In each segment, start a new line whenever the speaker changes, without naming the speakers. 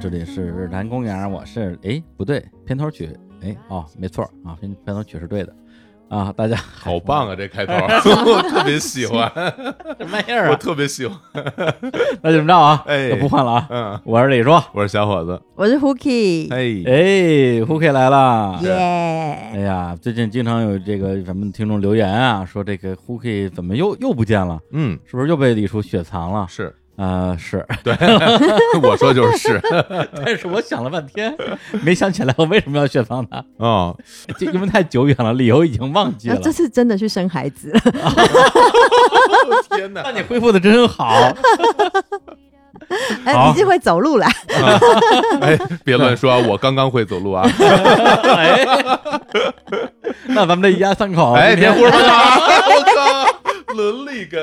这里是日坛公园，我是哎不对，片头曲哎哦没错啊，片片头曲是对的啊，大家
好棒啊！这开头我特别喜欢，
什么玩意儿
我
啊？
特别喜欢。
那怎么着啊？
哎
那不换了啊！
嗯，
我是李叔，
我是小伙子。
我是 Hooky，
哎，
哎胡 K 来了。哎
耶！啊
呀，最近经常有这个咱们听众留言啊，说这个胡 K 怎么又又不见了？
嗯，
是不是又被李叔雪藏了？
是，
呃，是，
我说就是是
但是我想了半天， 没想起来我为什么要雪藏他，
哦，
就因为太久远了，理由已经忘记
那
了。
这次真的去生孩子 了，
天哪
那你恢复的真好，
哎，
好
你是会走路啦？
哎，别乱说，啊，我刚刚会走路啊！
哎， 那咱们这一家三口，
哎，
今
别
天
胡说八道！我靠，伦理梗，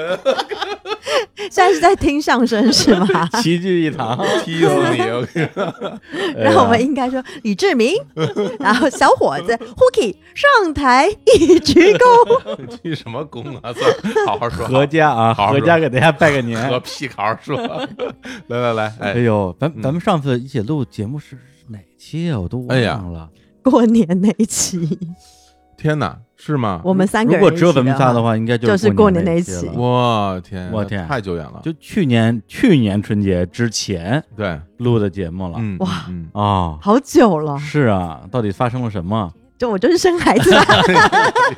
现在是在听相声是吗？
齐聚一 堂，
踢死你！我跟你说
哎
然
呀
后我们应该说李志明， 然后小伙子 Hooky 上台一鞠躬，
你踢什么功啊？算了，好好说，
合家啊，
好好
合
说
家给大家拜个年。
和屁好好说。来来来，
哎
哎，
呦，咱
嗯
咱们上次一起录节目是哪期啊？我都
哎呀
忘了。
过年那一 期，
天哪，是吗？
我们三个
如
人啊
果只有咱们仨
的
的
话，
话，应该
就是
是
过
年
年
一
那
期
一期
了。
我天，
我天
太久远了。
就去年去年春节之前
对，
录的节目了。
嗯，
哇
嗯，
哦，
好久了，
是啊，到底发生了什么？
就我就是生孩子啦，
嗯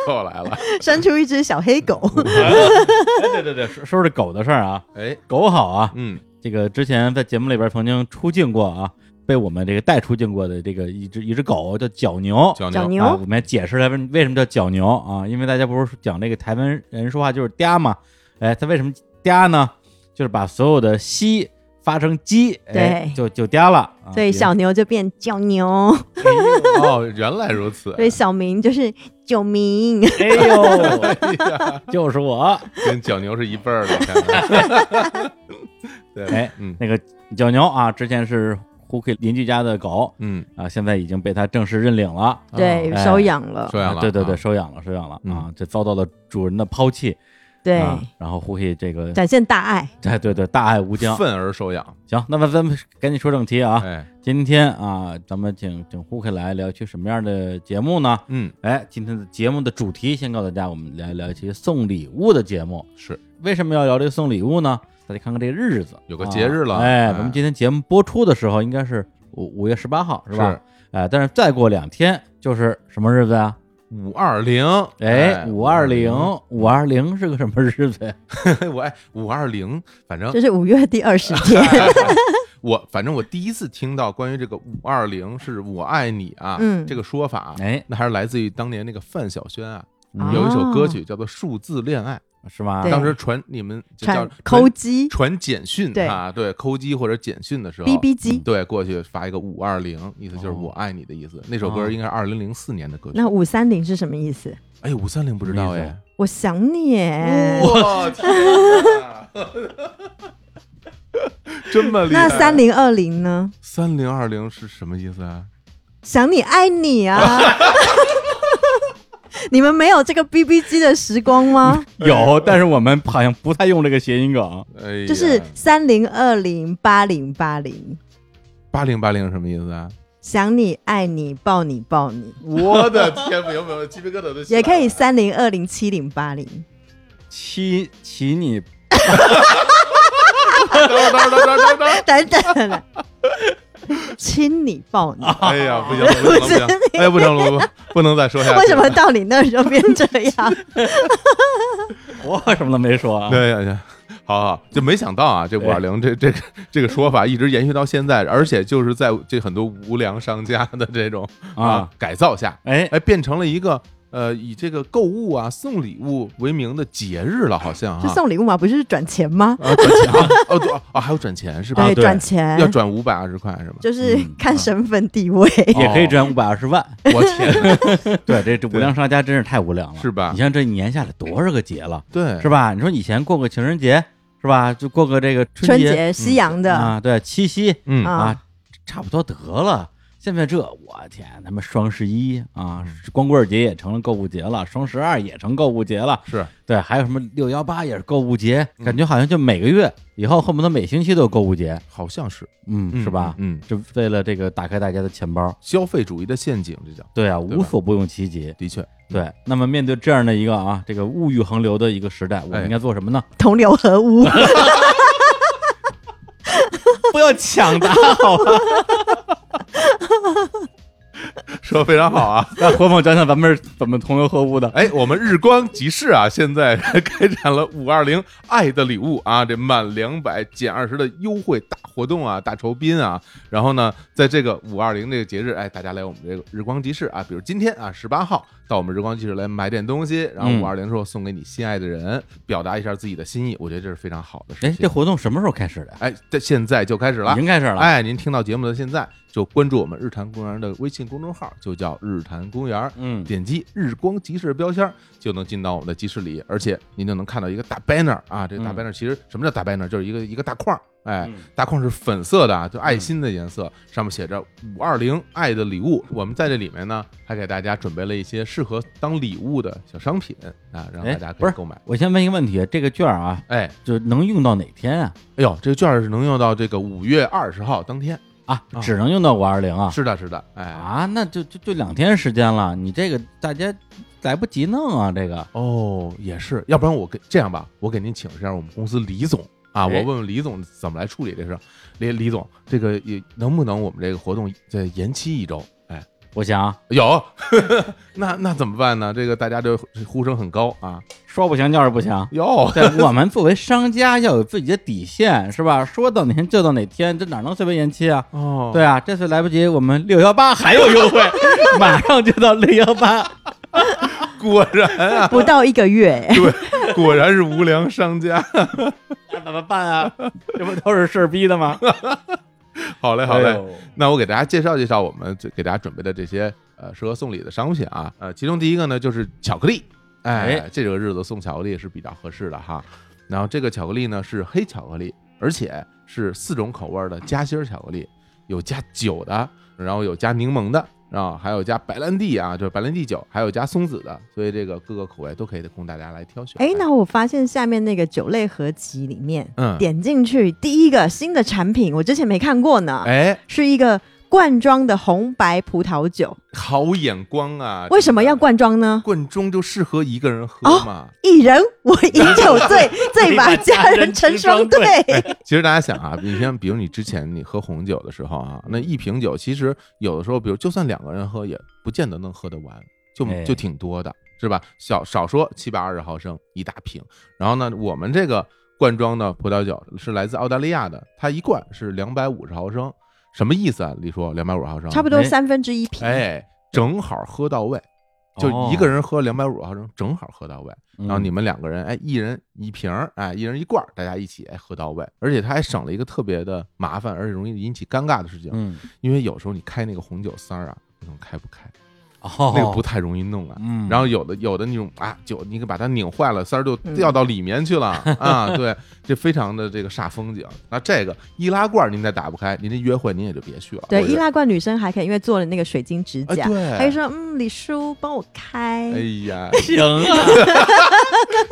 又来了。
生出一只小黑 狗，
哦哎对对对，说说这狗的事儿啊，
哎，
狗好啊，
嗯，
这个之前在节目里边曾经出镜过啊，被我们这个带出镜过的这个一只一只狗叫角牛。
小
小
牛，
啊，
牛
我们还解释了为为什么叫角牛啊？因为大家不是讲那个台湾人说话就是嗲嘛，哎，他为什么嗲呢？就是把所有的西发成鸡，哎
对，
就就嗲了。啊
所以小牛就变叫牛，
哦，原来如此。
所以小明就是九明，
哎呦， 就是我
跟脚牛是一辈儿的，你看看。对，
哎，
嗯
那个角牛啊，之前是 h o k 邻居家的狗
嗯，
啊，现在已经被他正式认领了。
对，
哎
收养了，
收养
啊
了，
对对对，
啊，
收养了，收养了、
嗯
啊！这遭到了主人的抛弃，
对，
啊、然后呼吸这个，
展现大爱。
哎，对对，大爱无疆。
愤而收养，
行，那么咱们赶紧说正题啊！
哎，
今天啊，咱们请请呼克来聊一期什么样的节目呢？
嗯，
哎，今天的节目的主题先告诉大家，我们来聊一期送礼物的节目。
是
为什么要聊这个送礼物呢？大家看看这个日子，
有个
啊
节日了
哎，
哎
咱们今天节目播出的时候应该是五五月十八号，是吧？哎，但是再过两天就是什么日子啊？
五二零，
哎，五二零，五二零是个什么日子呀？
520，我哎， 五二零，反正，
就是五月第二十天
哎我反正我第一次听到关于这个五二零是我爱你啊，
嗯
这个说法，
哎，
那还是来自于当年那个范晓萱啊，
嗯
有一首歌曲叫做《数字恋爱》，
是吧？
哦对
当时传你们就叫
传抠机、
传简讯
对
啊，对，抠机或者简讯的时候
BB 机，
对，过去发一个五二零，意思就是我爱你的意思。那首歌应该是二零零四年的歌曲。
那五三零是什么意思？
哎，五三零不知道
什么意
哎。
我想你耶，
我天！这么厉害？
那三零二零呢？
三零二零是什么意思啊？
想你爱你啊！你们没有这个 B B 机的时光吗？
有，但是我们好像不太用这个谐音梗。
哎呀，
就是三零二零八零八零，
八零八零什么意思啊？
想你爱你抱你抱你，
我的天，不行不行，鸡皮疙瘩都起
也
来了
可以三零二零七零八零，
七七你
等会儿等会儿等会儿等会儿等会 儿。
等等，亲你抱你，
哎呀，不行了不行了不行了，哎不成了不不能再说下去。
为什么？到你那儿就变这
啊
样？
我什么都没说啊。
对呀哎呀，好好，就没想到啊，这五
哎
二零这这个这个说法一直延续到现在，而且就是在这很多无良商家的这种
啊，
改造下，
哎，
哎，变成了一个呃以这个购物啊、送礼物为名的节日了，好像
是
啊。
送礼物吗？不是转钱吗？
啊，转钱啊哦，对哦，还有转钱是吧？
啊对
哎转钱
要转五啊百二十块是吗？
就是
嗯
看身份地位。
也可以赚五百二十万。
我 天，
对， 这这无良商家真是太无良了，
是吧
你像这一年下来多少个节了，
对，
是吧？你说以前过个情人节是吧？就过个这个
春
节
啊
节西洋的，
啊，对，七夕
嗯
啊
啊，差不多得了。现在这，我天，他妈双十一啊，
嗯
光棍节也成了购物节了，双十二也成购物节了，
是
对，还有什么六幺八也是购物节，
嗯
感觉好像就每个月以后恨不得每星期都有购物节，
好像是
嗯，是吧？
嗯，嗯
就为了这个打开大家的钱包，
消费主义的陷阱，这叫
对啊，
对吧嗯
无所不用其极。
的确，
对，那么面对这样的一个啊，这个物欲横流的一个时代，我们
哎
应该做什么 呢？
同流合污。
不 要抢答，好吧？
说的非常好啊。
让火猛讲哎讲咱们是怎么同流合污的。
哎，我们日光集市啊，现在 开展了五二零爱的礼物啊，这满两百减二十的优惠大活动啊，大酬宾啊。然后呢，在这个五二零这个节日，哎，大家来我们这个日光集市啊，比如今天啊，十八号到我们日光集市来买点东西，然后
嗯
五二零时候送给你心爱的人，表达一下自己的心意，我觉得这是非常好的事
哎，
情
这。活动什么时候开始的呀？
哎，这现在就开始了
已，经开始了。
哎，您听到节目的现在就关注我们日坛公园的微信公众号，就叫日坛公园。
嗯，
点击日光集市标签儿就能进到我们的集市里，而且您就能看到一个大 banner 啊，这个大
嗯
banner 其实什么叫大 banner？就是一个一个大框儿，哎
嗯，
大框是粉色的啊，就爱心的颜色，上面写着五二零爱的礼物。我们在这里面呢，还给大家准备了一些适合当礼物的小商品啊，让
哎
大家
不
可以
是
购买。
我先问一个问题，这个券儿啊，
哎，
就能用到哪天啊？
哎呦，这个券儿是能用到这个五月二十号当天。
啊
啊，
只能用到五二零啊。
是的，是的，哎，
啊，那就就就两天时间了，你这个大家来不及弄啊，这个
哦，也是，要不然我给这样吧，我给您请示一下我们公司李总啊，我
哎
问问李总怎么来处理这事儿。李李总，这个也能不能我们这个活动再延期一周？哎，
我想
有， 那那怎么办呢？这个大家这呼声很高啊，
说不行就是不 行。
有，
对，我们作为商家要有自己的底线，是吧？说到哪天就到哪天，这哪能随便延期啊？
哦，
对啊，这次来不及，我们六幺八还有优惠， 马上就到六幺八。
果然啊，
不到一个月，
对，果然是无良商家。
那怎么办啊？ 这不都是事儿逼的吗？
好嘞，好
哎
嘞
呦，
那我给大家介绍介绍我们这给大家准备的这些呃适合送礼的商品啊，呃，其中第一个呢就是巧克力，哎
哎，
这个日子送巧克力是比较合适的哈。然后这个巧克力呢是黑巧克力，而且是四种口味的夹心儿巧克力，有加酒的，然后有加柠檬的。然后还有加白兰地啊，就是白兰地酒，还有加松子的，所以这个各个口味都可以供大家来挑选。
哎，那我发现下面那个酒类合集里面，
嗯，
点进去第一个新的产品，我之前没看过呢，
哎，
是一个罐装的红白葡萄酒。
好眼光啊！
为什么要
真的
罐装呢？
罐中就适合一个人喝
哦
嘛？
一人我饮酒醉， 醉把佳人成双对。
其实大家想啊， 你像比如你之前你喝红酒的时候啊，那一瓶酒其实有的时候，比如就算两个人喝，也不见得能喝得完，就
哎
就挺多的，是吧？少少说七百二十毫升一大瓶。然后呢，我们这个罐装的葡萄酒是来自澳大利亚的，它一罐是两百五十毫升，什么意思啊？李叔，两百五十毫升，
差不多三分之一瓶。
哎，正好喝到位。就一个人喝两百五十毫升，正好喝到位。
哦嗯
然后你们两个人，哎，一人一瓶儿，哎，一人一罐儿，大家一起哎喝到位。而且它还省了一个特别的麻烦，而且容易引起尴尬的事情，
嗯，
因为有时候你开那个红酒塞儿啊，那种开不开，
哦，
那个不太容易弄啊。
嗯，
然后有的有的那种啊，酒你给把它拧坏了，塞儿就
嗯
掉到里面去了啊，对，这非常的这个煞风景。那这个易拉罐儿您再打不开，您这约会您也就别去了。
对，
我觉
易
得
拉罐女生还可以，因为做了那个水晶指甲，
哎对
她就说：“嗯，李叔帮我开。
哎呀，
行啊，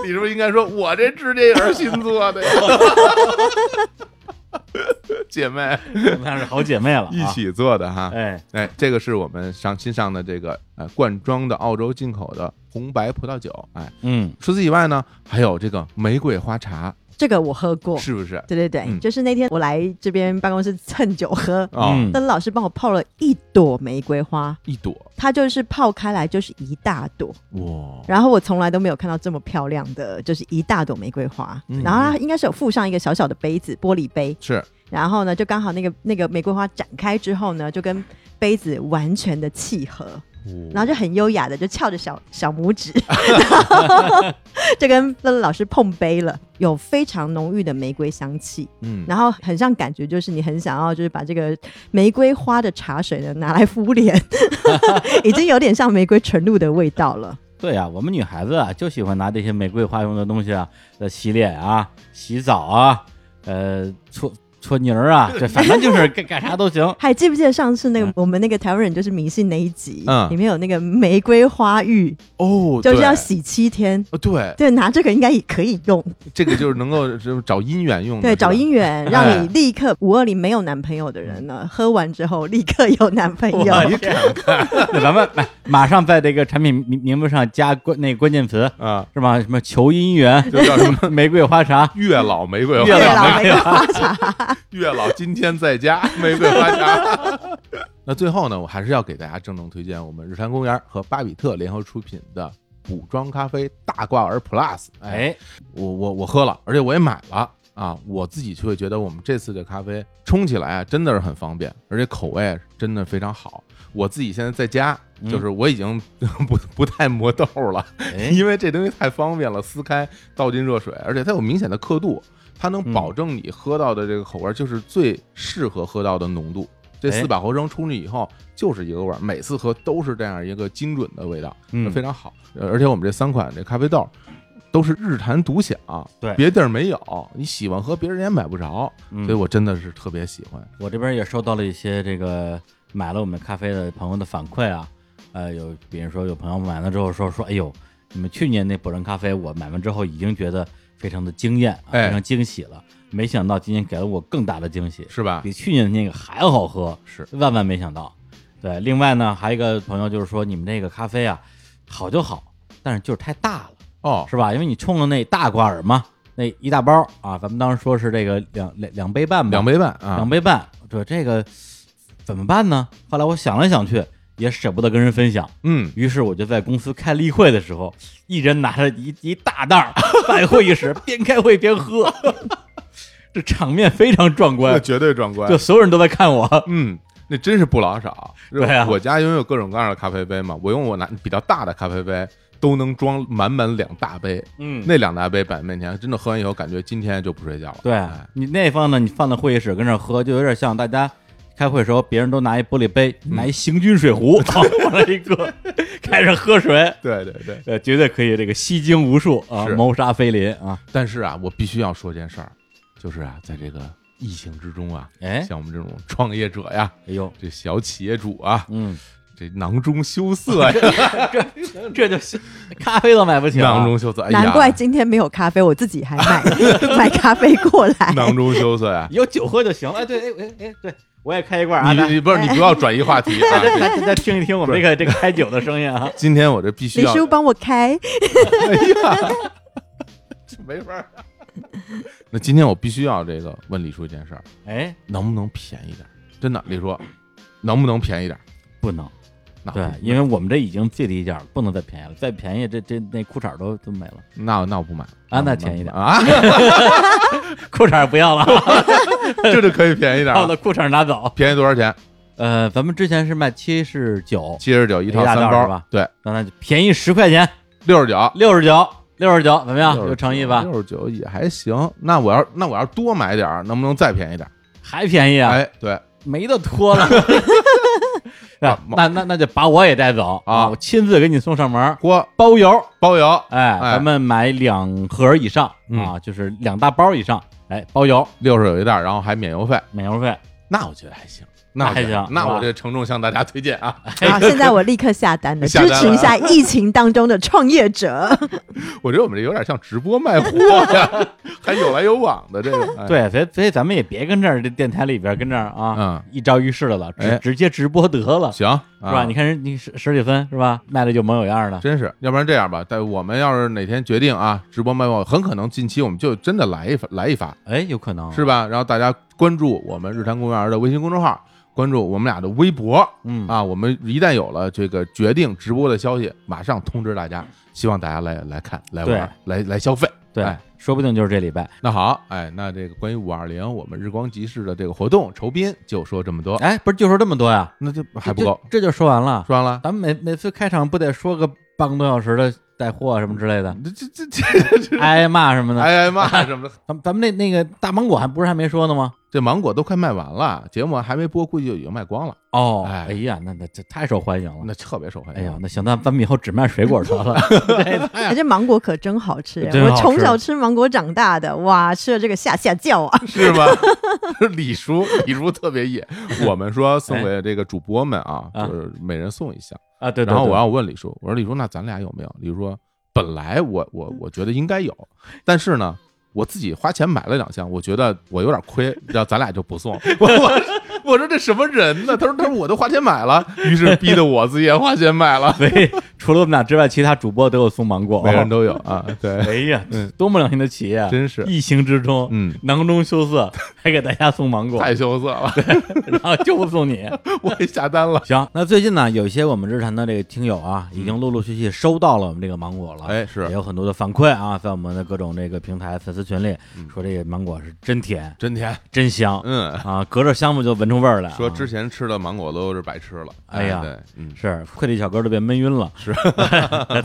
你是不是应该说我这指甲也是新做的呀？ 姐妹，啊
那是好姐妹了，啊
一。起做的哈。
哎，
哎，这个是我们上新上的这个呃罐装的澳洲进口的红白葡萄酒。哎，
嗯，
除此以外呢，还有这个玫瑰花茶，
这个我喝过，
是不是？
对对对，
嗯
就是那天我来这边办公室蹭酒喝，
啊、
嗯
邓老师帮我泡了一朵玫瑰花，
一朵
它就是泡开来就是一大朵，
哇，
然后我从来都没有看到这么漂亮的，就是一大朵玫瑰花。
嗯
然后它应该是有附上一个小小的杯子，玻璃杯，
是
然后呢，就刚好那个那个玫瑰花展开之后呢，就跟杯子完全的契
哦
合，然后就很优雅的就翘着小小拇 指， 然后就跟乐乐老师碰杯了，有非常浓郁的玫瑰香气，
嗯，
然后很像感觉就是你很想要就是把这个玫瑰花的茶水呢拿来敷脸， 已经有点像玫瑰纯露的味道了。
对啊，我们女孩子啊，就喜欢拿这些玫瑰花用的东西啊，呃，洗脸啊，洗澡啊，呃，搓搓泥儿啊，这反正就是 干干啥都 行。
还记不记得上次那个
嗯
我们那个台湾人就是迷信那一集，
嗯
里面有那个玫瑰花浴，
哦，
就是要
对
洗七天。
哦，对，
对，拿这个应该也可以用，
这个就是能够就是找姻缘
嗯
用的，
对，
是吧
找姻缘，让
哎
你立刻五二零没有男朋友的人呢，喝完之后立刻有男朋友。
我一看， 那咱们来马上在这个产品名名簿上加关那个关键词
啊，
是吧？什么求姻缘、
就叫什么
玫瑰花茶，
月老玫瑰
月
花，
对
老
老
没哎
玫瑰花茶，
月老今天在家， 玫瑰花茶。那最后呢，我还是要给大家郑重推荐我们日坛公园和巴比特联合出品的补妆咖啡大挂耳 Plus。，
哎，
我我我喝了，而且我也买了啊，我自己就会觉得我们这次的咖啡冲起来啊，真的是很方便，而且口味真的非常好。我自己现在在家，
嗯
就是我已经 不不太磨豆了，
哎，
因为这东西太方便了，撕开倒进热水，而且它有明显的刻度，它能
嗯
保证你喝到的这个口味就是最适合喝到的浓度。这
哎
四百毫升冲进去以后就是一个味儿，每次喝都是这样一个精准的味道。
嗯
非常好。呃而且我们这三款这咖啡豆都是日坛独享，
对
别地儿没有，你喜欢喝，别人也买不着，
嗯
所以我真的是特别喜欢。
我这边也收到了一些这个买了我们咖啡的朋友的反馈啊，呃，有比如说有朋友买了之后说说，哎呦，你们去年那补人咖啡我买完之后已经觉得非常的惊艳，啊、
哎
非常惊喜了，没想到今年给了我更大的惊喜，
是吧？
比去年那个还好喝，
是
万万没想到。对，另外呢，还有一个朋友就是说，你们这个咖啡啊，好就好，但是就是太大了。
哦，
是吧？因为你冲了那大挂耳嘛，那一大包啊，咱们当时说是这个两两两杯半吧，
两杯半啊，
两杯半，对这个怎么办呢？后来我想来想去，也舍不得跟人分享，
嗯，
于是我就在公司开例会的时候，一人拿着一一大 袋儿在会议室边开会边喝，这场面非常壮
那
观，
绝对壮观
就。所有人都在看我，
嗯，那真是不老少。
对啊
我家因为有各种各样的咖啡杯嘛，我用我拿比较大的咖啡杯。都能装满满两大杯，
嗯。
那两大杯摆面前，真的喝完以后，感觉今天就不睡觉了。
对啊
哎
你那方呢，你放到会议室跟那儿喝，就有点像大家开会的时候，别人都拿一玻璃杯，
嗯
拿一行军水 壶往那一搁，开始喝水，
对对对。
呃，绝对可以这个吸睛无数啊，
是
谋杀菲林啊，
但是啊，我必须要说件事儿，就是啊，在这个疫情之中啊，
哎，
像我们这种创业者呀，
哎呦，
这小企业主啊，
嗯，
这囊中羞涩
哎
呀，
这就是咖啡都买不起了，。
囊中羞涩，哎呀，
难怪今天没有咖啡，我自己还买买咖啡过来。
囊中羞涩呀
有酒喝就行。哎，对，哎哎哎，对我也开一罐啊，
你
大
你不是你不要转移话题 啊！
大
这
家大家听一听我们这个这个开酒的声音 啊，
今天我这必须
李
要，
叔帮我开，
哎呀，这没法儿。那今天我必须要这个问李叔一件事儿，
哎，
能不能便宜点儿？真的，李叔，能不能便宜点儿？
不能。
那
对，因为我们这已经最低价了，不能再便宜了，再便宜这这那裤衩都都没了。
那那我不买
啊那
我
便宜点儿
啊，
裤衩不要了，
这就可以便宜点
把我
儿了。
的 裤衩拿走。
便宜多少钱？
呃，咱们之前是卖七十九，
七十九一套
一大
三
袋儿是
包
吧，
对，
刚才就便宜十块钱，
六十九。
六十九，六十九，怎么样？
69
有诚意吧？
六十九也还行。那我要那我要多买点儿，能不能再便宜点儿？
还便宜啊，
哎，对，
没得拖 了。啊那那那就把我也带走
啊
我亲自给你送上门儿，
锅
包邮。
包邮
哎，
哎
咱们买两盒以上
嗯
啊，就是两大包以上，哎，包邮，
六十有一袋儿，然后还免邮费，
免邮费。
那我觉得还行，
那
我
还
觉得
行
那
是吧
我这承重向大家推荐啊！
哎
好，现在我立刻下单了，
下
支
单了
持一下疫情当中的创业者。
我觉得我们这有点像直播卖货呀，还有来有往的这 个。哎，
对，所以所以咱们也别跟这儿这电台里边跟这儿啊，
嗯，
一招一式的了，
哎
直直接直播得了。
行，啊
是
是
吧？你看人你十十几分是吧？卖的有模有样的。
真是，要不然这样吧，但我们要是哪天决定啊，直播卖货，很可能近期我们就真的来一发来一发，
哎，有可能
是吧？然后大家关注我们日坛公园的微信公众号，关注我们俩的微博，
嗯，
啊，我们一旦有了这个决定直播的消息，马上通知大家，希望大家来来看、来
对
玩、来来消费。
对
哎，
说不定就是这礼拜。
那好，哎，那这个关于五二零我们日光集市的这个活动酬宾就说这么多，
哎，不是就说这么多呀？
啊那就
这
哦还不够，
这这就说完了。
说完了，
咱们每每次开场不得说个半个多小时的带货啊什么之类的，
这这这这这，
挨骂什么的。
哎呀妈 呀什么的，
咱咱们那那个大芒果还不是还没说呢吗？
这芒果都快卖完了，节目还没播，估计就已经卖光了，
哦，
哎
哎呀，那那这太受欢迎了。
那特别受欢迎。
哎呀，那行，那咱们以后只卖水果得 了。
而且芒果可真好吃，
哎真
我
好吃
从小吃芒果长大的，哇，吃了这个吓吓叫啊！
是吧？ 李叔，李叔特别野。我们说送给这个主播们啊，
哎啊
就是每人送一箱。
啊，对对对。。
然后我要问李叔，我说李叔，那咱俩有没有？李叔说，本来我我我觉得应该有，但是呢，我自己花钱买了两箱，我觉得我有点亏，要咱俩就不送。 我我我说这什么人呢？他说他说我都花钱买了，于是逼得我自己也花钱买 了
所 以除了我们俩之外，其他主播都有送芒果。
每人都有啊，对，
哎呀
嗯，
多么良心的企业啊！
真是
疫情之中，
嗯，
囊中羞 涩，还给大家送芒果，
太羞涩了，
然后就不送你。
我也下单了。
行，那最近呢，有一些我们日坛的这个听友啊，已经陆陆续续收到了我们这个芒果了，
嗯哎，是
也有很多的反馈啊，在我们的各种这个平台粉丝群里
嗯
说这个芒果是真甜
真甜，
真香
嗯。
啊，隔着香不就闻出味儿来啊。
说之前吃的芒果都是白吃了，
哎呀
对，嗯，
是快递小哥都被闷晕 了， 是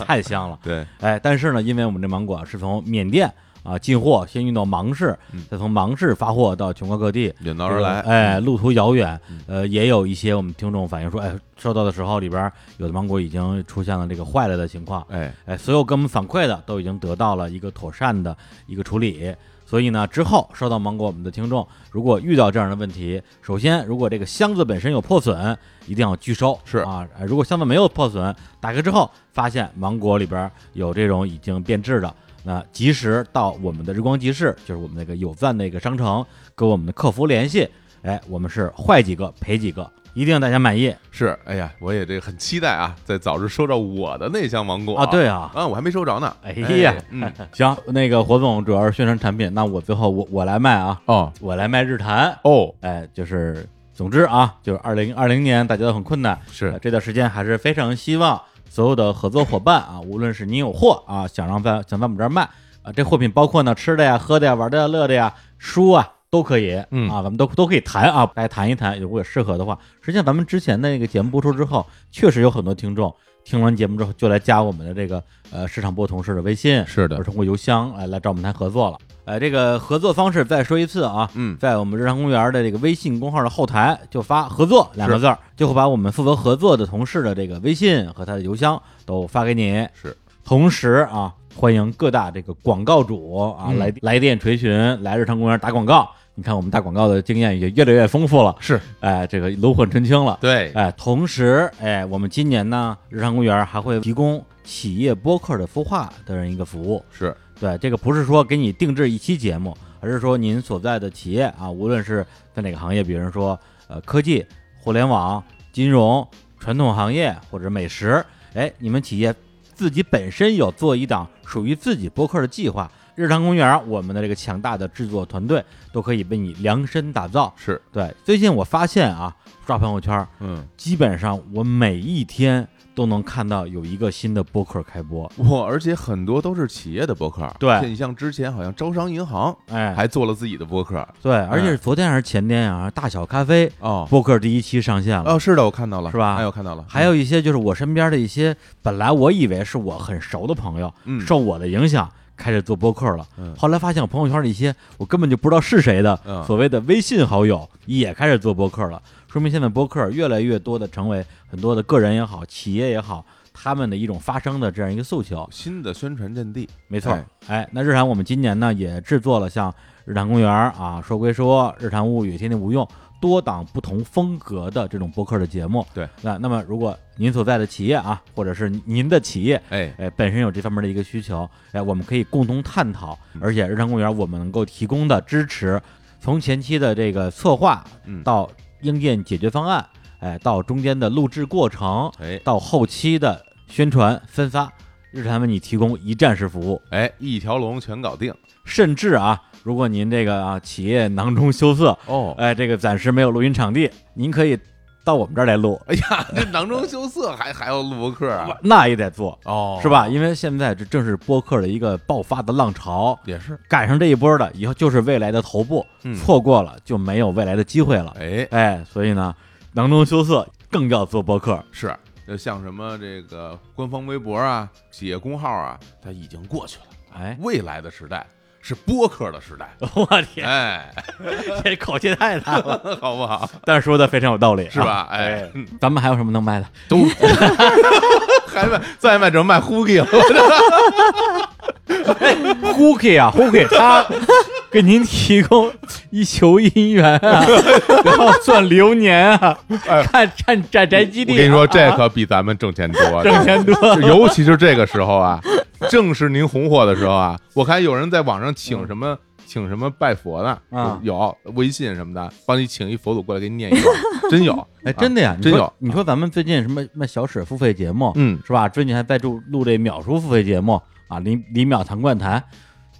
太香了。
对，
哎，但是呢，因为我们这芒果是从缅甸啊进货，先运到芒市
嗯，
再从芒市发货到全国各地。
远道而来，
哎，路途遥远，呃，也有一些我们听众反映说，哎，收到的时候里边有的芒果已经出现了这个坏了的情况，
哎，
哎，所有给我们反馈的都已经得到了一个妥善的一个处理。所以呢，之后收到芒果，我们的听众如果遇到这样的问题，首先如果这个箱子本身有破损，一定要拒收。
是
啊，哎如果箱子没有破损，打开之后发现芒果里边有这种已经变质的，那及时到我们的日光集市，就是我们那个有赞的一个商城，跟我们的客服联系。哎，我们是坏几个赔几个，一定大家满意啊
是，哎呀，我也这个很期待啊，在早日收到我的那箱芒果
啊！对啊，
啊，我还没收着呢，
哎呀
嗯，
行，那个火总主要是宣传产品，那我最后我我来卖啊，
哦
我来卖日坛。
哦，
哎，就是总之啊，就是二零二零年大家都很困难，呃
是，
这段时间还是非常希望所有的合作伙伴啊，无论是你有货啊，想让在想在我们这儿卖啊，这货品包括呢吃的呀、喝的呀、玩的呀、乐的呀、书啊。都可以，
嗯
啊，咱们都都可以谈啊，大家谈一谈，如果有适合的话。实际上，咱们之前的那个节目播出之后，确实有很多听众听完节目之后就来加我们的这个呃市场部同事的微信，
是
或
的
者，通过邮箱来来找我们谈合作了。呃，这个合作方式再说一次啊，
嗯，
在我们日常公园的这个微信公号的后台就发“合作”两个字儿，就会把我们负责合作的同事的这个微信和他的邮箱都发给你。
是，
同时啊，欢迎各大这个广告主啊、
嗯
来来电垂询，来日常公园打广告。你看我们打广告的经验也越来越丰富了，
是，
哎，这个炉火纯青了。
对，
哎，同时，哎，我们今年呢，日常公园还会提供企业播客的孵化的人一个服务。
是，
对，这个不是说给你定制一期节目，而是说您所在的企业啊，无论是在哪个行业，比如说呃科技、互联网、金融、传统行业或者美食，哎，你们企业自己本身有做一档属于自己播客的计划。日常公园，啊我哎们的这个强大的制作团队都可以为你量身打造。
是，
对，最近我发现啊，刷朋友圈，
嗯，
基本上我每一天都能看到有一个新的播客开播。
我而且很多都是企业的博客，
对
你像之前好像招商银行
哎，
还做了自己的博客，
对，而且
嗯
是昨天还是前天啊，大小咖啡
哦，
播客第一期上线了。
哦，是的，我看到了，
是吧
哎，我看到了，
还有一些就是我身边的一些本来我以为是我很熟的朋友，
嗯，
受我的影响开始做播客了。
嗯
后来发现我朋友圈里一些我根本就不知道是谁的
嗯
所谓的微信好友也开始做播客了，说明现在播客越来越多的成为很多的个人也好，企业也好，他们的一种发声的这样一个诉求。
新的宣传阵地，
没错
哎
儿，哎，那日坛我们今年呢也制作了像《日坛公园》啊、《说归说》《日坛物语》《天地无用》多档不同风格的这种播客的节目。
对，
那那么如果您所在的企业啊，或者是您的企业，
哎，
哎，本身有这方面的一个需求，哎，我们可以共同探讨，
嗯
而且日坛公园我们能够提供的支持，从前期的这个策划
嗯，
到硬件解决方案，哎，到中间的录制过程，
哎，
到后期的宣传分发，日坛为你提供一站式服务。
哎，一条龙全搞定，
甚至啊，如果您这个啊企业囊中羞涩，
哦，
哎，这个暂时没有录音场地，您可以到我们这儿来录，
哎呀，这囊中羞涩还还要录播客啊？
那也得做，
哦，
是？吧？因为现在这正是播客的一个爆发的浪潮，
也是，
赶上这一波的，以后就是未来的头部，
嗯
错过了就没有未来的机会了。
哎，
哎，所以呢，囊中羞涩更要做播客。
是。就像什么这个官方微博啊、企业公号啊，它已经过去了。
哎，，
未来的时代是播客的时代
我天，
哎，
这口气太大了，
好不好？
但是说的非常有道理，
是吧
啊？
哎，
咱们还有什么能卖的？
都 还卖，再卖只能卖 Hooky 了。
Hooky 啊，Hooky 他给您提供一球姻缘 啊，然后算流年啊，看看宅宅基
哎
地、
我
啊。
跟你说，这可比咱们挣钱多，
挣钱多，
就尤其是这个时候啊，正是您红火的时候啊，我看有人在网上请什么。请什么拜佛的
嗯啊
有微信什么的，帮你请一佛祖过来给你念一个，真 有，
哎，真的呀，你说
啊真有
你说咱们最近什么什么小史付费节目，
嗯，
是吧？最近还在录录这秒叔付费节目啊，李李淼谈怪谈。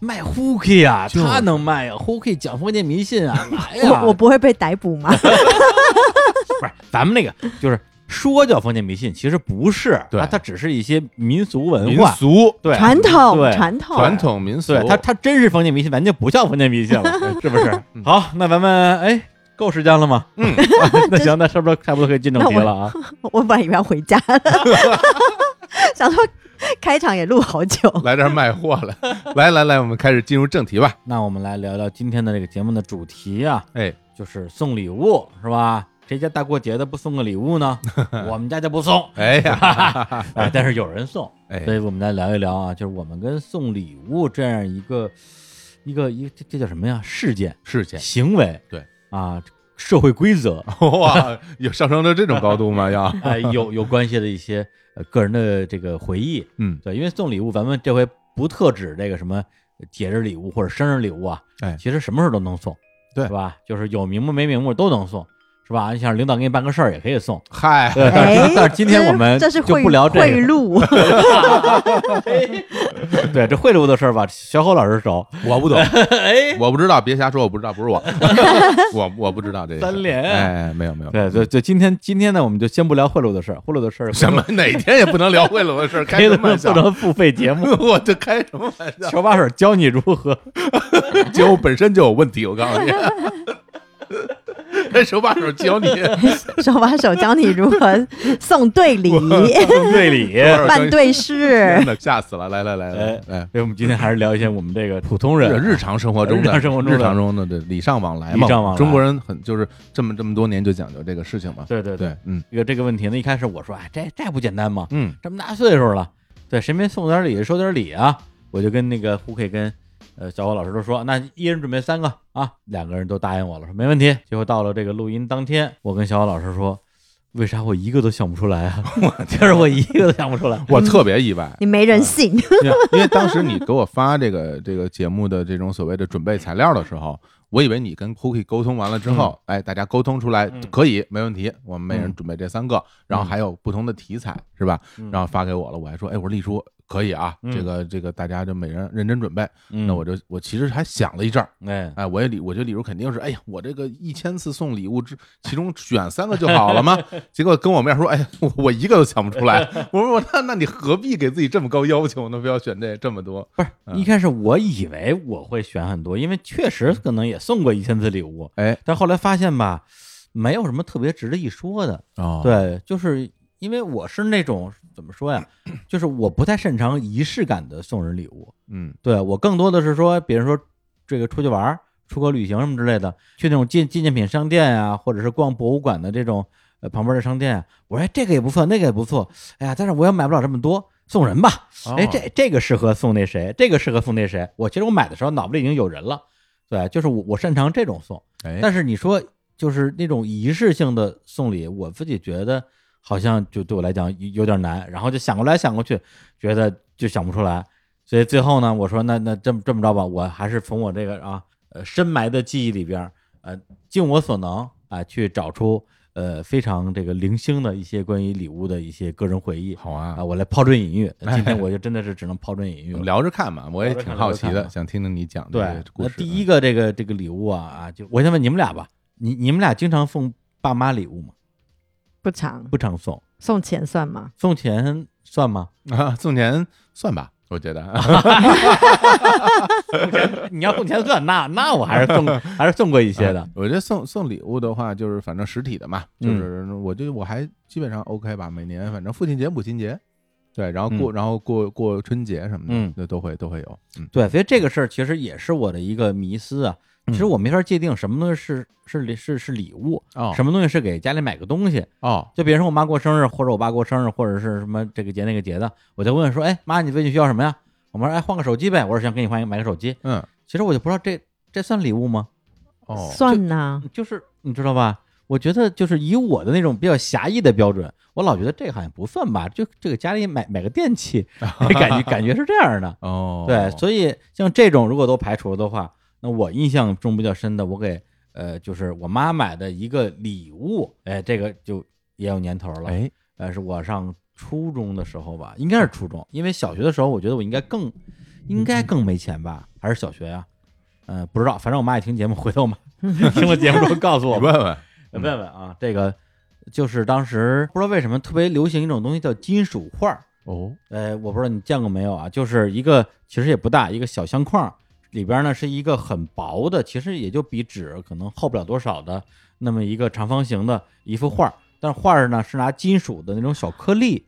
卖 Hooky 啊，
就是
他能卖呀、h o o k y 讲封建迷信 啊，来呀！
我我不会被逮捕吗？
不是咱们那个，就是说叫封建迷信，其实不是，啊
对
它它只是一些民俗文
民
化，
俗
对
传统
对
传统
传统民俗，
对他，他真是封建迷信，咱就不叫封建迷信 了，是不是？好，那咱们哎，够时间了吗？
嗯，
那行，那差不多差不多可以进正题了啊。
我我本来以为要回家 了，想说开场也录好久，
来这儿卖货了，来来来，我们开始进入正题吧。
那我们来聊聊今天的这个节目的主题啊，
哎，
就是送礼物，是吧？谁家大过节的不送个礼物呢？ 我们家就不送，
哎 呀，
哎，但是有人送，
哎
所以我们来聊一聊啊，就是我们跟送礼物这样一个一个一个这这叫什么呀？事件、
事情
行为，
对
啊，社会规则，
哇，有上升到这种高度吗？要，
哎，有有关系的一些呃个人的这个回忆，
嗯，
对，因为送礼物，咱们这回不特指这个什么节日礼物或者生日礼物啊，
哎
其实什么事儿都能送，
对
是吧？就是有名目没名目都能送，是吧？你想领导给你办个事儿也可以送，
嗨，
对。 但是、
哎
但是今天我们
这是
就
贿
不聊这
贿
个，
赂，
对这贿赂的事儿吧，小侯老师熟，
我不懂，
哎，
我不知道，别瞎说，我不知道，不是我，我我不知道这个
三连
哎，没有没有，
对对对，今天今天呢，我们就先不聊贿赂的事儿，贿赂的事儿
什么哪天也不能聊贿赂的 事儿，开
可以
什么
不
玩笑？
能付费节 目，
我这开什么玩笑？
手把手教你如 何
节目本身就有问题，我告诉 你。这手把手教你，
手把手教你如何送对礼、
送对礼。
办对事
嗯
真。的吓死了！来来来来，来，
所以我们今天还是聊一些我们这个普通人啊
日日常生活中的
日常生活中的
日常中的对礼尚往来嘛，
礼尚往来
中国人很就是这么这么多年就讲究这个事情嘛。
对对
对，嗯
一个这个问题呢，一开始我说，哎，这这不简单吗？
嗯，，
这么大岁数了，对，谁没送点礼，收点礼啊？我就跟那个胡 K 跟呃小伙老师都说，那一人准备三个啊，两个人都答应我了，说没问题。结果到了这个录音当天，我跟小伙老师说，为啥我一个都想不出来啊？ 就是我一个都想不出来
我特别意外，
你没
嗯
人信，
因为啊因为当时你给我发这个这个节目的这种所谓的准备材料的时候，我以为你跟 Cookie 沟通完了之后，哎，大家沟通出来
嗯
可以没问题，我们每人
嗯
准备这三个，然后还有不同的题材是吧？
嗯
然后发给我了，我还说，哎，我说丽叔可以啊，
嗯
这个这个大家就每人认真准备。
嗯
那我就我其实还想了一阵儿，
哎，
哎，我也理，我觉得李叔肯定是，哎呀，我这个一千次送礼物之，其中选三个就好 了嘛。结果跟我面说，哎呀，我我一个都想不出来。我说我那那你何必给自己这么高要求呢？非要选这这么多？
不是
嗯
一开始我以为我会选很多，因为确实
嗯
可能也送过一千次礼物，
哎，
但后来发现吧，没有什么特别值得一说的。
哦，
对，就是因为我是那种怎么说呀，就是我不太擅长仪式感的送人礼物。
嗯，
对我更多的是说，比如说这个出去玩儿、出国旅行什么之类的，去那种纪纪念品商店呀、或者是逛博物馆的这种呃旁边的商店啊，我说哎这个也不错，那个也不错，哎呀，但是我也买不了这么多。送人吧，
哦
哎，这这个适合送那谁，这个适合送那谁。我其实我买的时候脑子里已经有人了，对，就是我我擅长这种送，
哎，
但是你说就是那种仪式性的送礼，我自己觉得好像就对我来讲有有点难，然后就想过来想过去，觉得就想不出来，所以最后呢，我说那那这么这么着吧，我还是从我这个啊呃深埋的记忆里边儿，呃尽我所能啊、去找出呃非常这个零星的一些关于礼物的一些个人回忆。
好
啊、
啊，
我来抛砖引玉。
哎
今天我就真的是只能抛砖引玉
我
了
们。聊着看吧，我也
聊着
挺
看
好奇
聊着
的，
看吧
想听听你讲这
对
个，故
那
事。
第 一个这个这个礼物啊啊，就我先问你们俩吧，你你们俩经常送爸妈礼物吗？
不长
不常送，
送钱算吗？
送钱算吗？
啊，送钱算吧，我觉得
你要送钱钻，那那我还是送 还是送过一些的。
我觉得送送礼物的话，就是反正实体的嘛，
嗯
就是我就我还基本上 OK 吧，每年反正父亲节、母亲节，对，然后过、然后过过春节什么的，
嗯
那都会都会有，嗯
对，所以这个事儿其实也是我的一个迷思啊。其
嗯
实我没法界定什么东西是是礼是是礼物，
哦
什么东西是给家里买个东西。
哦
就比如说我妈过生日，或者我爸过生日，或者是什么这个节那个节的，我就问说：“哎，妈，你最近需要什么呀？”我妈说：“哎，换个手机呗。”我说：“想给你换一个买个手机。
嗯”
其实我就不知道这这算礼物吗？
哦
算呐，
就是你知道吧？我觉得就是以我的那种比较狭义的标准，我老觉得这个好像不算吧，就这个家里买买个电器，感觉感觉是这样的。
哦，
对，所以像这种如果都排除的话，那我印象中比较深的，我给呃就是我妈买的一个礼物，哎，这个就也有年头了。
哎
呃，是我上初中的时候吧，应该是初中，因为小学的时候，我觉得我应该更，嗯应该更没钱吧，还是小学呀、呃，不知道，反正我妈也听节目，回头我 妈听了节目之后告诉我
你
吧，
问问，
问问啊，这个就是当时不知道为什么特别流行一种东西叫金属块儿，
哦
呃，我不知道你见过没有啊，就是一个其实也不大，一个小相框，里边呢是一个很薄的，其实也就比纸可能厚不了多少的那么一个长方形的一幅画，但是画儿呢是拿金属的那种小颗粒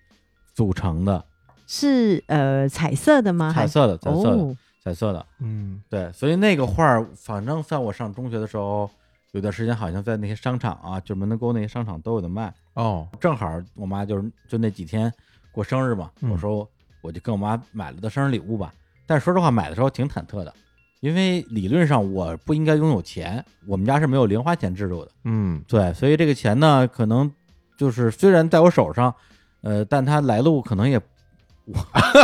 组成的，
是呃彩色的吗？
彩
还
色的，彩色的，
哦，
彩色的，
嗯
对，所以那个画儿，反正在我上中学的时候，有段时间好像在那些商场啊，就门头沟那些商场都有的卖，
哦
正好我妈就是就那几天过生日嘛，
嗯
我说我就跟我妈买了个生日礼物吧。但是说实话，买的时候挺忐忑的，因为理论上我不应该拥有钱，我们家是没有零花钱制度的。
嗯
对，所以这个钱呢，可能就是虽然在我手上，呃，但它来路可能也，我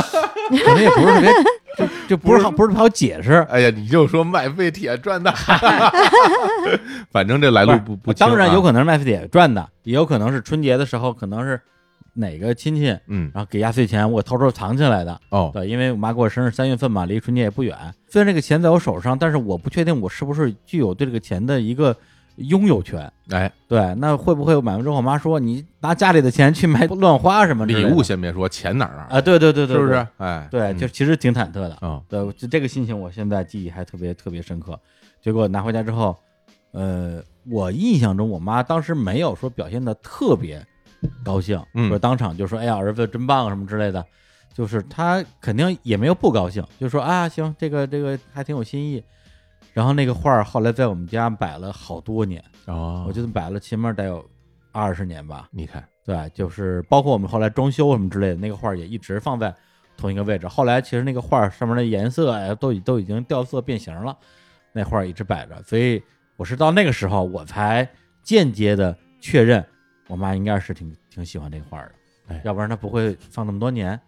可能也不是特别，就就不是好不是特好解释。
哎呀，你就说卖废铁赚的， 反正这来路不不清啊，
当然有可能是麦飞姐赚的，也有可能是春节的时候，可能是哪个亲戚，然
嗯
后给压岁钱，我偷偷藏起来的。
哦
对，因为我妈过生日三月份嘛，离春节也不远。虽然这个钱在我手上，但是我不确定我是不是具有对这个钱的一个拥有权。
哎，
对，那会不会我买完之后，我妈说你拿家里的钱去买乱花什么之类
礼
的
物先别说，钱哪儿哪儿
啊？对对对对，
是不
对
是？？哎，
对，
嗯
就其实挺忐忑的。
哦
对，我就这个心情我现在记忆还特别特别深刻。结果拿回家之后，呃，我印象中我妈当时没有说表现的特别高兴，
嗯
说当场就说“哎呀，儿子真棒”什么之类的，就是她肯定也没有不高兴，就说啊，行，这个这个还挺有新意。然后那个画儿后来在我们家摆了好多年，
哦，
我觉得摆了起码得有二十年吧。
你看，
对，就是包括我们后来装修什么之类的，那个画儿也一直放在同一个位置。后来其实那个画儿上面的颜色哎，都已都已经掉色变形了，那画儿一直摆着。所以我是到那个时候，我才间接的确认，我妈应该是挺挺喜欢这个画儿的，
哎
要不然她不会放那么多年。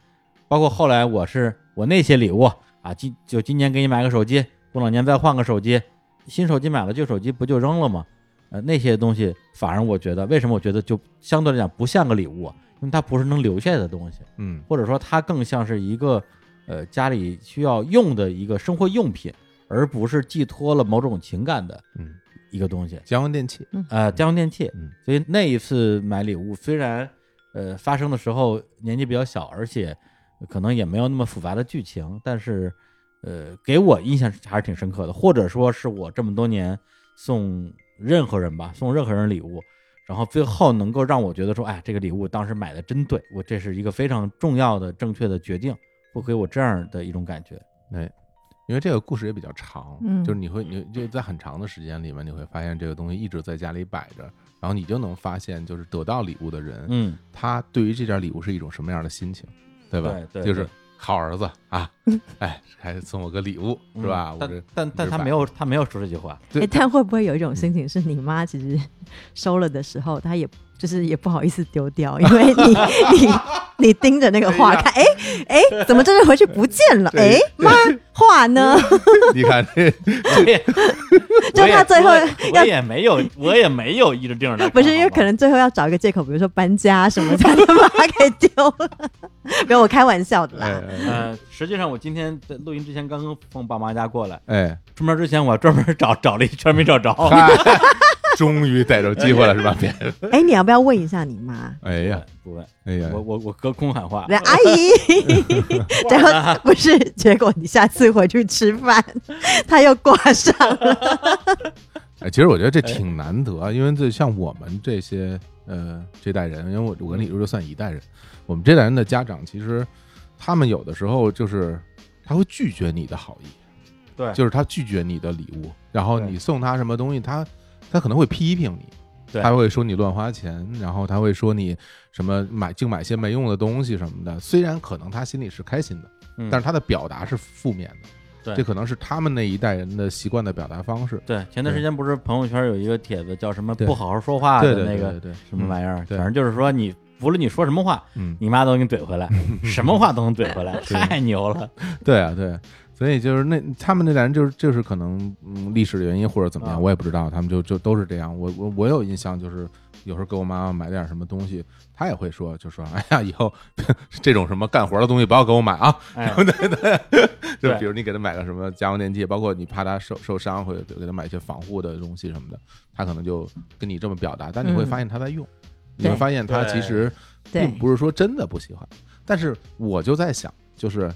包括后来我是我那些礼物啊，今就今年给你买个手机，过两年再换个手机，新手机买了旧手机不就扔了吗？呃，那些东西反而我觉得，为什么我觉得就相对来讲不像个礼物啊，因为它不是能留下来的东西，
嗯
或者说它更像是一个呃家里需要用的一个生活用品，而不是寄托了某种情感的
嗯，
一个东西。
家用电器，
呃，家用电器
嗯，
所以那一次买礼物，虽然呃发生的时候年纪比较小，而且可能也没有那么复杂的剧情，但是呃给我印象还是挺深刻的，或者说是我这么多年送任何人吧，送任何人礼物，然后最后能够让我觉得说，哎，这个礼物当时买的真对，我这是一个非常重要的正确的决定，会给我这样的一种感
嗯
觉。
因为这个故事也比较长，
嗯
就是你会你就在很长的时间里面，你会发现这个东西一直在家里摆着，然后你就能发现，就是得到礼物的人，
嗯，
他对于这件礼物是一种什么样的心情，对吧？
对对
就是
对
好儿子啊，哎，还送我个礼物是吧？
嗯
我这
但但但
我这
他
摆
没有他没有说这句话，
对
哎，但会不会有一种心情是你妈其实收了的时候，她也就是也不好意思丢掉，因为你你你盯着那个画看，哎哎，怎么这是回去不见了？
这
哎，妈，画呢？
你看 这
我也
就
我也
他最后
我也
要
我也没有，我也没有一直盯着他看，
不是，因为
好吧
可能最后要找一个借口，比如说搬家什么，才能把它给丢了。 没有，我开玩笑的
哎
啦。
呃，实际上我今天在录音之前刚刚从爸妈家过来，
哎
出门之前我还专门找找了一圈没找着，
哎，终于逮着机会了是吧？别，
哎，你要不要问一下你妈？
哎
不
呀
问，不问，
哎呀
我，我我隔空喊话，
来，阿姨，然后不是，结果你下次回去吃饭， 他又挂上了。
哎，其实我觉得这挺难得，啊因为这像我们这些呃这代人，因为我我跟李叔就算一代人，我们这代人的家长其实他们有的时候就是他会拒绝你的好意，
对
就是他拒绝你的礼物，然后
对
你送他什么东西，他他可能会批评你。
对
他会说你乱花钱，然后他会说你什么买净买些没用的东西什么的。虽然可能他心里是开心的，
嗯
但是他的表达是负面的。
对
这可能是他们那一代人的习惯的表达方 式。
对，前段时间不是朋友圈有一个帖子叫什么“
对
不好好说话”
对
的
对对
那
对嗯
个
对，
什么玩意儿，
对
反正就是说你无论你说什么话，
嗯，
你妈都给你怼回来，什么话都能怼回 来，太牛了。
对啊，对啊，所以就是那他们那代人就是就是可能嗯历史的原因或者怎么
啊
样，我也不知道，他们就就都是这样。我我我有印象，就是有时候给我妈妈买点什么东西，她也会说，就说哎呀，以后这种什么干活的东西不要给我买啊。
哎，
就
对
比如你给她买个什么家用电器，包括你怕她受受伤，或者给她买一些防护的东西什么的，她可能就跟你这么表达，但你会
嗯
发现她在用，你
对
会发现她其实。并
对，
不是说真的不喜欢。但是我就在想，就是，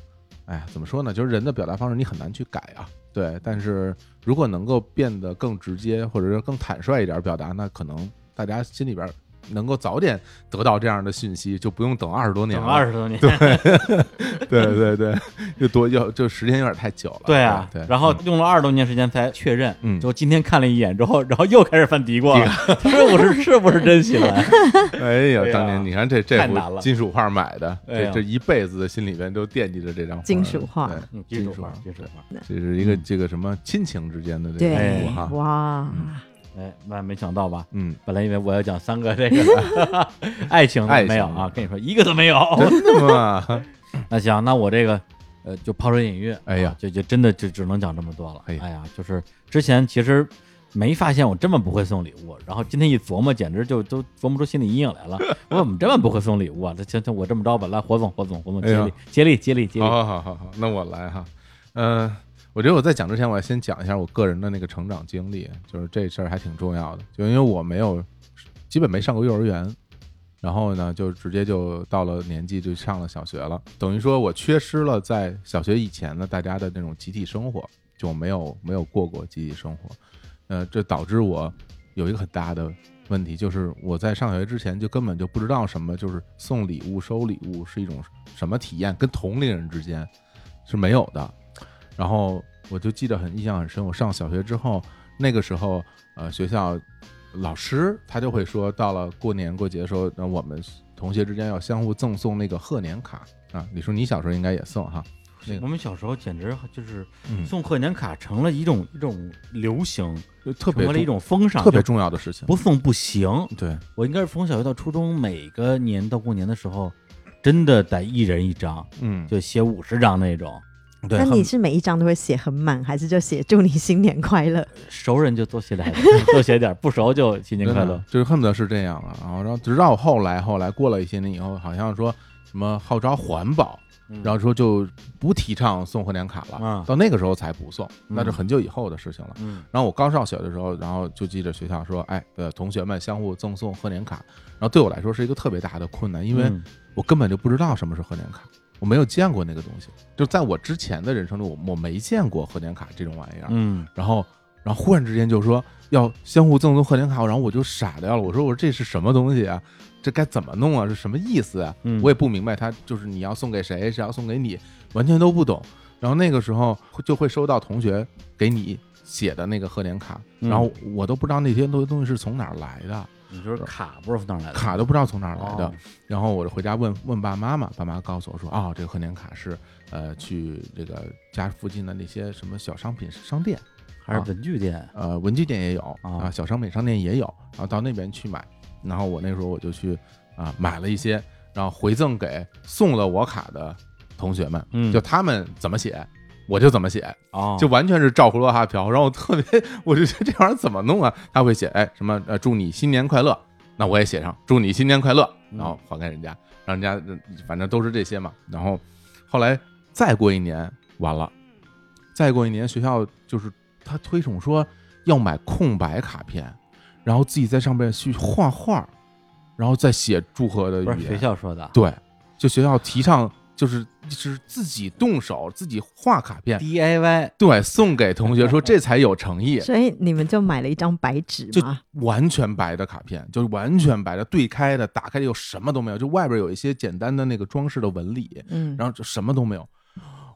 哎呀，怎么说呢？就是人的表达方式你很难去改啊。对，但是如果能够变得更直接，或者是更坦率一点表达，那可能大家心里边能够早点得到这样的讯息，就不用等二十多年
等
了。
二十多年，
对对对，就多要就时间有点太久了。
对啊，
对，
然后用了二十多年时间才确认，
嗯
就今天看了一眼之后，然后又开始犯嘀咕了， 是不是是不是真 喜欢？
哎
哎
呀，
呀
当年你看这这
太难
幅
了
金属画买的，
哎
这
呀
这一辈子的心里边都惦记着这张画
金属画
对
嗯，
金
金
属
属花，
花
金属花，
这是一个
嗯
这个什么亲情之间的这个
对
礼物哈，，
哇，
哎，万没想到吧？
嗯，
本来以为我要讲三个这 个爱情的，
爱情
没有啊，跟你说一个都没有。
真的吗？
那行，那我这个呃就抛砖引玉，
哎呀
啊就就真的就只能讲这么多了。
哎
哎
呀
呀，就是之前其实没发现我这么不会送礼物，然后今天一琢磨，简直就都琢磨出心理阴影来 了。我怎么这么不会送礼物啊？那行行，我这么着吧，来火总火总火总
哎
接
呀
力接力接力接力
好，好好好好，那我来哈。嗯、我觉得我在讲之前，我要先讲一下我个人的那个成长经历，就是这事儿还挺重要的。就因为我没有，基本没上过幼儿园，然后呢，就直接就到了年纪就上了小学了，等于说我缺失了在小学以前的大家的那种集体生活，就没有没有过过集体生活。呃，这导致我有一个很大的问题，就是我在上学之前就根本就不知道什么就是送礼物、收礼物是一种什么体验，跟同龄人之间是没有的。然后我就记得很印象很深，我上小学之后，那个时候呃学校老师他就会说，到了过年过节的时候，那我们同学之间要相互赠送那个贺年卡啊。李叔，你小时候应该也送哈？那个
我们小时候简直就是
嗯
送贺年卡成了一种一种流行，
就特
成
别
为了一
重
种风尚，
特别
就
重要的事情。
不送不行。
对，
我应该是从小学到初中，每个年到过年的时候，真的得一人一张，
嗯，
就写五十张那种。
对
那
很
你是每一张都会写很满，还是就写祝你新年快 乐？
熟人就多写 点，多写点；不熟就新年快
真
乐
的。就是恨不得是这样了。然后，然后直到后来，后来过了一些年以后，好像说什么号召环保，
嗯
然后说就不提倡送贺年卡了。
啊
到那个时候才不送，
嗯
那是很久以后的事情了。
嗯，
然后我刚上小学的时候，然后就记着学校说，哎，呃，同学们相互赠送贺年卡，然后对我来说是一个特别大的困难，因为
嗯
我根本就不知道什么是贺年卡，我没有见过那个东西，就在我之前的人生中，我我没见过贺年卡这种玩意儿。
嗯，
然后然后忽然之间就说要相互赠送贺年卡，然后我就傻掉了，我说我说这是什么东西啊？这该怎么弄啊？是什么意思啊？
嗯
我也不明白，他就是你要送给谁，是要送给你，完全都不懂。然后那个时候就会收到同学给你写的那个贺年卡，
嗯
然后我都不知道那些东东西是从哪儿来的，
你说卡不知道从哪儿来的，
卡都不知道从哪儿来的
哦。
然后我就回家问问爸妈嘛，爸妈告诉我说，哦，这个贺年卡是呃去这个家附近的那些什么小商品商店
还是文具店？
呃，文具店也有
啊
啊，小商品商店也有，然后到那边去买。然后我那时候我就去啊买了一些，然后回赠给送了我卡的同学们，
嗯
就他们怎么写。我就怎么写，
哦，
就完全是照葫芦画瓢。然后我特别，我就觉得这玩意儿怎么弄啊？他会写，哎，什么呃，祝你新年快乐，那我也写上祝你新年快乐，
嗯
然后还给人家，让人家呃反正都是这些嘛。然后后来再过一年，完了，再过一年学校就是他推崇说要买空白卡片，然后自己在上面去画画，然后再写祝贺的
不是
语
学
言。
校说的，
对，就学校提倡就是就是自己动手自己画卡片，
DIY
对，送给同
嗯
学说这才有诚意。
所以你们就买了一张白纸
就
嘛，
完全白的卡片，就是完全白的，对开的，打开的又什么都没有，就外边有一些简单的那个装饰的纹理，
嗯，
然后就什么都没有。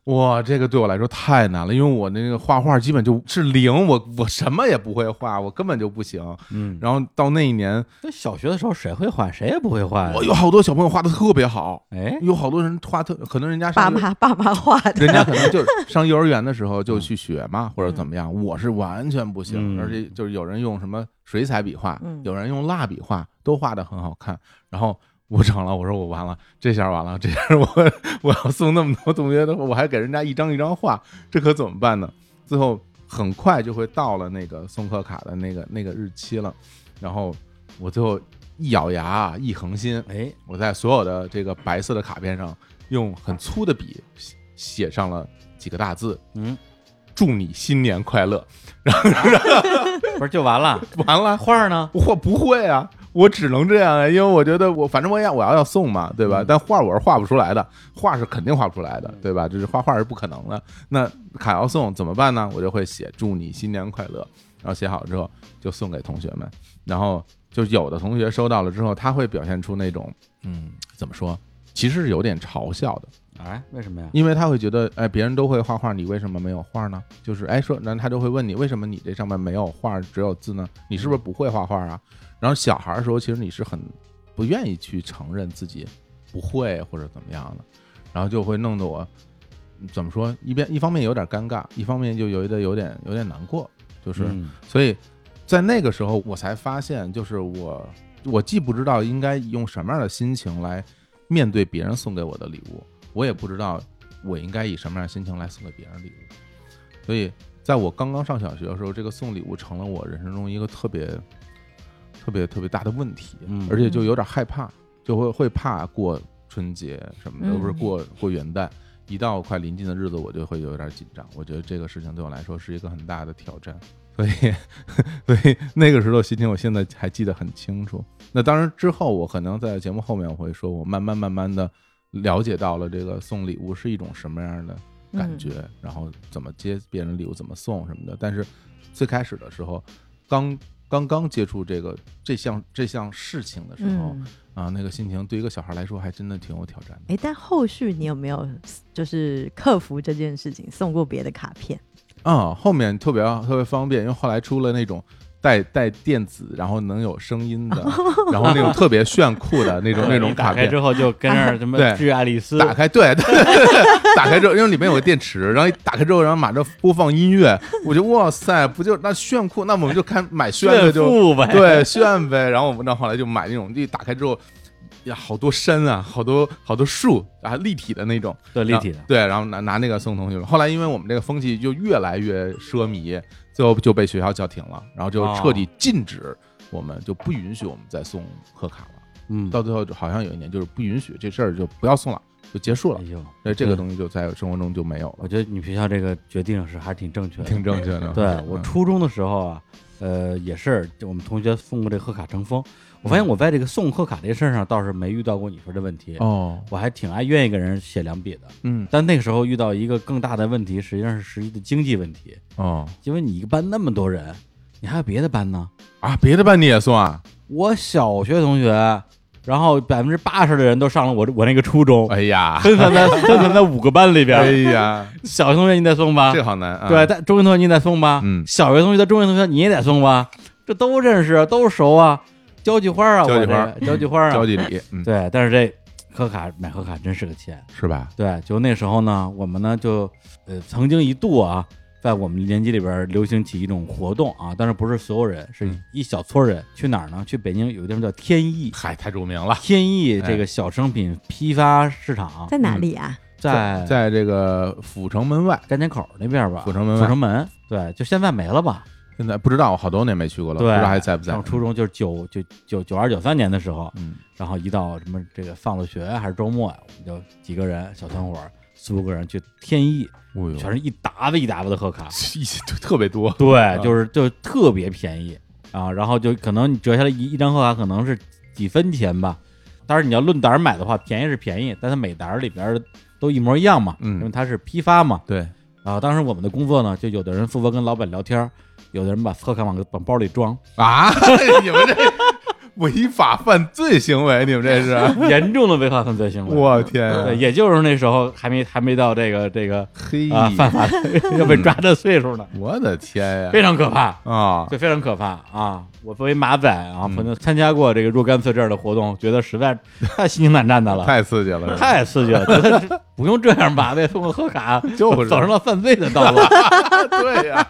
哇，这个对我来说太难了，因为我那个画画基本就是零，我我什么也不会画，我根本就不行。
嗯，
然后到那一年，哦
那小学的时候谁会画？谁也不会画呀。
我有好多小朋友画的特别好，
哎，
有好多人画特，可能人家
爸
上幼
妈爸妈画的，
人家可能就是上幼儿园的时候就去学嘛，或者怎么样，我是完全不行，
嗯
而且就是有人用什么水彩笔画
嗯，
有人用蜡笔画，都画的很好看。然后我成了，我说我完了，这下完了，这下我我要送那么多同学的，我还给人家一张一张画，这可怎么办呢？最后很快就会到了那个送课卡的那个那个日期了，然后我最后一咬牙啊一横心，
哎，
我在所有的这个白色的卡片上用很粗的笔写写上了几个大字
嗯，：“
祝你新年快乐。”
不是就 完了？
完了，
画儿呢？
我不会啊，我只能这样啊，因为我觉得我反正我要我要要送嘛，对吧？
嗯
但画我是画不出来的，画是肯定画不出来的，对吧？就是画画是不可能的。那卡要送怎么办呢？我就会写“祝你新年快乐”，然后写好之后就送给同学们，然后就有的同学收到了之后，他会表现出那种嗯，怎么说？其实是有点嘲笑的，
哎，为什么 呀？
因为他会觉得，哎，别人都会画画，你为什么没有画呢？就是，哎，说，然后他就会问你，为什么你这上面没有画，只有字呢？你是不是不会画画啊？然后小孩儿的时候，其实你是很不愿意去承认自己不会或者怎么样的，然后就会弄得我怎么说，一边一方面有点尴尬，一方面就有点有点有点难过，就是，
嗯
所以在那个时候，我才发现，就是我我既不知道应该用什么样的心情来面对别人送给我的礼物，我也不知道我应该以什么样的心情来送给别人礼物。所以，在我刚刚上小学的时候，这个送礼物成了我人生中一个特别、特别、特别大的问题，
嗯
而且就有点害怕，就会会怕过春节什么的，
嗯
不是过过元旦。一到快临近的日子，我就会有点紧张。我觉得这个事情对我来说是一个很大的挑战，所以， 所以那个时候心情我现在还记得很清楚。那当然之后，我可能在节目后面我会说，我慢慢慢慢的了解到了这个送礼物是一种什么样的
嗯
感觉，然后怎么接别人礼物，怎么送什么的。但是最开始的时候，刚刚刚接触这个这项这项事情的时候、
嗯，
啊，那个心情对一个小孩来说还真的挺有挑战的。
哎，但后续你有没有就是克服这件事情，送过别的卡片？
啊、后面特别特别方便，因为后来出了那种带带电子，然后能有声音的，然后那种特别炫酷 的那种那种
你打
卡
开
片。
之后就跟那儿什 么
对
致爱丽丝，
打开对对对 对，打开之后，因为里面有个电池，然后一打开之后，然后马上播放音乐，我就哇塞，不就那炫酷？那我们就看买炫的
炫
就
富呗，
对炫呗。然后我们到后来就买那种，一打开之后，呀，好多山啊，好多好多树啊，立体的那种，
对立体的，
对，然后拿拿那个送同学们。后来因为我们这个风气就越来越奢靡，最后就被学校叫停了，然后就彻底禁止我们，就不允许我们再送贺卡了。
嗯，
到最后就好像有一年就是不允许这事儿就不要送了，就结束了
哎。呦，
所以这个东西就在生活中就没有
我
了，
觉得你们学校这个决定是还是挺正确的，
挺正确的。
对
嗯
我初中的时候啊，呃，也是就我们同学送过这个贺卡成风。我发现我在这个送贺卡这事儿上倒是没遇到过你说这问题，
嗯哦，
我还挺爱愿意给人写两笔的。
嗯，
但那个时候遇到一个更大的问题，实际上是实际的经济问题，
哦
因为你一个班那么多人，你还有别的班呢。
啊，别的班你也送啊？
我小学同学，然后百分之八十的人都上了我这我那个初中，
哎呀，
分散在分散在五个班里边。
哎呀，
小学同学你得送吧，
这好难 啊！
对，，但中学同学你得送吧，
嗯
小学同学的中学同学你也得送吧，这都认识，都熟啊，交际花啊，
交际花
我这交际花啊，
交际礼， 嗯，
对，但是这贺卡买贺卡真是个钱，
是吧？
对，就那时候呢，我们呢就呃曾经一度啊，在我们年级里边流行起一种活动啊，但是不是所有人，是
嗯
一小撮人，去哪儿呢？去北京有个地方叫天意。
嗨，太著名了，
天
哎
意这个小商品批发市场
在哪里
嗯
啊？
在
在这个阜成门外，
甘家口那边吧，
阜成门外
阜成门，对，就现在没了吧？
现在不知道，我好多年没去过了，不
对，
知道还在不在。
上初中就是九九九九二九三年的时候，
嗯，
然后一到什么这个放了学还是周末，我们就几个人小团伙儿四五个人去天意，
哦呦，
全是一沓子一�a子的贺卡，
是一些就特别多，
对，就是就特别便宜。啊，然后就可能你折下来一一张贺卡可能是几分钱吧，当然你要论单买的话，便宜是便宜，但它每单里边都一模一样嘛，
嗯
因为它是批发嘛。
对，
啊，当时我们的工作呢，就有的人负责跟老板聊天儿，有的人把贺卡往往包里装，
啊， 你们这违法犯罪行为，你们这 是，
严重的违法犯罪行为。
我天啊，
对，也就是那时候还没还没到这个这个
嘿，
啊犯法要被抓的 岁数呢，
我的天 呀，
非常可怕。
啊，
这非常可怕啊！我作为马仔啊，
嗯
曾经参加过这个若干次这样的活动，觉得实在太心惊胆战的了，
太刺激 了，
太刺激了，觉得是不用这 样吧，为送个贺卡，
就是
走上了犯罪的道 路
对 呀，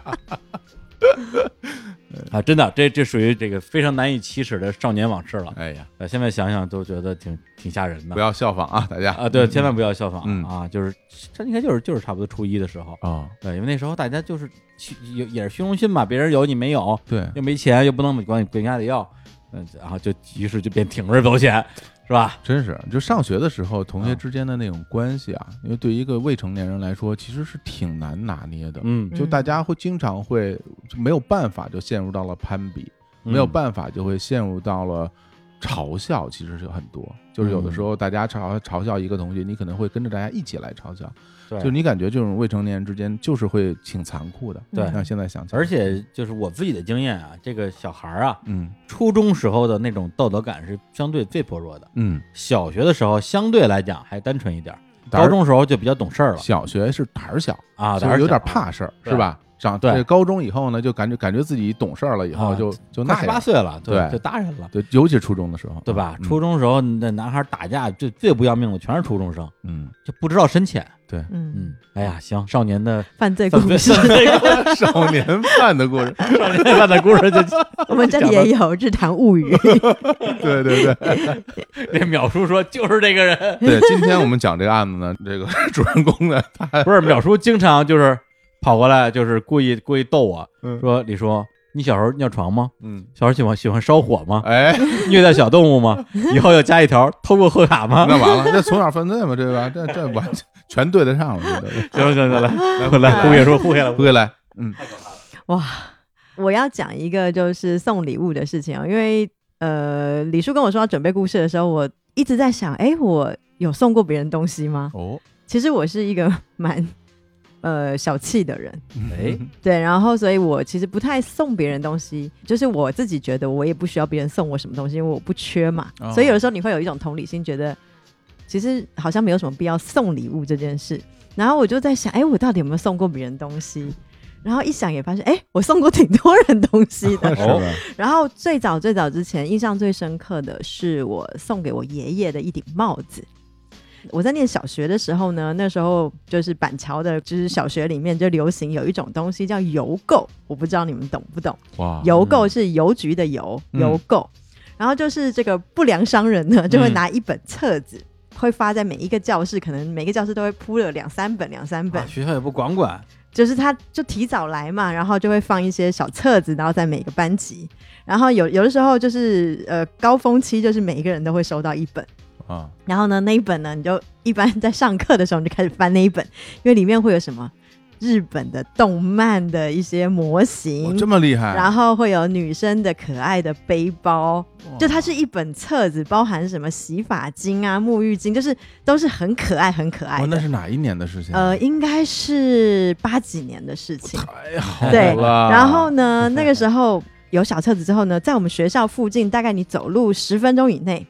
啊！真的，这这属于这个非常难以启齿的少年往事了。
哎呀，
呃，现在想想都觉得挺挺吓人
不
的。
要效仿啊，大家
啊，对，千万不要效仿、
嗯
啊！就是这应该就是就是差不多初一的时候，
啊，
对，因为那时候大家就是虚也也是虚荣心嘛，别人有你没有，
对，
又没钱，又不能管你管人家得要，嗯，然后就于是就变铤而走险，是吧？
真是，就上学的时候，同学
啊
之间的那种关系啊，因为对一个未成年人来说，其实是挺难拿捏的。
嗯，
就大家会经常会就没有办法，就陷入到了攀比，
嗯
没有办法就会陷入到了嘲笑。其实是很多，就是有的
嗯
时候大家嘲嘲笑一个同学，你可能会跟着大家一起来嘲笑，
对
就你感觉这种未成年人之间就是会挺残酷的。
对
嗯
那现在想起来，
嗯而且就是我自己的经验啊，这个小孩儿啊，
嗯
初中时候的那种道德感是相对最薄弱的，
嗯，
小学的时候相对来讲还单纯一点儿，
胆儿
高中时候就比较懂事儿了
小学是胆儿小，
啊，
就
胆儿
有点
小
怕。事儿，
对
是吧？长
对
这高中以后呢，就感觉感觉自己懂事儿了，以后
啊
就就
快
那
十八
样，
岁了，对，
对
就大人了，
对，尤其是初中的时候，
对吧？
嗯
初中时候那男孩打架最最不要命的全是初中生，
嗯，
就不知道深浅。
嗯，
嗯，哎呀，行，少年的
犯罪故
犯罪
事，
犯罪故事
少年犯的故 事，
少年犯的故事就
我们这里也有《日谈物 语》
对对对。
这淼叔说就是这个人，
对，今天我们讲这个案子呢， 这个主人公呢，他
不是淼叔经常就是跑过来就是故意故意逗我
嗯
说李叔，你小时候尿床吗？
嗯，
小时候喜欢喜欢烧火吗？
哎，
虐待小动物吗？以后要加一条偷过贺卡吗？
那完了，这从小犯罪嘛，对吧？这这完全全对得上了，对对
行了行了，来来来，忽悠说忽悠了，
对，回来，嗯
哇！我要讲一个就是送礼物的事情啊、因为呃，李叔跟我说要准备故事的时候，我一直在想，哎，我有送过别人东西吗？
哦，
其实我是一个 蛮呃小气的人，
哎，
对，然后所以我其实不太送别人东西，就是我自己觉得我也不需要别人送我什么东西，因为我不缺嘛。
哦
所以有的时候你会有一种同理心，觉得其实好像没有什么必要送礼物这件事。然后我就在想，哎，我到底有没有送过别人东西？然后一想也发现，哎，我送过挺多人东西
哎
的。
是吧？
哦
然后最早最早之前，印象最深刻的是我送给我爷爷的一顶帽子。我在念小学的时候呢，那时候就是板桥的，就是小学里面就流行有一种东西叫邮购，我不知道你们懂不懂？
哇，
邮购是邮局的邮，
哦嗯
邮购。然后就是这个不良商人呢，就会
嗯
拿一本册子，会发在每一个教室，可能每个教室都会铺了两三本、两三本
啊，学校也不管管，
就是他就提早来嘛，然后就会放一些小册子，然后在每个班级，然后有有的时候就是呃高峰期，就是每一个人都会收到一本，
啊，
然后呢那一本呢你就一般在上课的时候你就开始翻那一本，因为里面会有什么日本的动漫的一些模
我
型。
哦这么厉害，啊
然后会有女生的可爱的背包，
哇
就它是一本册子，包含什么洗发精啊、沐浴巾，就是都是很可爱、很可爱
哇，哦那
的。
是哪一年的事情？啊
呃，，应该是八几年的事情。
太哎好
对
啊
了，
然后
嗯
呢，那个时候有小册子之后呢，在我们学校附近，大概你走路十分钟以内。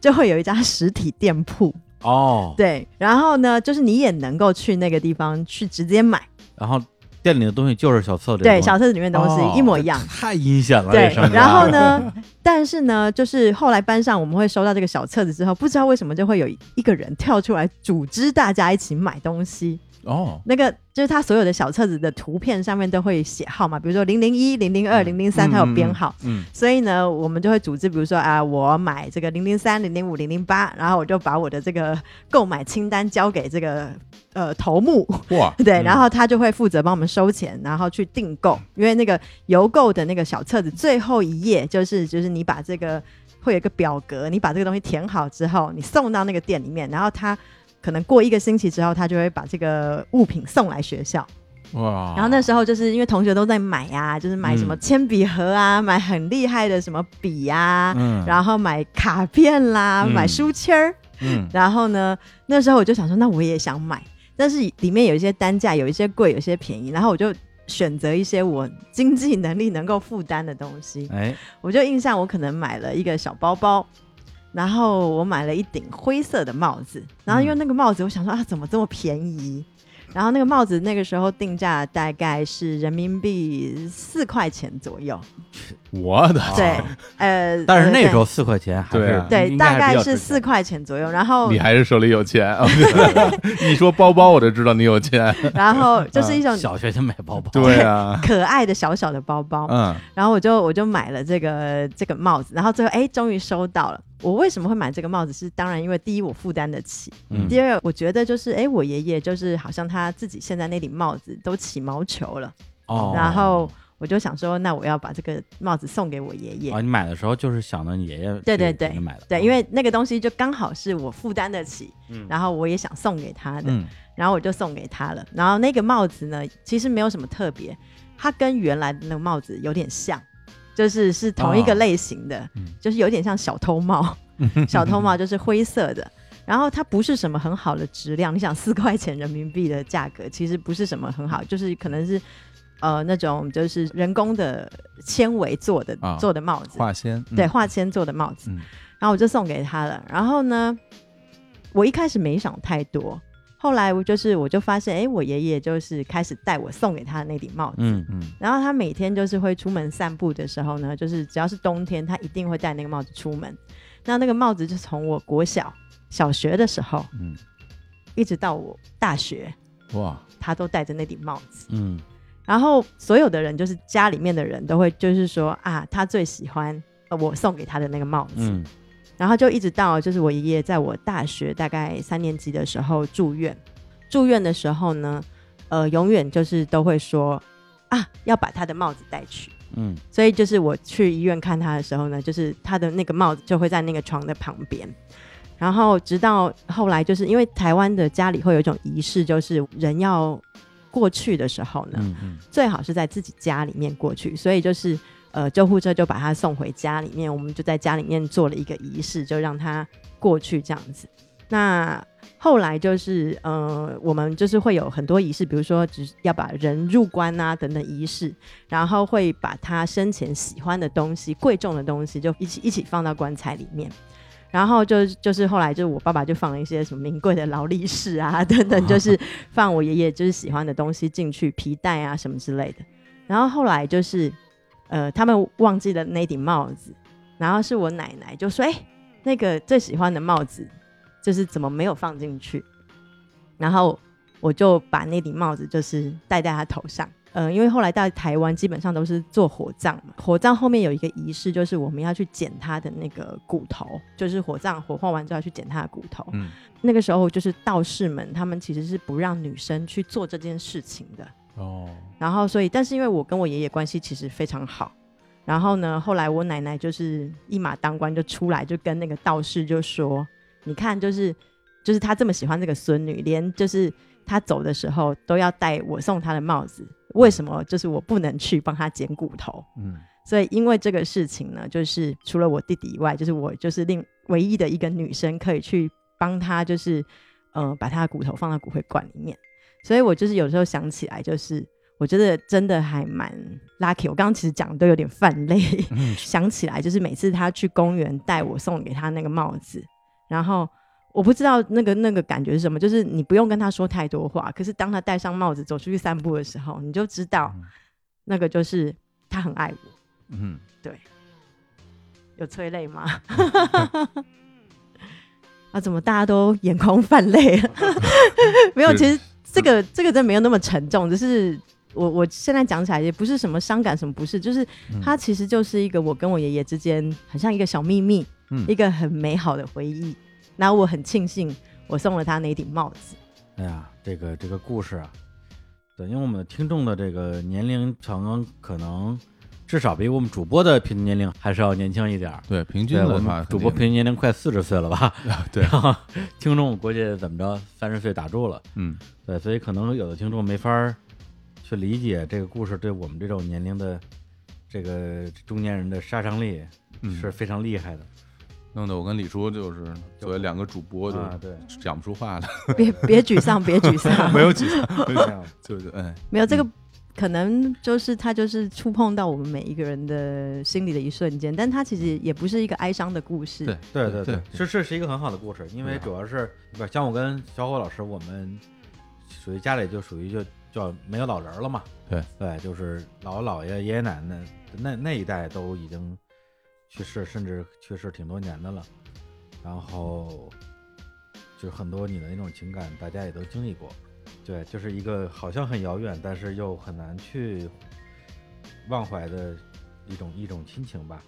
就会有一家实体店铺，
哦，
对，然后呢，就是你也能够去那个地方去直接买，
然后店里的东西就是小册子里的
对，
东西，
小册子里面的东西
哦
一模一样，
太阴险了，这
对
商。家
然后？呢， 但是呢，就是后来班上我们会收到这个小册子之后，不知道为什么就会有一个人跳出来组织大家一起买东西，
哦，
那个就是他所有的小册子的图片上面都会写号码，比如说零零一、零零二、零零三，它有编号，
嗯，
所以呢，我们就会组织，比如说啊，我买这个零零三、零零五、零零八，然后我就把我的这个购买清单交给这个呃头目，
嗯 哇，
对，然后他就会负责帮我们收钱，然后去订购，因为那个邮购的那个小册子最后一页就是就是你把这个会有一个表格，你把这个东西填好之后，你送到那个店里面，然后他可能过一个星期之后，他就会把这个物品送来学校。
哇！
然后那时候就是因为同学都在买呀、就是买什么
哦嗯
铅笔盒啊，买很厉害的什么笔啊呀、
嗯，后
然后买卡片啦，
嗯
买书签儿。
嗯
然后呢，那时候我就想说，那我也想买，但是里面有一些单价，有一些贵，有一些便宜，然后我就选择一些我经济能力能够负担的东西。
哎
我就印象我可能买了一个小包包，然后我买了一顶灰色的帽子，然
嗯
后因为那个帽子，我想说啊，怎么这么便宜？然后那个帽子那个时候定价大概是人民币四块钱左右，
我的
对，呃，
啊但是
呃
那
对
时候四块钱还
对
是
啊
对，
应
大
该还比
概
较
是
值
四
钱，
块钱左右，然后
你还是手里有钱。 你说包包，我就知道你有钱。
然后就是一种
嗯小学就买包包，
对啊，
可爱的小小的包包，
嗯
然后我就我就买了这个这个帽子，然后最后哎终于收到了。我为什么会买这个帽子？是当然因为第一我负担得起，
嗯
第二我觉得就是哎我爷爷就是好像他自己现在那顶帽子都起毛球了，
哦，
然后我就想说那我要把这个帽子送给我爷爷。
啊，你买的时候就是想着你爷爷
对对
去
对
给你买的，哦
对，因为那个东西就刚好是我负担得起，
嗯
然后我也想送给他的，
嗯，
然后我就送给他了。然后那个帽子呢，其实没有什么特别，它跟原来的那个帽子有点像，就是是同一个类型的，
嗯
就是有点像小偷帽。 小偷帽就是灰色的，然后它不是什么很好的质量。你想四块钱人民币的价格，其实不是什么很好，就是可能是呃那种就是人工的纤维做的、
啊
做的帽子，
画仙
对，画铅做的帽子，
嗯
然后我就送给他了。然后呢，我一开始没想太多，后来我就是我就发现，哎，我爷爷就是开始戴我送给他的那顶帽子。
嗯
嗯
然后他每天就是会出门散步的时候呢，就是只要是冬天，他一定会戴那个帽子出门。那那个帽子就从我国小小学的时候，
嗯，
一直到我大学，
哇，
他都戴着那顶帽子。
嗯
然后所有的人，就是家里面的人都会就是说啊，他最喜欢呃我送给他的那个帽子。
嗯
然后就一直到就是我爷爷在我大学大概三年级的时候住院，住院的时候呢，呃，永远就是都会说啊，要把他的帽子带去。
嗯
所以就是我去医院看他的时候呢，就是他的那个帽子就会在那个床的旁边。然后直到后来，就是因为台湾的家里会有一种仪式，就是人要过去的时候呢，
嗯
嗯
最好是在自己家里面过去，所以就是呃，救护车就把他送回家里面，我们就在家里面做了一个仪式，就让他过去这样子。那后来就是呃，我们就是会有很多仪式，比如说只要把人入关啊等等仪式，然后会把他生前喜欢的东西、贵重的东西就一起一起放到棺材里面。然后就就是后来就是我爸爸就放了一些什么名贵的劳力士啊 等等，就是放我爷爷就是喜欢的东西进去，皮带啊什么之类的。然后后来就是呃，他们忘记了那顶帽子，然后是我奶奶就说：“哎、那个最喜欢的帽子，就是怎么没有放进去？”然后我就把那顶帽子就是戴在他头上。呃，因为后来到台湾基本上都是做火葬嘛，火葬后面有一个仪式，就是我们要去捡他的那个骨头，就是火葬火化完之后要去捡他的骨头。
嗯，
那个时候就是道士们他们其实是不让女生去做这件事情的。
哦，
然后所以，但是因为我跟我爷爷关系其实非常好，然后呢，后来我奶奶就是一马当关就出来，就跟那个道士就说：“你看，就是就是他这么喜欢这个孙女，连就是他走的时候都要戴我送他的帽子，为什么就是我不能去帮他捡骨头？”
嗯
所以因为这个事情呢，就是除了我弟弟以外，就是我就是另唯一的一个女生可以去帮他，就是呃把他的骨头放到骨灰罐里面。所以我就是有时候想起来，就是我觉得真的还蛮 lucky。我刚刚其实讲的都有点泛泪，
嗯
想起来就是每次他去公园带我送给他那个帽子，然后。我不知道那个那个感觉是什么，就是你不用跟他说太多话，可是当他戴上帽子走出去散步的时候，你就知道
嗯
那个就是他很爱我。
嗯，
有催泪吗？ 啊，怎么大家都眼眶泛 泪？没有，
是
其实这个这个真没有那么沉重，只是我我现在讲起来也不是什么伤感，什么不是，就是
嗯
它其实就是一个我跟我爷爷之间很像一个小秘密，
嗯
一个很美好的回忆。然后我很庆幸我送了他那顶帽子。
哎呀，这个这个故事啊，对，因为我们的听众的这个年龄层可能至少比我们主播的平均年龄还是要年轻一点儿。
对，平均
对，我
的话，啊
们主播平均年龄快四十岁了吧？
对，
然后听众估计怎么着三十岁打住了，
嗯
对，所以可能有的听众没法儿去理解这个故事对我们这种年龄的这个中年人的杀伤力
嗯
是非常厉害的。
弄得我跟李叔就是作为两个主播就
啊，对，
是讲不出话来，
别别沮丧，别沮丧，
没有几次，
这 样
就是哎，
没有这个。可能就是它，就是触碰到我们每一个人的心里的一瞬间，但它其实也不是一个哀伤的故事。
对
对
对啊
对，这这是一个很好的故事，因为主要是不是像我跟小伙老师，我们属于家里就属于就叫没有老人了嘛，
对
对，就是姥姥姥爷爷爷奶奶那那一代都已经去世，甚至去世挺多年的了，然后就是很多你的那种情感，大家也都经历过，对，就是一个好像很遥远，但是又很难去忘怀的一种一种亲情吧。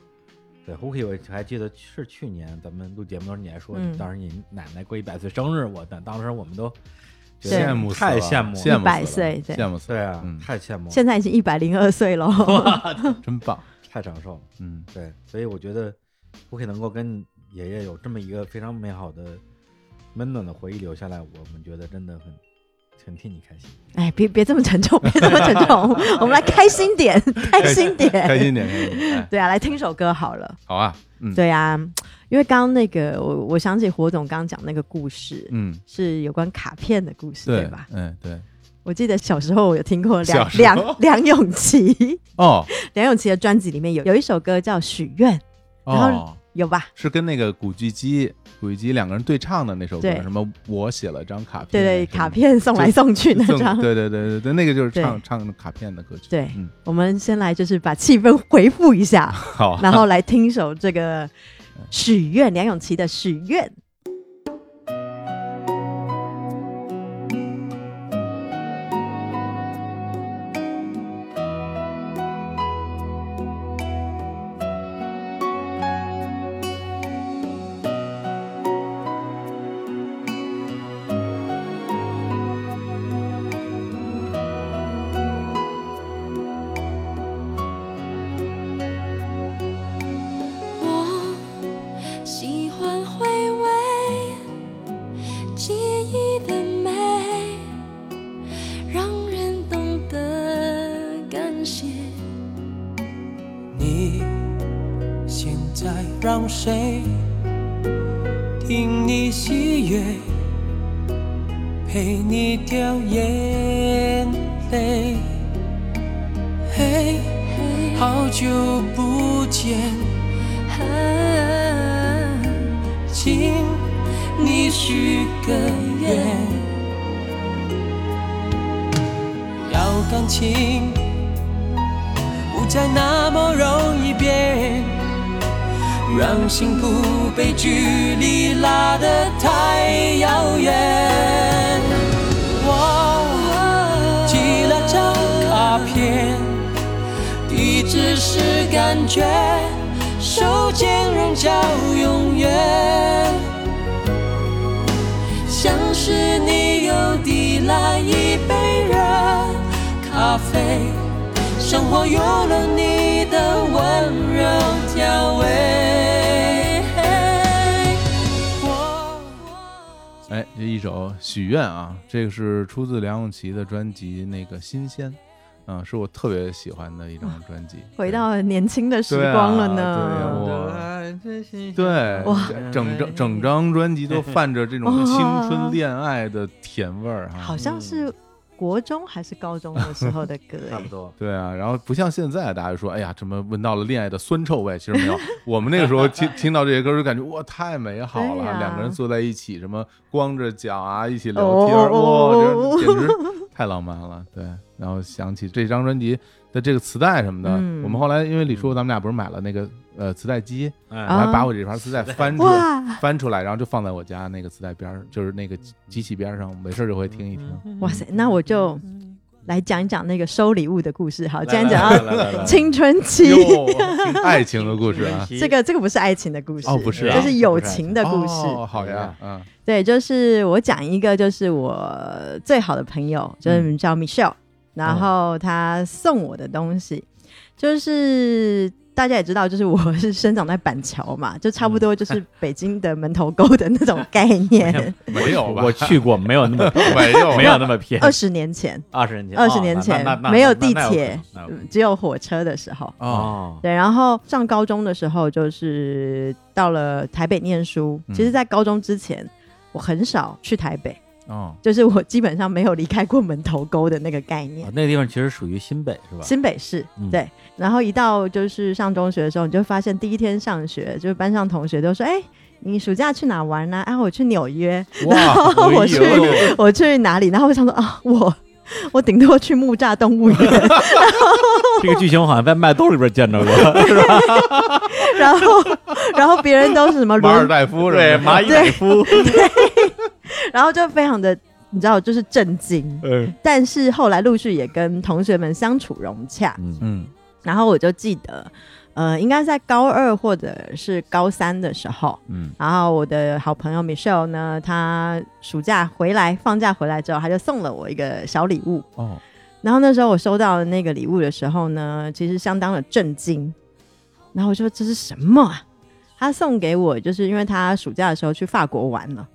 对，Huki，我还记得是去年咱们录节目的时候，你还说、
嗯
当时你奶奶过一百岁生日，我当当时我们都觉得
对
羡慕死
太
了
羡慕了
羡慕
100
死了
岁对
羡慕死了，
对啊，
嗯
太羡慕了，
现在已经一百零二岁了，
真棒，
太长寿了。
嗯
对，所以我觉得 Huki 能够跟爷爷有这么一个非常美好的温暖的回忆留下来，我们觉得真的很很替你开心。
哎，别别这么沉重，别这么沉 重，我们来开心点，开心 点。
开心点，开心点，哎，
对啊，来听首歌好了。
好啊，嗯
对啊，因为刚刚那个，我我想起火总刚刚讲那个故事，
嗯，
是有关卡片的故事，对
对
吧？？
嗯对，
我记得小时候我有听过梁
小时候
梁 梁咏琪，
哦
梁咏琪的专辑里面有有一首歌叫《许愿》，然后
哦。
有吧？
是跟那个古巨基、古巨基两个人对唱的那首歌
对，
什么我写了张卡片，
对对，
什么
卡片送来送去那
赠
张。
对对对对对，那个就是唱
对
唱卡片的歌曲。
对
嗯，
我们先来就是把气氛回复一下，
好啊，
然后来听一首这个《许愿》，梁咏琪的《许愿》。
我喜欢回味记忆的美，让人懂得感谢。
你现在让谁听你喜悦，陪你掉眼泪？嘿，
嘿
好久不见，
啊
请你许个愿，要感情不再那么容易变。让幸福被距离拉得太遥远。我寄了张卡片，地址是感觉，手牵人到永远。像是你又递来一杯热咖啡。生活有了你的温柔调味。我
哎，这一首《许愿》啊，这个是出自梁咏琪的专辑那个《新鲜》，嗯，是我特别喜欢的一张专辑。
回到了年轻的时光了
啊
呢。
对
对，
哇
整整张整张专辑都泛着这种青春恋爱的甜味儿哈
好。像是国中还是高中的时候的歌、
差不多。
对啊，然后不像现在大家就说，哎呀，怎么闻到了恋爱的酸臭味？其实 没有，我们那个时候听听到这些歌，就感觉哇，太美好了，
对呀
两个人坐在一起，什么光着脚啊，一起聊
哦
天，
哦
哇，这简直太浪漫了。对，然后想起这张专辑的这个磁带什么的，
嗯
我们后来因为李叔，咱们俩不是买了那个呃磁带机，
哎
我
啊
还把我这盘磁带翻
哎。
出来。
哇
翻出来，然后就放在我家那个磁带边儿，就是那个机机器边儿上，我没事儿就会听一听。
哇塞，那我就来讲一讲那个收礼物的故事。好，今天哎讲啊到
到
青春期，
哟，爱情的故事啊，
这个这个不是爱情的故事，
哦不是啊
这是友情的故事。
哦、好呀，嗯，
对，就是我讲一个，就是我最好的朋友，
嗯
就是
哦
叫 Michelle，、然后他送我的东西，就是大家也知道，就是我 是生长在板桥嘛，就差不多就是北京的门头沟的那 种概念。
嗯没有吧？
我去过，没有那 么
没有，
没有那么偏，
二十年前，
二十年前，
二十年
哦
前
那那那
没有
那
地
那
铁
那
哦
有可能那有可能
嗯只有火车的时候。
啊。
哦，
对，然后上高中的时候，就是到了台北念书。
嗯
其实，在高中之前，我很少去台北，
嗯
哦，
就是我基本上没有离开过门头沟的那个概念
哦。那个地方其实属于新北是吧？
嗯新北市、
嗯
对，然后一到就是上中学的时候，你就发现第一天上学，就是班上同学都说：“哎、你暑假去哪玩呢、啊，我去纽约， 然后 我去、我去哪里？”然后我想说：“啊，我我顶多去木栅动物园。
这个剧情我好像在麦兜里边见着过，是吧？”
然后然后别人都是什么
马尔
伦，
代夫是
对，
吧？
蚂蚁代夫，
然后就非常的你知道，就是震惊。
嗯
但是后来陆续也跟同学们相处融洽，
嗯
嗯
然后我就记得，呃，应该在高二或者是高三的时候。
嗯，
然后我的好朋友 Michelle 呢，她暑假回来放假回来之后，她就送了我一个小礼物。
哦，
然后那时候我收到那个礼物的时候呢，其实相当的震惊。然后我就说这是什么啊？她送给我，就是因为她暑假的时候去法国玩了，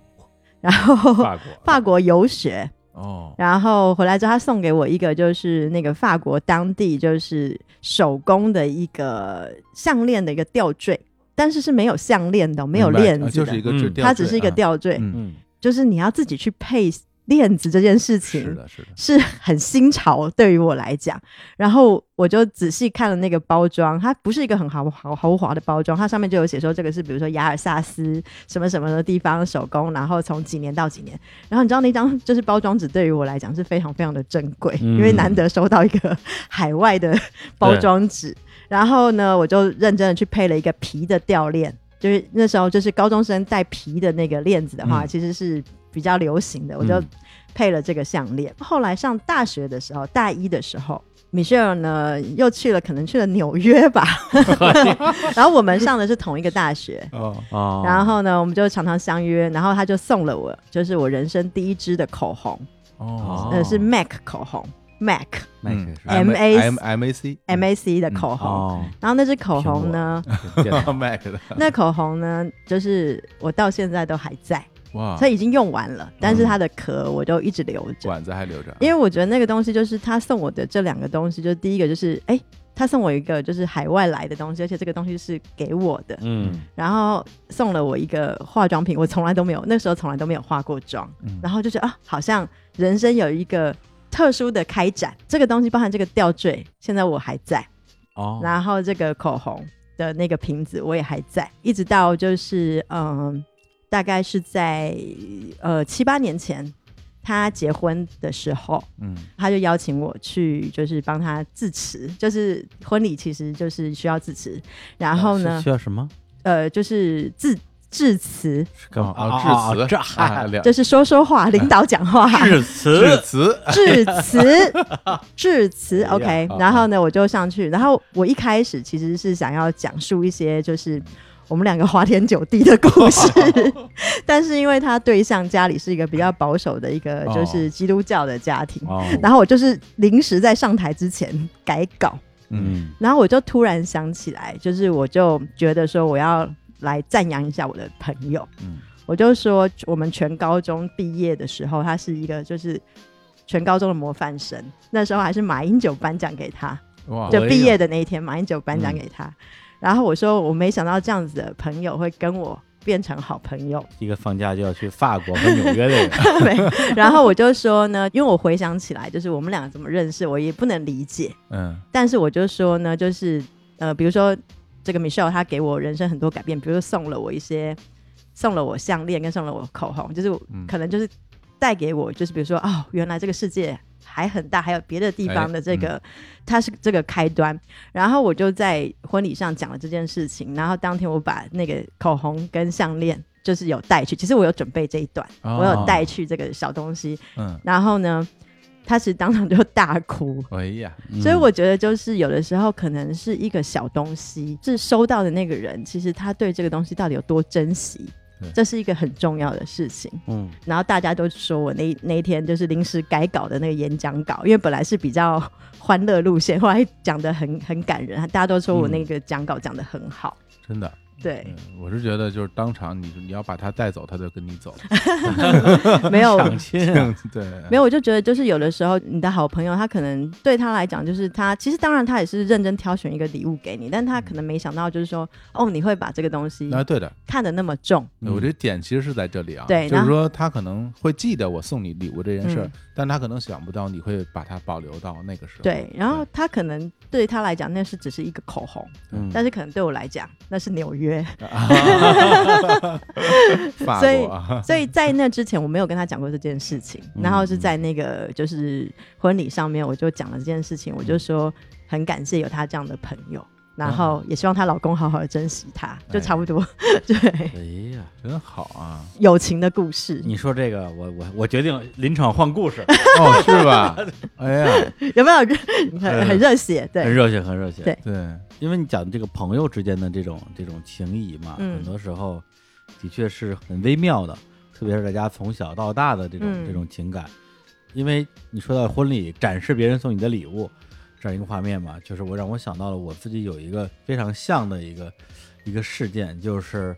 然后
法国
法国游学，
哦，
然后回来之后她送给我一个，就是那个法国当地就是手工的一个项链的一个吊坠，但是是没有项链的哦，没有
明白
链
啊
子的，
就是一个
嗯
就吊坠，
它只是一个吊坠，
嗯
嗯
就是你要自己去配链子这件事情，
是的，是的，
是很新潮对于我来讲。然后我就仔细看了那个包装，它不是一个很豪豪豪华的包装，它上面就有写说这个是比如说雅尔萨斯什么什么的地方手工，然后从几年到几年。然后你知道那张就是包装纸对于我来讲是非常非常的珍贵，
嗯
因为难得收到一个海外的包装纸。然后呢，我就认真的去配了一个皮的吊链。就是那时候，就是高中生戴皮的那个链子的话，
嗯
其实是比较流行的。我就
嗯
配了这个项链。后来上大学的时候，大一的时候。Michelle 呢，又去了，可能去了纽约 吧。然后我们上的是同一个大学，
哦，
哦，
然后呢，我们就常常相约。然后他就送了我，就是我人生第一支的口红，
哦
呃，是 MAC 口红，MAC
那个是
嗯
M M A C
MAC 的口红。
哦，
然后那支口红呢，
电 脑
Mac 的，
那口红呢，就是我到现在都还在，
哇，
所以已经用完了，但是它的壳我就一直留着。
管子还留着，
因为我觉得那个东西就是他送我的这两个东西，就是第一个就是哎、他送我一个就是海外来的东西，而且这个东西是给我的，
嗯
然后送了我一个化妆品，我从来都没有，那时候从来都没有化过妆，
嗯
然后就觉得啊，好像人生有一个特殊的开展。这个东西包含这个吊坠，现在我还在，
哦，
然后这个口红的那个瓶子我也还在，一直到就是嗯，大概是在呃七八年前他结婚的时候。
嗯
他就邀请我去，就是帮他致辞，就是婚礼其实就是需要致辞， 然后
哦是
呢
需，要什么？
呃，就是致致辞，
是干嘛
哦
哦
致辞
哦这
啊，
还
两
就是说说 话，领导讲话，
致
致
辞，
辞，
致辞，致辞
呀
，OK
啊。
然后呢，我就上去，然后我一开始其实是想要讲述一些就是我们两个花天酒地的故事， 但是因为他对象家里是一个比较保守的一个
哦
就是基督教的家庭，
哦，
然后我就是临时在上台之前改稿。
嗯
然后我就突然想起来，就是我就觉得说我要来赞扬一下我的朋友，
嗯
我就说我们全高中毕业的时候，他是一个就是全高中的模范生，那时候还是马英九颁奖给他，
哇，
就
哎呀
毕业的那一天，马英九颁奖给他。然后我说我没想到这样子的朋友会跟我变成好朋友，
一个放假就要去法国和纽约的人，
没然后我就说呢，因为我回想起来，就是我们俩怎么认识，我也不能理解。
嗯
但是我就说呢，就是呃，比如说这个 Michelle 她给我人生很多改变，比如说送了我一些，送了我项链跟送了我口红，就是我
嗯
可能就是带给我，就是比如说哦，原来这个世界还很大，还有别的地方的这
哎
个，
嗯
它是这个开端。然后我就在婚礼上讲了这件事情，然后当天我把那个口红跟项链。就是有带去，其实我有准备这一段，
哦
我有带去这个小东西。
嗯，
然后呢，他是当场就大哭，
哎呀，
所以我觉得，就是有的时候可能是一个小东西，是收到的那个人，其实他对这个东西到底有多珍惜，
对
这是一个很重要的事情。
嗯
然后大家都说我那那一天就是临时改稿的那个演讲稿，因为本来是比较 欢乐路线，后来讲的很很感人，大家都说我那个讲稿讲的很好。
真的，
对，
嗯我是觉得就是当场你你要把他带走，他就跟你 走，
没有
抢亲啊，
对，
没有，我就觉得就是有的时候你的好朋友，他可能对他来讲，就是他其实当然他也是认真挑选一个礼物给你，但他可能没想到就是说，哦，你会把这个东西
那对的，
看得那么重。
嗯
我这点其实是在这里啊，
对
就是
然后
说他可能会记得我送你礼物这件事儿
嗯，
但他可能想不到你会把它保留到那个时候。
对，然后他可能对他来讲那是只是一个口红，
嗯
但是可能对我来讲那是纽 约。
法
所以
国啊，
所以在那之前，我没有跟他讲过这件事情。
嗯
然后是在那个就是婚礼上面，我就讲了这件事情，我就说很感谢有他这样的朋友，
嗯
然后也希望她老公好好的珍惜她，就差不多。 对，
哎呀，
真好啊，
友情的故事
你说这个，我我我决定临场换故事，
哦，是吧？哎呀，
有 没有很很热血？
呃很
对，
热血，很热血。
对
对，
因为你讲这个朋友之间的这种这种情谊嘛，
嗯
很多时候的确是很微妙的，特别是大家从小到大的这种、
嗯
这种情感。因为你说到婚礼展示别人送你的礼物这样一个画面嘛，就是我让我想到了我自己有一个非常像的一个一个事件，就是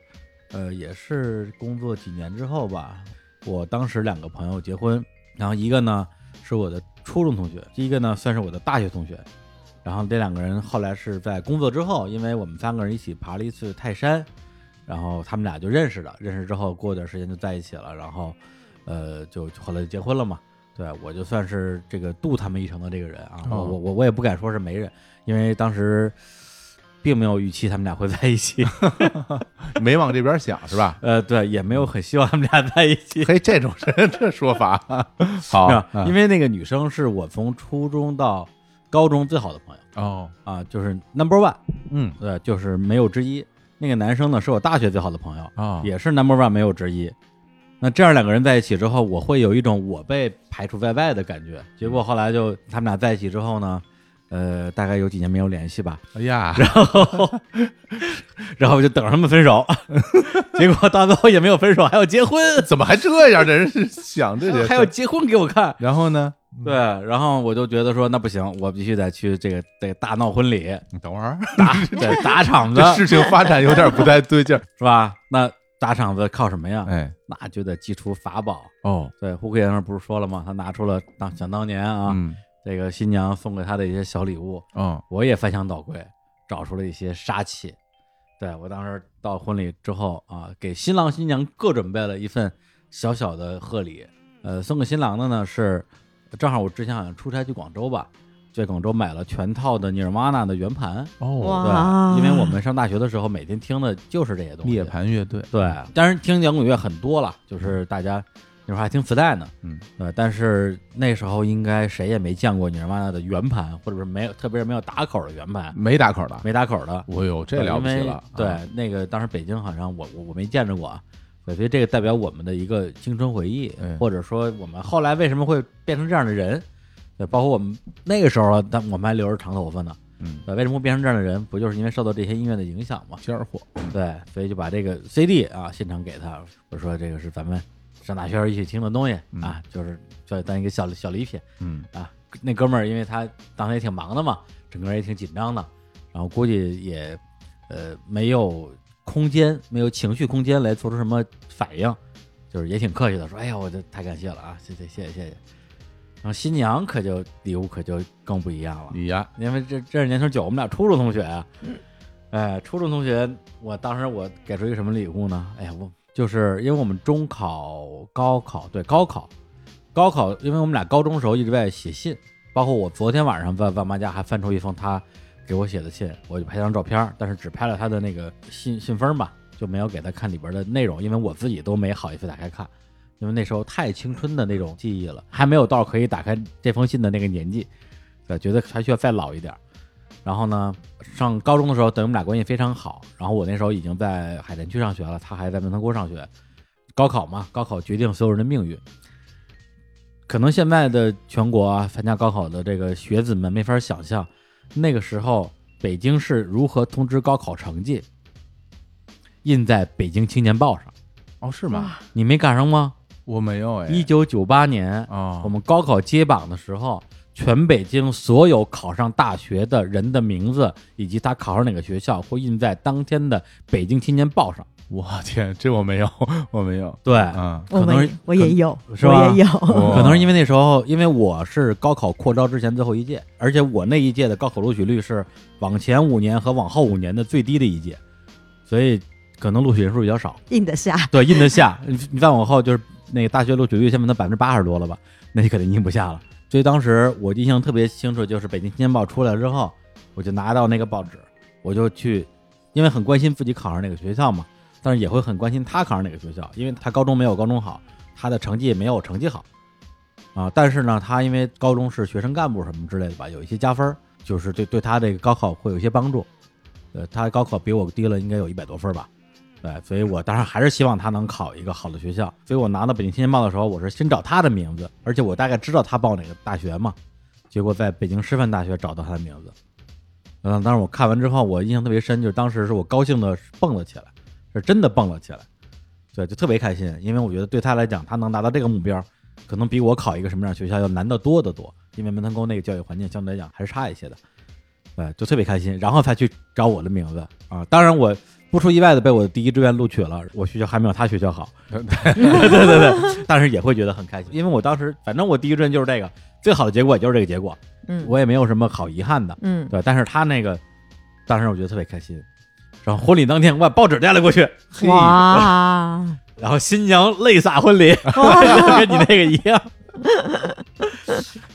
呃，也是工作几年之后吧，我当时两个朋友结婚，然后一个呢是我的初中同学，一个呢算是我的大学同学。然后这两个人后来是在工作之后，因为我们三个人一起爬了一次泰山，然后他们俩就认识了。认识之后，过段时间就在一起了，然后，呃，就后来就结婚了嘛。对我就算是这个渡他们一程的这个人啊，
哦
我我我我也不敢说是媒人，因为当时并没有预期他们俩会在一起，
没往这边想是吧？
呃，对，也没有很希望他们俩在一 起。
嘿，这种人这说法好啊
是吧，因
为
为那个女生是我从初中到高中最好的朋友
哦，
啊，就是 number one，
嗯
对，就是没有之一。那个男生呢，是我大学最好的朋友，
啊，
也是 number one 没有之一。那这样两个人在一起之后，我会有一种我被排除在外的感觉。结果后来就他们俩在一起之后呢，呃，大概有几年没有联系吧，
哎呀，
然后 然后我就等着他们分手， 结果到最后也没有分手，还要结婚，
怎么还这样？这人是想这些，
还要，结婚给我看。
然后呢？
对，然后我就觉得说，那不行，我必须得去这个得大闹婚礼，
你等会儿，
得砸场子
这，事情发展有点不太 对劲儿。
是吧？那砸场子靠什么呀？
哎，
那就得祭出法宝。
哦，
对，胡克先生不是说了吗？他拿出了当想当年啊，
嗯，
这个新娘送给他的一些小礼物，
哦，
我也翻箱倒柜，找出了一些杀器。对我当时到婚礼之后啊，给新郎新娘各准备了一份小小的贺礼。呃，送给新郎的呢是，正好我之前好像出差去广州吧，在广州买了全套的尼尔玛纳的圆盘。
哦，
哇
对，因为我们上大学的时候每天听的就是这些东西。
涅槃乐队，
对，当然听摇滚乐很多了，就是大家那时候还听磁带呢，
嗯，
呃，但是那时候应该谁也没见过尼尔玛纳的圆盘，或者是没有，特别是没有打口的圆盘，
没打口的，
没打口的，
我哟，嗯这
对
了不起
因为
了，
对
啊，
那个当时北京好像我我我没见着过啊，对所以这个代表我们的一个青春回忆，
嗯
或者说我们后来为什么会变成这样的人，对，包括我们那个时候啊，但我们还留着长头发呢，
嗯，
对，为什么会变成这样的人，不就是因为受到这些音乐的影响吗？
尖儿货，
对，所以就把这个 CD 啊现场给他，我说这个是咱们上大学时候一起听的东西
嗯
啊，就是就当一个小小礼品
嗯，
啊。那哥们儿因为他当时也挺忙的嘛，整个人也挺紧张的，然后估计也呃没有空间，没有情绪空间来做出什么反应，就是也挺客气的说：“哎呀，我这太感谢了啊，谢谢谢谢谢谢。”然后新娘可就礼物可就更不一样了，
你呀，
因为这这是年头久，我们俩初中同学啊。哎，初中同学，我当时我给出一个什么礼物呢？哎呀，我就是因为我们中考、高考，对高考，高考，因为我们俩高中时候一直在写信，包括我昨天晚上在爸妈家还翻出一封他给我写的信，我就拍张照片，但是只拍了他的那个信信封吧，就没有给他看里边的内容，因为我自己都没好意思打开看，因为那时候太青春的那种记忆了，还没有到可以打开这封信的那个年纪，对，觉得还需要再老一点儿。然后呢，上高中的时候，对我们俩关系非常好。然后我那时候已经在海淀区上学了，他还在门头沟上学。高考嘛，高考决定所有人的命运。可能现在的全国啊，参加高考的这个学子们没法想象，那个时候北京市如何通知高考成绩，印在北京青年报上。
哦，是吗？
你没赶上吗？
我没有哎，
一九九八年，
啊，
我们高考揭榜的时候，全北京所有考上大学的人的名字以及他考上哪个学校，会印在当天的《北京青年报》上。
我天，这我没有，我没有，
对，
嗯，
我
可能
们
是
我也有，
是吧
我也有，
我
哎 可能是因为那时候，因为我是高考扩招之前最后一届，而且我那一届的高考录取率是往前五年和往后五年的最低的一届，所以可能录取人数比较少。
印得下。
对，印得下。你你再往后就是那个大学录取率，现在都百分之八十多了吧？那你肯定印不下了。所以当时我印象特别清楚，就是《北京青年报》出来之后，我就拿到那个报纸，我就去，因为很关心自己考上哪个学校嘛，但是也会很关心他考上哪个学校，因为他高中没有高中好，他的成绩也没有我成绩好啊。但是呢，他因为高中是学生干部什么之类的吧，有一些加分儿，就是对对他这个高考会有一些帮助。呃，他高考比我低了应该有一百多分儿吧，对，哎所以我当然还是希望他能考一个好的学校。所以我拿到北京青年报的时候，我是先找他的名字，而且我大概知道他报哪个大学嘛。结果在北京师范大学找到他的名字。嗯，当时我看完之后，我印象特别深，就是当时是我高兴的蹦了起来，是真的蹦了起来。对，就特别开心，因为我觉得对他来讲，他能达到这个目标，可能比我考一个什么样的学校要难得多得多，因为门头沟那个教育环境相对来讲还是差一些的。对，就特别开心，然后才去找我的名字啊。当然我不出意外的被我的第一志愿录取了，我学校还没有他学校好， 对对对，但是也会觉得很开心，因为我当时反正我第一志愿就是这个，最好的结果也就是这个结果，
嗯，
我也没有什么好遗憾的，
嗯，
对。但是他那个，当时我觉得特别开心，然后婚礼当天我把报纸带了过去，
嘿
哇，
然后新娘泪洒婚礼， 跟你那个一样。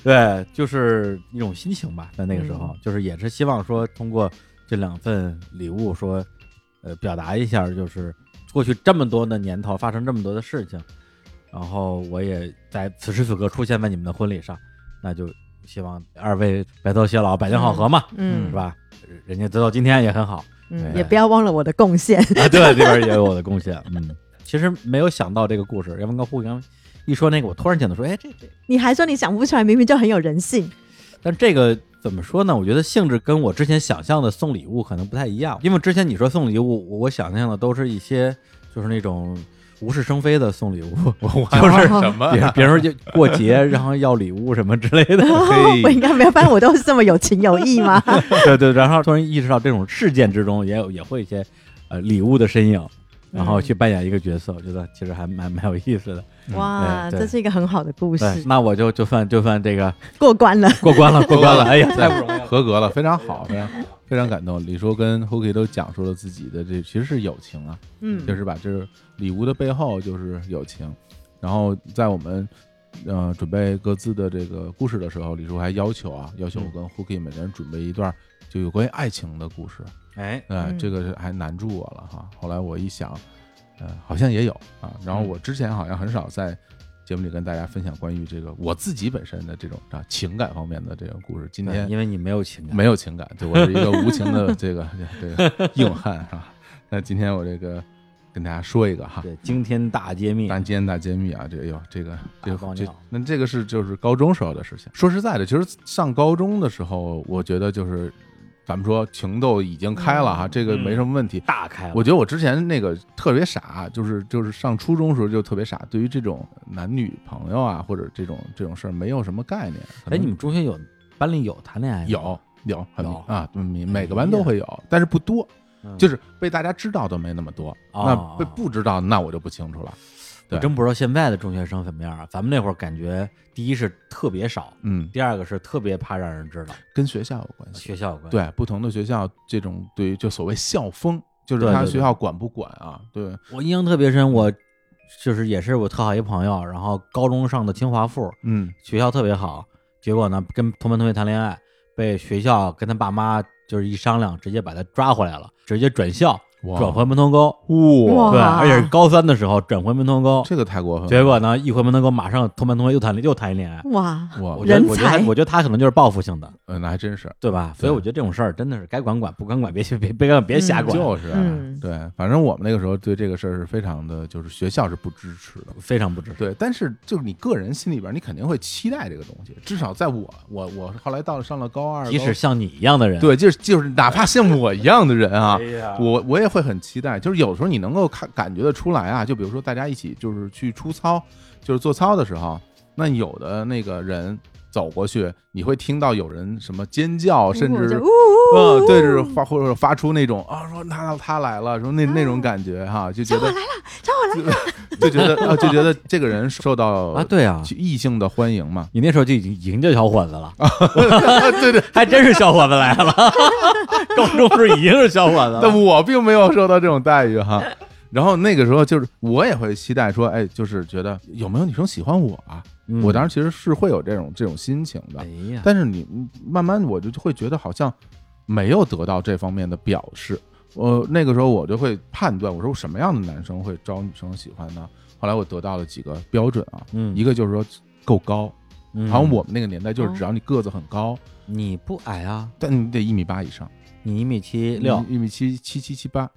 对，就是一种心情吧，在那个时候，就是也是希望说通过这两份礼物说，呃，表达一下，就是过去这么多的年头发生这么多的事情，然后我也在此时此刻出现在你们的婚礼上，那就希望二位白头偕老，百年好合嘛，
嗯
是吧？人家得到今天也很好，
哎
嗯，
对
也不要忘了我的贡献。
啊，对，这边也有我的贡献。嗯，其实没有想到这个故事，要不然刚互相一说那个，我突然想到说，哎，这这，
你还说你想不出来，明明就很有人性。
但这个怎么说呢？我觉得性质跟我之前想象的送礼物可能不太一样，因为之前你说送礼物，我我想象的都是一些就是那种无事生非的送礼物，
我我就是 什么
比如比如说就过节然后要礼物什么之类的，
嘿
我应该没有，发现我都是这么有情有义 吗？
嗯
对对，然后突然意识到这种事件之中也有也会一些呃礼物的身影。然后去扮演一个角色，我觉得其实还蛮蛮有意思的。
哇，
哎
嗯对
这是一个很好的 故
对，
事，
那我就就算就算这个
过关了。
过关了， 过关了！哎呀，
太不容易了，合格了，非常好，非常非常感动。李叔跟 Hoki 都讲述了自己的这其实是友情啊，
嗯，
就是把这礼物的背后就是友情。然后在我们呃准备各自的这个故事的时候，李叔还要求啊，要
嗯
求我跟 Hoki 每人准备一段就有关于爱情的故事。
哎，
哎，
嗯
这个是还难住我了哈。后来我一想，呃，好像也有啊。然
嗯
后我之前好像很少在节目里跟大家分享关于这个我自己本身的这种啊情感方面的这个故事。今天
对因为你没有情感，
没有情感，对我是一个无情的这个 这个硬汉啊。那今天我这个跟大家说一个哈，
对惊天大揭秘，
大奸大揭秘啊，这个哟，这个这
大爆
个这
料
那这个是就是高中时候的事情。说实在的，其实上高中的时候，我觉得就是咱们说情窦已经开了
嗯
哈，这个没什么问题。
大开了。
我觉得我之前那个特别傻，就是就是上初中时候就特别傻，对于这种男女朋友啊或者这种这种事儿没有什么概念。可
哎，
能
你们中学有班里有谈恋爱的吗？
有有很
有哎
啊，对每每个班都会有，但是不多，
嗯，
就是是被大家知道的没那么多。
哦
那被不知道，那我就不清楚了。对
真不知道现在的中学生怎么样啊。咱们那会儿感觉，第一是特别少，
嗯，
第二个是特别怕让人知道，
跟学校有关系。
啊学校有关系。
对，不同的学校这种对于就所谓校风，就是
对
他
对
学
对
校管不管啊？对，
我印象特别深，我就是也是我特好一朋友，然后高中上的清华附，
嗯，
学校特别好，结果呢跟同班同学谈恋爱，被学校跟他爸妈就是一商量，直接把他抓回来了，直接转校
哇
转回门头沟。
哇
对，而且是高三的时候转回门头沟，
这个太过分了。
哦结果呢，一回门头沟马上同班同学又谈又谈一恋爱。
哇，
哇
我，觉得，
人
我觉得他
才
我觉得他可能就是报复性的，
呃那还真是。
对吧？所以
对
我觉得这种事儿真的是该管 管，不管管别别别管别瞎
嗯
管，
就是、啊
嗯
对，反正我们那个时候对这个事儿是非常的，就是学校是不支持的。
非常不值。
对，但是就是你个人心里边，你肯定会期待这个东西。至少在我，我我后来到了上了高二，
即使
高
像你一样的人，
哎
对，就是就是哪怕像我一样的人啊，
呀
我我也会很期待，就是有时候你能够看感觉得出来啊，就比如说大家一起就是去出操，就是做操的时候，那有的那个人走过去，你会听到有人什么尖叫，甚
我
至
就呜呜
嗯，
呜
对，就是发或者发出那种啊，说他他来了，说那那种感觉哈，就觉
小
得
我来了，小我来了，
就觉得啊，就觉得这个人受到
啊，对啊，，
异性的欢 迎嘛
你那时候就已经迎着小伙子了，
对对。
还真是小伙子来了。高中时候已经是小伙子
但
了，
我并没有受到这种待遇哈。 然后那个时候就是我也会期待说，哎，就是觉得有没有女生喜欢我啊？
嗯
我当时其啊实是会有这种这种心情的
哎，呀，
但是你慢慢我就会觉得好像没有得到这方面的表示。呃，那个时候我就会判断，我说什么样的男生会招女生喜欢呢？后来我得到了几个标准啊，
嗯
一个就是说够高，
嗯
好像我们那个年代就是
哦
只要你个子很高，
你不矮啊，
但你得一米八以上，
你一米七六，
一米七七七七八，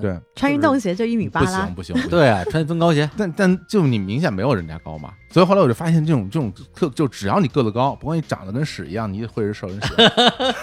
对，
穿运动鞋就一米八
嗯不
啦
行，不行不行，
对啊，穿增高鞋，
但但就你明显没有人家高嘛，所以后来我就发现这种这种特就只要你个子高，不管你长得跟屎一样，你也会是受人喜 欢。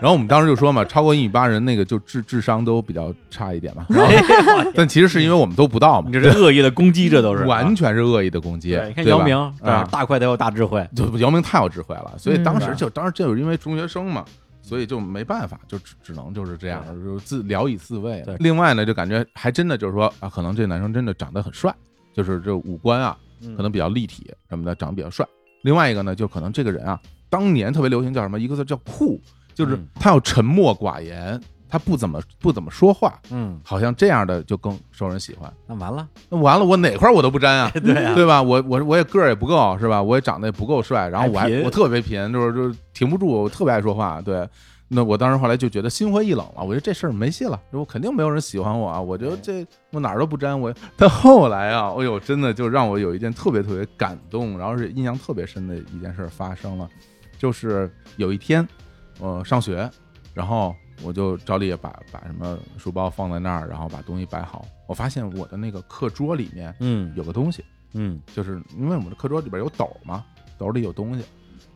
然后我们当时就说嘛，超过一米八人那个就智智商都比较差一 点嘛。然后，但其实是因为我们都不到嘛
你，这是恶意的攻击，这都是啊
完全是恶意的攻击。
对，你看
对
姚
吧
明，
啊，
大块头有大智慧，
就姚明太有智慧了，所以
嗯
当时就当时就因为中学生嘛，所以就没办法，就只只能就是这样，就自聊以自慰
对。
另外呢，就感觉还真的就是说啊，可能这男生真的长得很帅，就是这五官啊
嗯
可能比较立体什么的，长得比较帅。另外一个呢，就可能这个人啊，当年特别流行叫什么，一个字叫酷，就是
嗯
他要沉默寡言，他不怎么不怎么说话，
嗯，
好像这样的就更受人喜欢。
那完了，
那完了，我哪块儿我都不沾啊，
对啊
对吧？我我我也个儿也不够，是吧？我也长得也不够帅，然后我还
还贫
我特别贫，就是就是停不住，我特别爱说话。对，那我当时后来就觉得心灰意冷了，我觉得这事儿没戏了，我肯定没有人喜欢我啊！我觉得这我哪儿都不沾我。但后来啊，哎呦，真的就让我有一件特别特别感动，然后是印象特别深的一件事儿发生了，就是有一天，呃，上学，然后我就照例把把什么书包放在那儿，然后把东西摆好。我发现我的那个课桌里面
嗯
有个东西，
嗯
就是因为我们的课桌里边有斗嘛，斗里有东西，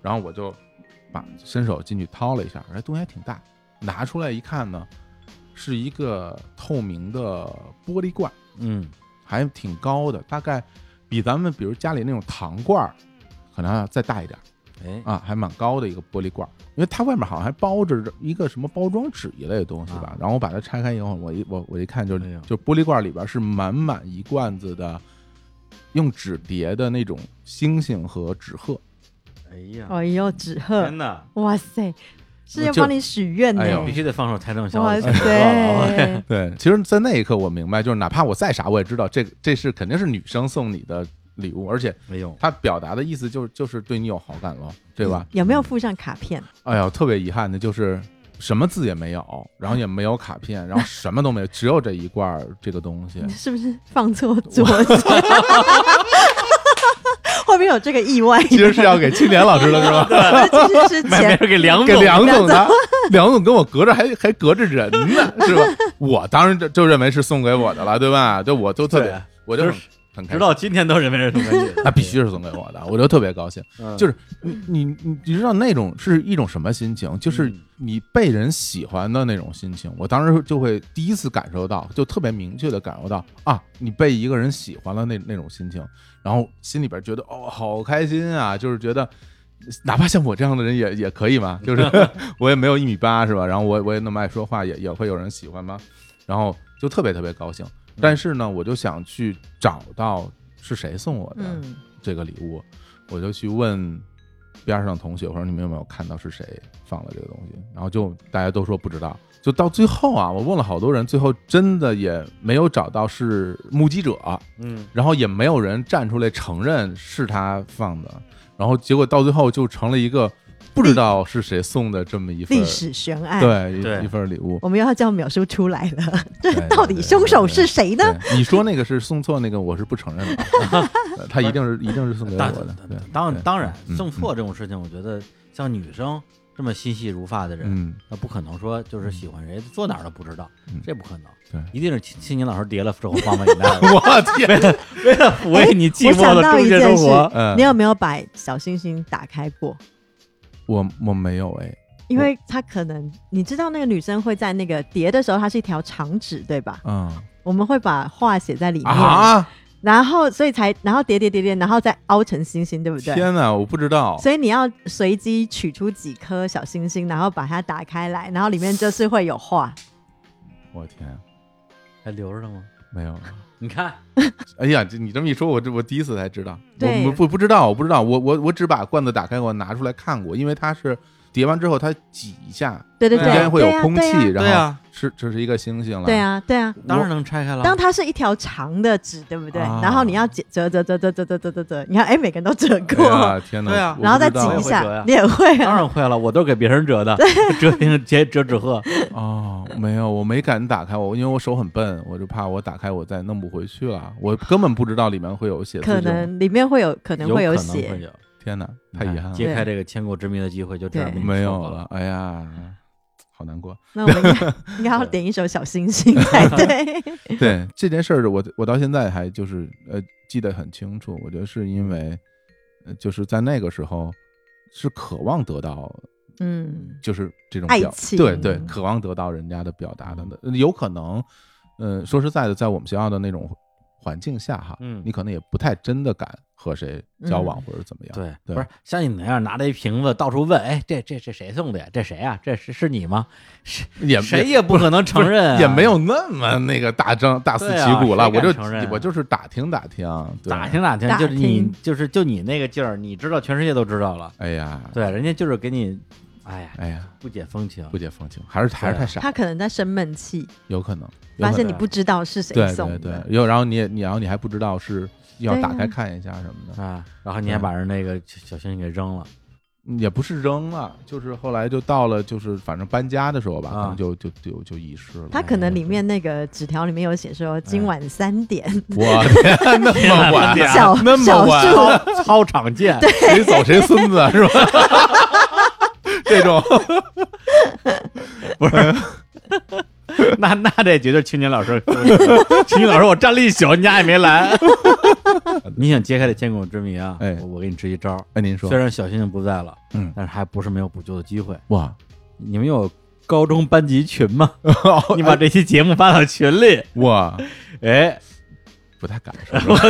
然后我就把伸手进去掏了一下，哎，东西还挺大，拿出来一看呢，是一个透明的玻璃罐，
嗯，
还挺高的，大概比咱们比如家里那种糖罐儿可能还要再大一点儿
哎
啊，还蛮高的一个玻璃罐儿，因为它外面好像还包着一个什么包装纸一类的东西吧
啊。
然后我把它拆开以后，我一我我一看就
哎呀
就玻璃罐儿里边是满满一罐子的用纸叠的那种星星和纸鹤。
哎呀，
哎呦，纸鹤，
哪，
哇塞，是要
嗯就
帮你许愿呢
哎呦
必，须得放首台灯小伙
哇
子， 哎
塞，
对，其实，在那一刻我明白，就是哪怕我再傻，我也知道这个这是肯定是女生送你的礼物，而且
哎呦，
她表达的意思就是就是对你有好感喽，对吧？
有没有附上卡片？
嗯
哎呦，特别遗憾的就是什么字也没有，然后也没有卡片，然后什么都没有，只有这一罐儿这个东西
你。是不是放错桌子？ 会不会有这个意外？
其 实是要给青年老师的是 吧？
其实是
买
前
给梁
给
总，
梁总的， 梁总跟我隔着还还隔着人呢，是吧？我当时就就认为是送给我的了，对吧？就我就特
对
别，我就
就
很
是
很开
直
心，
到今天都认为是同根 据，
那必须是送给我的，我就特别高兴。
嗯
啊就是你你你你知道那种是一种什么心情？就是
嗯
你被人喜欢的那种心情。我当时就会第一次感受到，就特别明确的感受到啊，你被一个人喜欢了那那种心情，然后心里边觉得哦，好开心啊，就是觉得。哪怕像我这样的人也也可以嘛，就是 我也没有一米八是吧？然后我我也那么爱说话，也也会有人喜欢吗？然后就特别特别高兴。
嗯
但是呢，我就想去找到是谁送我的，
嗯，
这个礼物，我就去问边上同学，我说你们有没有看到是谁放了这个东西？然后就大家都说不知道，就到最后啊，我问了好多人，最后真的也没有找到是目击者，
嗯，
然后也没有人站出来承认是他放的，然后结果到最后就成了一个不知道是谁送的这么一份
历史悬案。
对一
对
一份礼物。
我们要叫淼叔出来了，这
对
到底凶手是谁呢？
对你说那个是送错那个，我是不承认 的啊，他一定是一定是送给我
当
的。对
当
对
当然
嗯
送错这种事情，我觉得像女生这么心细如发的人，
嗯，
那不可能说就是喜欢谁坐哪儿都不知道
嗯，
这不可能，
对。
一定是青青年老师叠了之后放到饮 料里，
我天！
为了抚慰你寂
我
寞
想
的
到
中
一
学
件
生
事
活，
嗯
你有没有把小星星打开过？
我我没有哎，
因因为他可能你知道那个女生会在那个叠的时候，它是一条长纸，对吧？
嗯
我们会把话写在里面，
啊，
然后所以才然后叠叠叠叠，然后再凹成星星，对不对？
天哪，我不知道，
所以你要随机取出几颗小星星，然后把它打开来，然后里面就是会有画。
我天，
还留着吗？
没有。
你看，
哎呀，这你这么一说，我这我第一次才知道，我
对
我不不知道，我不知道，我我我只把罐子打开过，拿出来看过，因为它是叠完之后它挤一下，
对对
中
对，
间会有
对啊
空气，
对啊
对
然后
啊
是这是一个星星了，
对，啊，对啊。
当然能拆开了。
当它是一条长的纸，对不对？
啊
然后你要折折折折折折折折折折，你看，哎，每个人都折过，
哎呀天哪，
对啊
我不知道
然后再挤一
我也会
下
折呀，
你也会
当
啊。
然会了，我都给别人折的， 折平折折纸鹤。
哦，没有，我没敢打开我，因为我手很笨，我就怕我打开我再弄不回去了，我根本不知道里面会有写字这
可
种，
能里面会有，可能会
有可能
写
会，有，
天哪，太遗憾了，
揭开这个千古之谜的机会就这样
对
被你
没有
错过了。
了，哎呀，好 难过。
那我们应该应该要点一首《小星星》才对。
对这件事儿，我我到现在还就是呃记得很清楚。我觉得是因为，呃，就是在那个时候是渴望得到，
嗯，
就是这种
爱
表
情
对对，
嗯
渴望得到人家的表达的。呃有可能，呃，说实在的，在我们学校的那种环境下哈，
嗯
你可能也不太真的敢和谁交往
嗯
或者怎么样。
对，
对
不是像你那样拿着一瓶子到处问，哎，这这这谁送的呀？这谁呀、这是是你吗？ 是
也
谁也不可能承认、啊，
也没有那么那个大张大肆
对
旗
啊
鼓了，
谁敢
我就
承认啊
我就是打听打听，对
打。听打听，
打
就是你
听
就是就你那个劲儿，你知道全世界都知道了。
哎呀，
对，人家就是给你，哎呀，
哎呀，
不解风情
不。解风情，还是还是
对啊
太傻了，
他可能在生闷气，
有可能有
发
可能
现你不知道是谁
对
送
对
的。
对，有然后你也你然后你还不知道是要
对
打开
啊
看一下什么的，
啊，然后你还
嗯
把人那个小星星给扔了，
也不是扔了，就是后来就到了就是反正搬家的时候吧，可
啊
能就就就就遗失了。
他可能里面那个纸条里面有写说今晚三点，
我 天，那么晚
天，
啊小
那么
小
晚，
操操场见。对，
谁走谁孙子 是吧？这种
那那这绝对是青年老师。青年老师，我站了一宿，你家也没来。 你想揭开这千古之谜啊？
哎
我我给你支一招儿。
哎，您说
虽然小星星不在了，
嗯
但是还不是没有补救的机会。
哇，
你们有高中班级群 吗？你把这期节目发到群里，
哇，
哎，
不太敢说实话，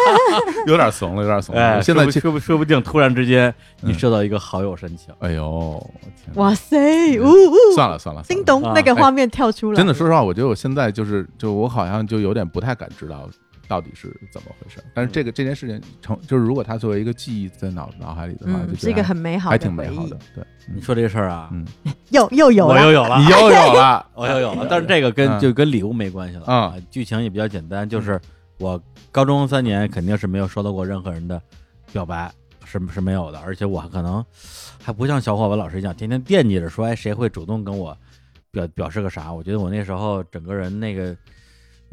有点怂了，有点怂了。
哎，
我现在
说不
去，
说不说不定突然之间你
嗯
收到一个好友申请，
哎呦，我天哪，
哇塞，呜呜，
算了算了，算
叮
了
咚
啊，
那个画面跳出来，
真的，说实话，我觉得我现在就是，就我好像就有点不太敢知道到底是怎么回事。但是这
嗯
个这件事情成，就是如果它作为一个记忆在脑脑海里的话，就觉
嗯，
得
是一个
还
很美好
哎还
的
挺美
回
好
忆
的。。对，
你说这个事儿啊，
嗯，
又又有
我又
了，
有了，
你，又有了
我哦又有了，但是这个跟
嗯
就跟礼物没关系了
啊，
剧情也比较简单，就是我高中三年肯定是没有收到过任何人的表白。是是没有的，而且我可能还不像小伙伴老师一样，天天惦记着说，哎，谁会主动跟我表表示个啥？我觉得我那时候整个人那个，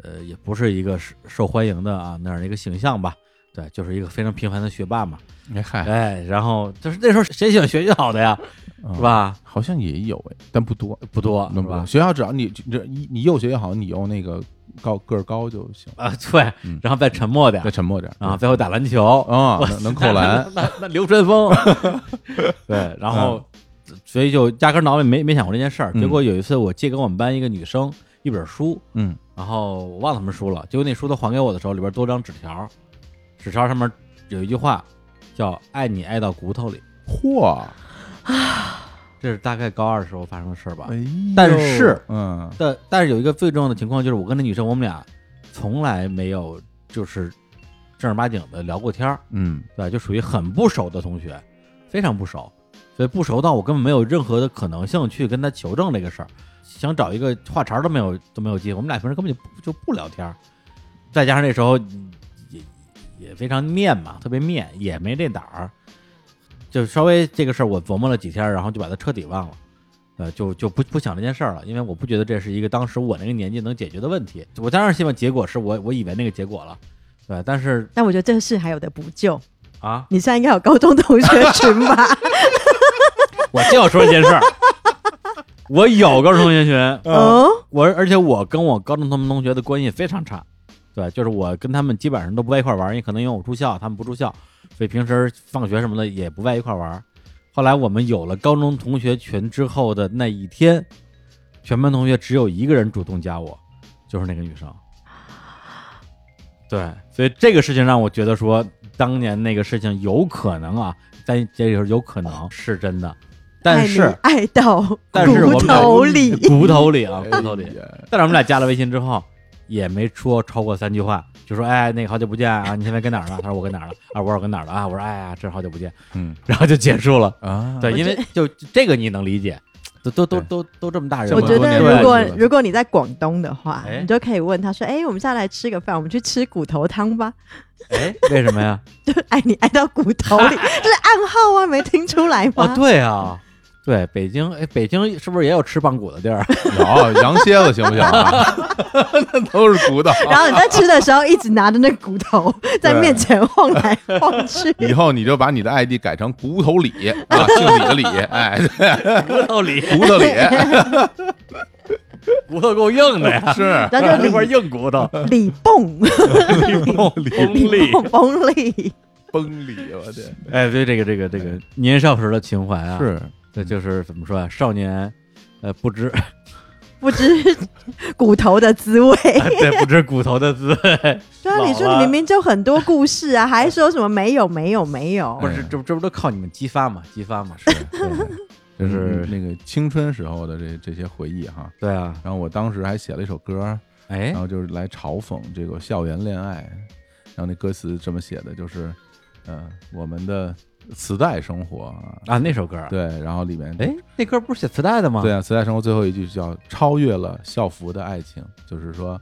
呃，也不是一个受受欢迎的啊那样的一个形象吧，对，就是一个非常平凡的学霸嘛，
哎嗨，
哎，然后就是那时候谁喜欢学习好的呀，
嗯
是？吧？
好像也有哎，但不多，
不多，
那
是
不多
吧？
学校只要你你你你又学习好，你又那个高个儿高就行，
啊，对
嗯，
然后再沉默点
再，沉默点
啊然后再会打篮球，
啊
哇，
能能 扣篮，
哦那那那流川枫， 嗯对，然后所以就压根儿脑里没没想过这件事儿。
嗯
结果有一次我借给我们班一个女生一本书，
嗯
然后我忘了什么书了，结果那书她还给我的时候，里边多张纸条，纸条上面有一句话叫“爱你爱到骨头里
嚯，”，
这是大概高二时候发生的事儿吧。
哎呦
但是
嗯
但但是有一个最重要的情况就是，我跟那女生我们俩从来没有就是正儿八经的聊过天儿，
嗯
对吧，就属于很不熟的同学，非常不熟，所以不熟到我根本没有任何的可能性去跟他求证这个事儿，想找一个话茬儿都没有都没有机会。我们俩平时根本就不就不聊天儿，再加上那时候嗯也也非常面嘛，特别面，也没这胆儿，就稍微这个事儿我琢磨了几天，然后就把它彻底忘了。呃，就就不不想这件事儿了，因为我不觉得这是一个当时我那个年纪能解决的问题。我当然希望结果是我我以为那个结果了，对，但是
但我觉得这事还有的补救。
啊，
你现在应该有高中同学群吧？
我就要说一件事儿，我有高中同学群，
哦，
我而且我跟我高中同同学的关系非常差，对，就是我跟他们基本上都不在一块儿玩儿，因为可能因为我住校，他们不住校，所以平时放学什么的也不在一块儿玩儿。后来我们有了高中同学群之后的那一天，全班同学只有一个人主动加我，就是那个女生。对，所以这个事情让我觉得说，当年那个事情有可能啊，在这里头有可能是真的，但是
爱你爱到
但是我
骨
们
头里，
骨头里啊，骨头里
哎。呀
但是我们俩加了微信之后，也没说超过三句话，就说哎，那个好久不见啊，你现在跟哪儿呢？他说我跟哪儿了 啊，我说我跟哪儿了啊，我说哎呀，真好久不见，
嗯
然后就结束了。
啊，
对，
我
因
觉
为就就这个你能理解，都都都
对
都都这么大人了，
我觉
这么多
得
年
对
如果
了是吧
如果你在广东的话，
哎
你就可以问他说：“哎，我们下来吃个饭，我们去吃骨头汤吧。
哎，为什么呀？”
就爱你爱到骨头里，这是暗号啊，没听出来
哦，
吗？
对啊， 对，北京，哎，北京是不是也有吃棒骨的地 儿？
有羊蝎子行不行啊？ 那都是骨头。
然后你在吃的时候一直拿着那骨头在
对
面前晃来晃去，
以后你就把你的 ID 改成骨头李 啊，姓李的李，哎，
骨头哦里，
骨 头李
骨头够硬的 呀，
是
然后就
这块
李
硬骨头，
李蹦
李
李
力。
蹦蹦里，
崩李，我天，
哎，对这个这个这个年少时的情怀啊，
是
对，就是怎么说啊，少年，呃，不知
不知骨头的滋味。
对，不知骨头的滋味，
对啊，
哎老
你说
了
你明明就很多故事啊，还说什么没有没有没有
哦不？是这这不都靠你们激发嘛？激发啊嘛，嗯 是，就
就
是
那个青春时候的这这些回忆哈。
对啊，
然后我当时还写了一首歌，
哎
然，后就是来嘲讽这个校园恋爱，然后那歌词这么写的，就是，呃，我们的磁带生活啊，
啊，那首歌啊，
对，然后里面
哎，那歌不是写磁带的吗？
对啊，磁带生活最后一句叫“超越了校服的爱情”，就是说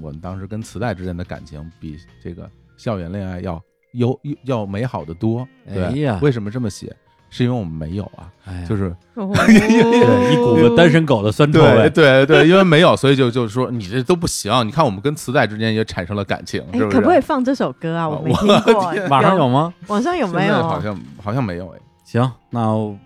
我们当时跟磁带之间的感情比这个校园恋爱要优要美好的多。对，
哎呀
为什么这么写？是因为我们没有啊，
哎呀，
就是嗯
对一股子单身狗的酸臭味，
对对，因为没有，所以就就说你这都不行。你看我们跟磁带之间也产生了感情，
哎
是，不是？
可不可以放这首歌啊？我没听过，
网上有吗？
网上有没有
现在
啊？
好像好像没有哎，
行，那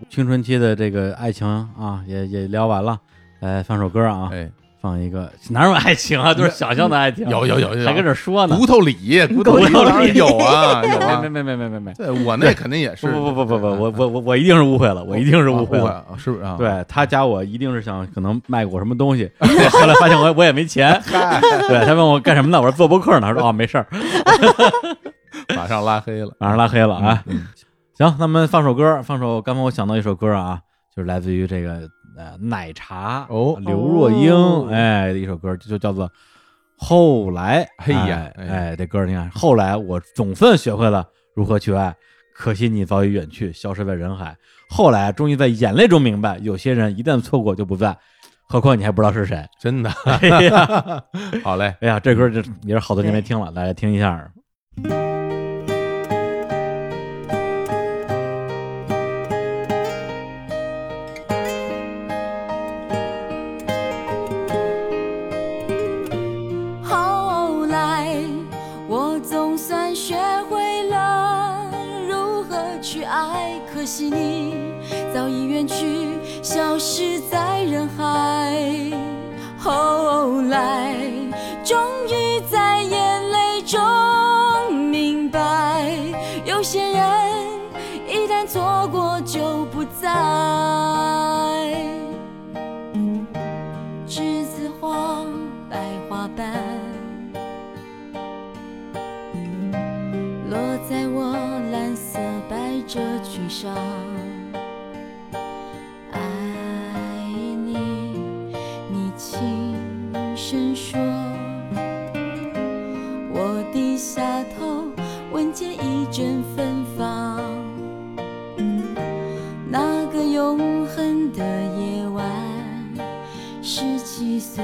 青春期的这个爱情啊，也也聊完了，来放首歌啊，
哎，
放一个哪有爱情 啊，都是想象的爱情，
有有有有
还跟这说呢
骨，头里骨头
骨
里
头
当然
里
有 啊，有
没
啊。
没没没没没，
对我那肯定也是，
不不不不不，
对
我我我我一定是误会了，我一定是
啊
误会了。
啊是不是啊？
对他加我一定是想可能卖我什么东西， 后来发现我我也没钱，对他问我干什么呢？我说做播客呢，他说哦没事儿，
马上拉黑了。
马上拉黑了啊。
嗯
行，那么放首歌，放首刚才我想到一首歌啊，就是来自于这个呃奶茶啊
哦
刘若英、
哦
哎的一首歌，就叫做后来，
嘿呀
哎
哎
哎这歌你看，后来我总算学会了如何去爱，可惜你早已远去，消失在人海。后来终于在眼泪中明白，有些人一旦错过就不在，何况你还不知道是谁。
真的，
哎呀，
好嘞，
哎呀，这歌这也是好多年没听了，大家听一下。
后来，我总算学会了如何去爱，可惜你早已远去，消失在人海。后来，终于在眼泪中明白，有些人一旦错过就不在。栀子花白花瓣，落在我蓝色百褶裙上。爱你，你轻声说，我低下头，闻见一阵芬芳。那个永恒的夜晚。十七岁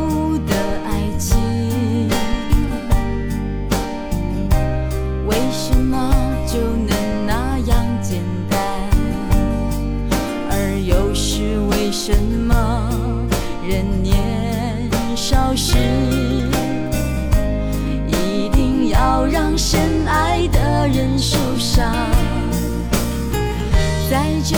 的爱情。为什么就能那样简单？而又是为什么人年少时，一让深爱的人受伤。在这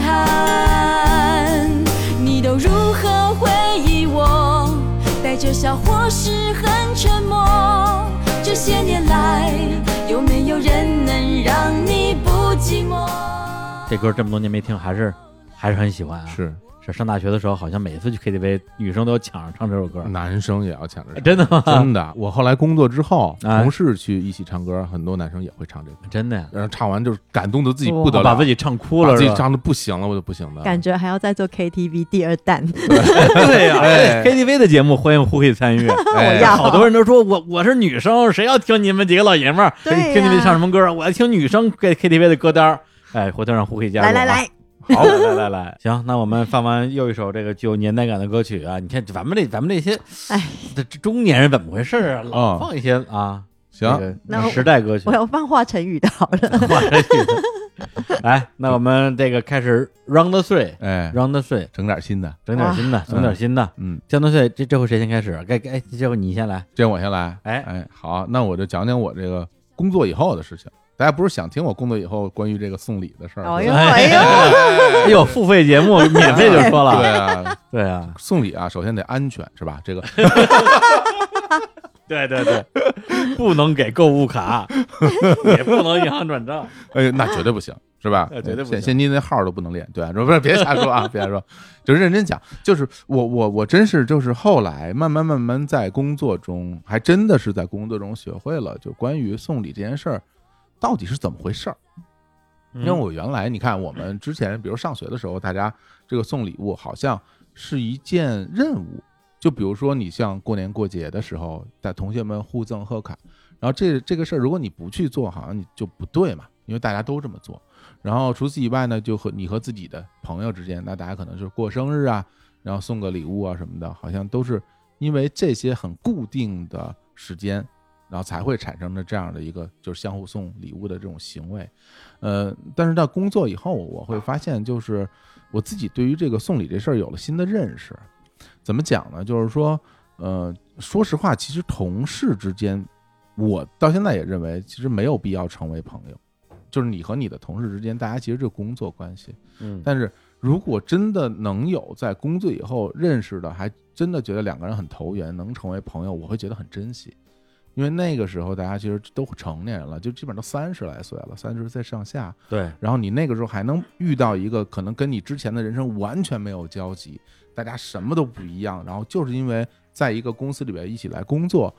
憾。你都如何回忆我？带着笑或是很沉默。这些年来，有没有人能让你不寂寞？
这歌这么多年没听，还是还是很喜欢啊。
是
是上大学的时候，好像每次去 KTV，女生都要抢着唱这首歌，
男生也要抢着唱，
真的吗？
真的。我后来工作之后，
哎
同事去一起唱歌，很多男生也会唱这个，
真的呀，
然后唱完就是感动的自己不得
嗯哦
了，
把自己唱哭
把
了，
自
是
己
吧？
唱的不行了，我就不行了。
感觉还要再做 KTV 第二弹，
对呀
哎
，KTV 的节目欢迎呼可以 参与。
哎
我要
好多人都说我我是女生，谁要听你们几个老爷们儿
对呀
听你们唱什么歌啊？我要听女生 K KTV 的歌单儿。哎，回头让胡可以加入、啊。
来来来，
好，来来来，行，那我们放完又一首这个具有年代感的歌曲啊，你看咱们这咱们这些，
哎，
这这中年人怎么回事啊？老
哦
放一些啊，
行，
这
那
个
我
时代歌曲
我，要放华晨宇的好了。
哇这个来，那我们这个开始 round three，round
哎，
three，
整点新的，
整点新的，整点新的。
嗯，
江德岁，这这回谁先开始？该该，这回你先来。
这样我先来。
哎
哎，好，那我就讲讲我这个工作以后的事情。大家不是想听我工作以后关于这个送礼的事儿？
哎
对
呦
吧
哎
哎呦，
哎呦，付费节目免费就说
对
了，
啊，
对啊，
送礼啊，首先得安全是吧？这个
对对对， 不能给购物卡， 也不能银行转账。
哎呦，那绝对不行，是 吧？
那绝对不行
现现金那号都不能练，对、啊，不是别瞎 说啊，别瞎说，就是认真讲。就是我我我真是就是后来慢慢慢慢在工作中，还真的是在工作中学会了，就关于送礼这件事儿到底是怎么回事儿。
嗯
因为我原来你看我们之前，比如上学的时候，大家这个送礼物好像是一件任务。就比如说你像过年过节的时候，带同学们互赠贺卡，然后这这个事儿，如果你不去做，好像你就不对嘛，因为大家都这么做。然后除此以外呢，就和你和自己的朋友之间，那大家可能就是过生日啊，然后送个礼物啊什么的，好像都是因为这些很固定的时间，然后才会产生的这样的一个就是相互送礼物的这种行为。呃，但是到工作以后，我会发现就是我自己对于这个送礼这事儿有了新的认识。怎么讲呢？就是说，呃，说实话，其实同事之间，我到现在也认为其实没有必要成为朋友。就是你和你的同事之间，大家其实就工作关系。
嗯，
但是如果真的能有在工作以后认识的，还真的觉得两个人很投缘，能成为朋友，我会觉得很珍惜。因为那个时候大家其实都成年人了，就基本上都三十来岁了，三十岁上下，
对，
然后你那个时候还能遇到一个可能跟你之前的人生完全没有交集，大家什么都不一样，然后就是因为在一个公司里边一起来工作，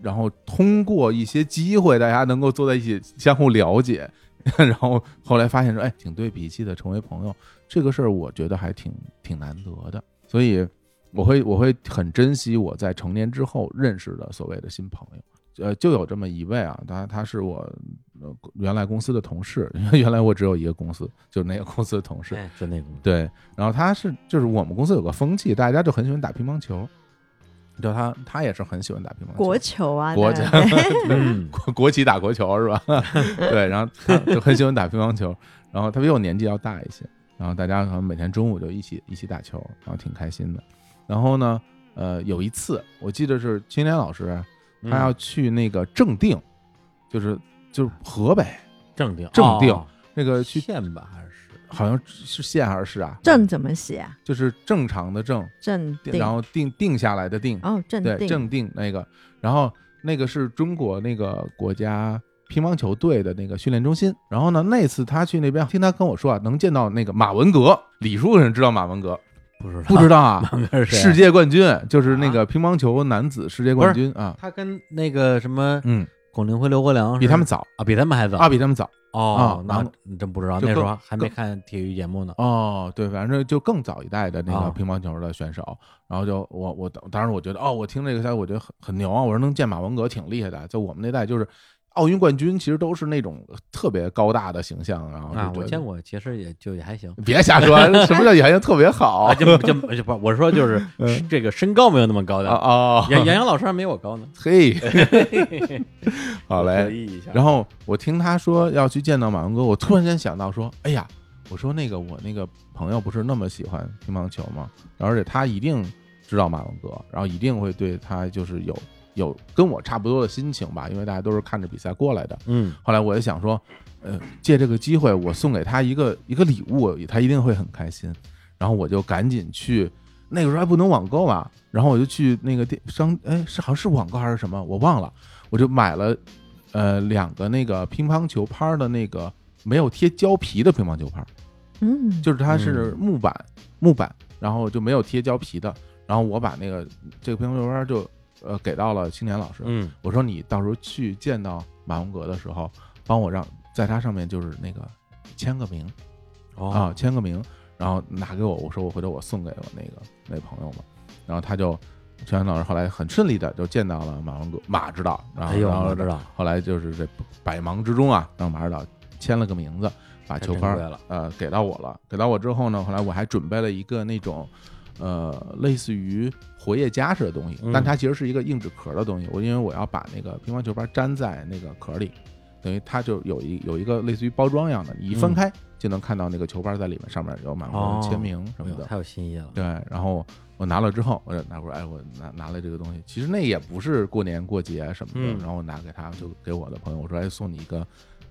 然后通过一些机会，大家能够坐在一起相互了解， 然后后来发现说，哎，挺对脾气的，成为朋友这个事儿，我觉得还挺挺难得的，所以我会我会很珍惜我在成年之后认识的所谓的新朋友。呃，就有这么一位啊，他他是我呃原来公司的同事，因为原来我只有一个公司，就是那个公司的同事。
哎就那个，
对，然后他是就是我们公司有个风气，大家就很喜欢打乒乓球，就他他也是很喜欢打乒乓球，
国球啊，
国
那
球
对
嗯，
国国旗打国球是吧？ 对，然后他就很喜欢打乒乓球，然后他比我年纪要大一些，然后大家可能每天中午就一起一起打球，然后挺开心的。然后呢，呃，有一次我记得是青年老师他要去那个正定，就是就是河北
正定
正定
哦
那个去，
县吧还是
好像是县还是市啊？
正怎么写啊？
就是正常的正，
正定
然后定定下来的定，
哦，正
对，
定
正定那个，然后那个是中国那个国家乒乓球队的那个训练中心。然后呢，那次他去那边，听他跟我说啊，能见到那个马文革，李叔可能知道马 文革，
不知道
不知道啊，
道
世界冠军就是那
啊
个乒乓球男子世界冠
不
军啊，
他跟那个什么
嗯，
巩林辉、刘国梁
比他们
是
早
啊，比他们还早
啊，比他们早
哦
啊，
那
然后
你真不知道，
就
那时候
更
还没看体育节目呢。
哦，对，反正就更早一代的那
啊
个乒乓球的选手，然后就我我当当时我觉得哦，我听这个消息我觉得很很牛啊，我说能见马文革挺厉害的，在我们那代就是奥运冠军其实都是那种特别高大的形象，然后就
啊，
觉
我
得
见过，其实也就也还行。
别瞎 说，什么叫演员特别好
啊，就就就不，我说就是是这个身高没有那么高
啊
的，
啊？
杨杨洋老师还没我高呢。
嘿， 好
我特
嘞。
意一下
然后我听他说要去见到马文哥，我突然间想到说，哎呀，我说那个我那个朋友不是那么喜欢乒乓球吗？然后而且他一定知道马文哥，然后一定会对他就是有有跟我差不多的心情吧，因为大家都是看着比赛过来的。
嗯，
后来我也想说，呃，借这个机会，我送给他一个一个礼物，他一定会很开心。然后我就赶紧去，那个时候还不能网购嘛，然后我就去那个店商，哎，是好像是网购还是什么，我忘了，我就买了，呃，两个那个乒乓球拍儿的那个没有贴胶皮的乒乓球拍儿，
嗯，
就是它是木板、木板，然后就没有贴胶皮的。然后我把那个这个乒乓球拍儿就呃给到了青年老师，
嗯，
我说你到时候去见到马文革的时候，帮我让在他上面就是那个签个名啊，
哦，
签个名，然后拿给我，我说我回头我送给我那个那朋友嘛，然后他就。全老师后来很顺利的就见到了马文革，马指导，然后
哎呦，
然后
我知道，
后来就是这百忙之中啊，让马指导签了个名字，把球拍
太珍贵
儿
了
呃给到我了。给到我之后呢，后来我还准备了一个那种呃类似于活页夹式的东西
嗯，
但它其实是一个硬纸壳的东西。我因为我要把那个乒乓球拍粘在那个壳里，等于它就有一有一个类似于包装一样的，你一翻开就能看到那个球拍在里面，上面有马
嗯哦
文的签名什
哎
么
呦
的。
太有新意了。
对，然后我拿了之后，我就拿过来，哎，我拿拿了这个东西，其实那也不是过年过节什么的，
嗯
然后我拿给他，就给我的朋友，我说，哎，送你一个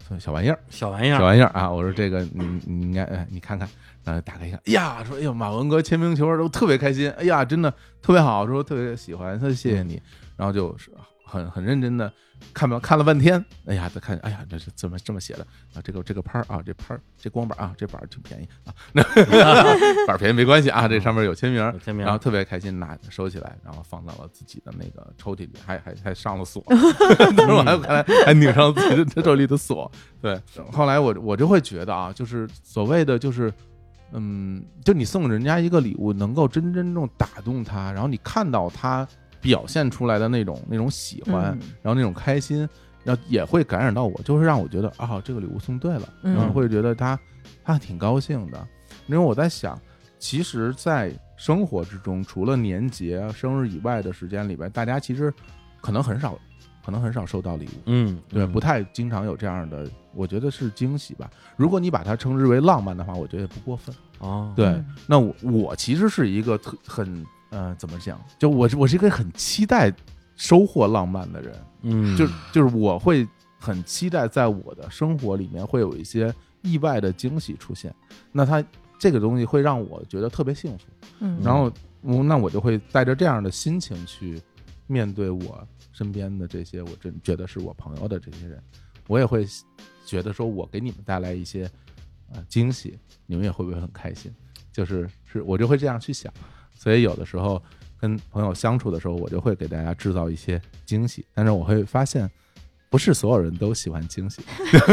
送小玩意儿，
小玩意
小
儿，
玩意儿啊，我说这个你你应该，哎，你看看，然后打开一看，哎呀，说，哎呦，马文革签名球儿都特别开心，哎呀，真的特别好，说特别喜欢，说谢谢你，然后就是很很认真的看吧，看了半天，哎呀，再看，哎呀，这是怎么这么写的啊？这个这个拍儿啊，这拍儿这光板儿啊，这板儿挺便宜啊， 那板儿便宜没关系啊，这上面有签名儿
有，签名
然后特别开心拿收起来，然后放到了自己的那个抽屉里，还还还上了锁，当时我还还还拧上自己的抽屉里的锁。对，后来我我就会觉得啊，就是所谓的就是。嗯，就你送人家一个礼物，能够真真正正打动他，然后你看到他表现出来的那种那种喜欢，
嗯
然后那种开心，然后也会感染到我，就是让我觉得啊，这个礼物送对了，
嗯
然后会觉得他他挺高兴的，因为我在想，其实，在生活之中，除了年节、啊生日以外的时间里边，大家其实可能很少，可能很少收到礼物，
嗯，
对，
嗯
不太经常有这样的，我觉得是惊喜吧。如果你把它称之为浪漫的话，我觉得也不过分。
哦，
对
嗯，
那我我其实是一个特很呃怎么讲，就我是我是一个很期待收获浪漫的人，
嗯，
就就是我会很期待在我的生活里面会有一些意外的惊喜出现，那它这个东西会让我觉得特别幸福，
嗯
然后嗯那我就会带着这样的心情去面对我身边的这些我真觉得是我朋友的这些人，我也会觉得说我给你们带来一些呃惊喜，你们也会不会很开心？就是是我就会这样去想，所以有的时候跟朋友相处的时候，我就会给大家制造一些惊喜，但是我会发现。不是所有人都喜欢惊喜，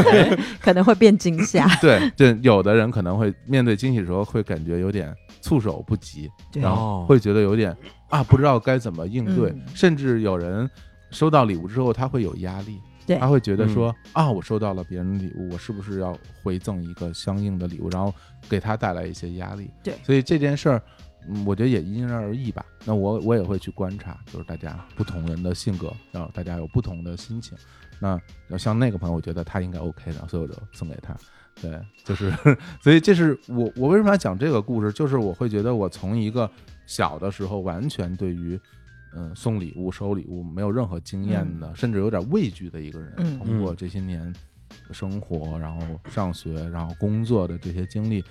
可能会变惊吓，
对，对，有的人可能会面对惊喜的时候会感觉有点措手不及，
对
然
哦
后会觉得有点啊，不知道该怎么应对，
嗯
甚至有人收到礼物之后，他会有压力，
对
他会觉得说、啊，我收到了别人的礼物，我是不是要回赠一个相应的礼物，然后给他带来一些压力？
对
所以这件事儿。嗯，我觉得也因人而异吧。那我我也会去观察，就是大家不同人的性格，然后大家有不同的心情。那像那个朋友，我觉得他应该 OK 的，所以我就送给他。对，就是， 所以这是我我为什么要讲这个故事，就是我会觉得我从一个小的时候完全对于嗯、呃送礼物、收礼物没有任何经验的，甚至有点畏惧的一个人，
嗯
通过这些年生活，然后上学，然后工作的这些经历，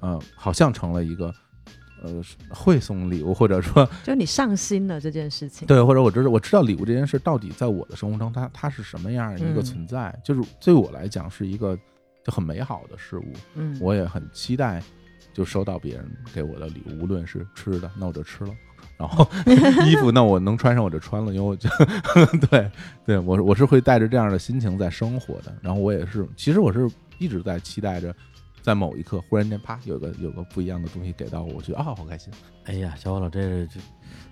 呃，好像成了一个呃会送礼物，或者说
就你上心了这件事情，
对，或者我知道我知道礼物这件事到底在我的生活中它它是什么样一个
嗯
存在，就是对我来讲是一个就很美好的事物，
嗯，
我也很期待就收到别人给我的礼物，无论是吃的，那我就吃了。然后衣服，那我能穿上我就穿了，因为我就 对对，我是我是会带着这样的心情在生活的。然后我也是，其实我是一直在期待着在某一刻忽然间啪有个有个不一样的东西给到我，我觉得啊、好开心。
哎呀，小伙老这是这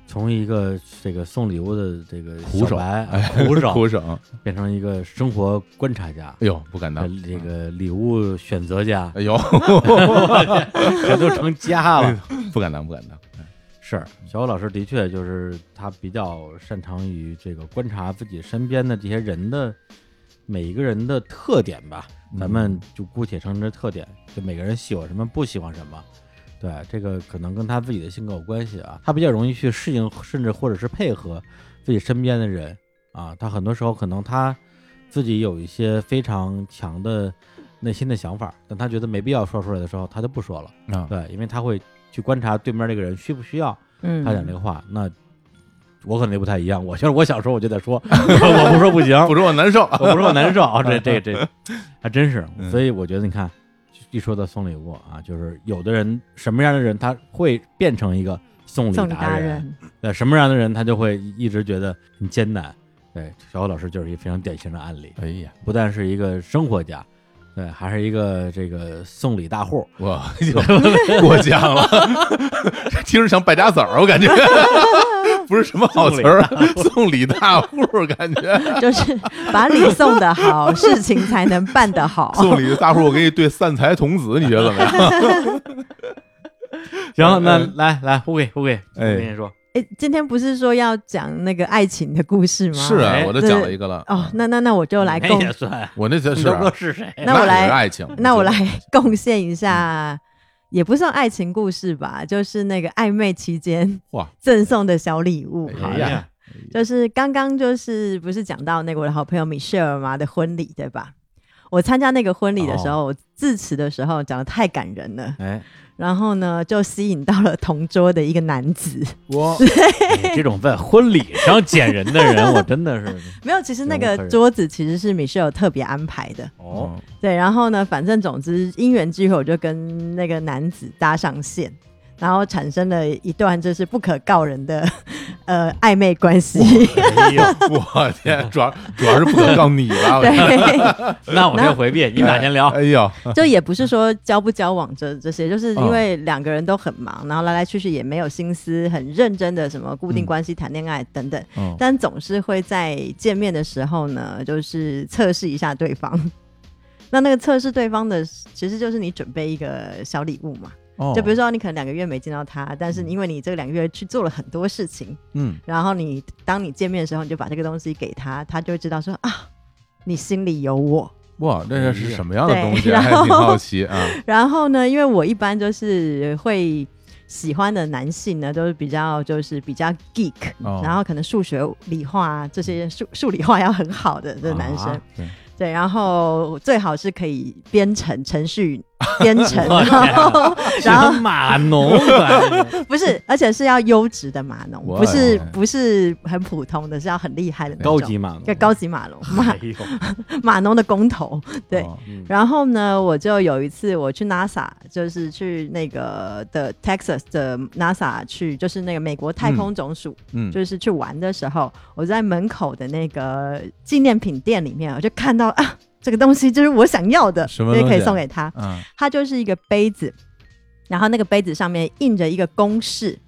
从一个这个送礼物的这个
苦手
小白啊苦 手，
苦手，
变成一个生活观察家，
哎呦不敢当，
呃这个礼物选择家，
哎呦
这都成家了。
不敢当不敢当，哎
是小欧老师的确就是他比较擅长于这个观察自己身边的这些人的每一个人的特点吧，咱们就姑且称之特点，就每个人喜欢什么不喜欢什么。对，这个可能跟他自己的性格有关系啊，他比较容易去适应，甚至或者是配合自己身边的人啊。他很多时候可能他自己有一些非常强的内心的想法，但他觉得没必要说出来的时候，他就不说了。
啊
对，因为他会去观察对面那个人需不需要
嗯，
他讲这个话，那我可能就不太一样。我就是我想说，我就得说， 我不说不行，
不说我 难受，
我不说我难受啊。这这 这还真是，
嗯
所以我觉得你看，一说到送礼物啊，就是有的人什么样的人他会变成一个送礼
送礼
达
达
人，
人，
对什么样的人他就会一直觉得很艰难。对，小欧老师就是一个非常典型的案例，
哎呀，
不但是一个生活家，对，还是一个这个送礼大 户。
我过奖 了，听着像败家子儿，我 感觉不是什么好词儿，送礼大户儿感 觉。
就是把礼送得好，事情才能办得好。
送礼大户儿，我给你对散财童子，你觉得怎 么样？
行，那来来，互给互给，我
嗯哎
跟你说，
哎，今天不是说要讲那个爱情的故事吗？
是啊，我都讲了一个了。
哎哦，那那那我就来
那
贡
也算，
我那真
你
是
都
啊
不知道是谁。
那我来
也是爱情，
那我来贡献一下，
嗯
也不算爱情故事吧，就是那个暧昧期间
哇，
赠送的小礼物。
哎
哎
呀
呀，
就是刚刚就是不是讲到那个我的好朋友米歇尔嘛的婚礼对吧？我参加那个婚礼的时候，我致辞的时候讲的太感人了，
哎，
然后呢就吸引到了同桌的一个男子。
我
你哎这种在婚礼上捡人的人，我真的是
没有，其实那
忍无
个
可忍
桌子其实是米歇尔特别安排的。
哦，
对，然后呢，反正总之因缘际会，我就跟那个男子搭上线，然后产生了一段就是不可告人的呃暧昧关系。
哎呦，
哦我天，主要主要是不可告你了。 我
对，
那我先回避，你们俩 先 聊。
哎呦，
就也不是说交不交往这这些，就是因为两个人都很
嗯
忙，然后来来去去也没有心思很认真的什么固定关系、谈恋爱等等，
嗯
但总是会在见面的时候呢，就是测试一下对方。 那那个测试对方的，其实就是你准备一个小礼物嘛。
哦
就比如说你可能两个月没见到他，但是你因为你这两个月去做了很多事情，
嗯，
然后你当你见面的时候，你就把这个东西给他，他就会知道说啊，你心里有我。
哇，那个是什么样的
哎对
东西？
然
还挺
后
好奇啊。
然后呢，因为我一般就是会喜欢的男性呢，都是比较就是比较 geek，、
哦
然后可能数学、理化啊这些数数理化要很好的的男生，
啊
对
对，然后最好是可以编程程序编 程，
我天
然后然后
什么码农啊，
不是，而且是要优质的码农，
哇
不是
哦
不是很普通的，是要很厉害的那种
高级，码农，
个高级码农 码
哎呦，
码农的工头。对
哦
嗯
然后呢，我就有一次我去 NASA，就是去那个的 Texas 的 NASA 去，就是那个美国太空总署，
嗯，
就是去玩的时候，我在门口的那个纪念品店里面，我就看到啊，这个东西就是我想要的，
什么
我也
东
可以
西啊
送给他。
嗯，
它就是一个杯子，然后那个杯子上面印着一个公式，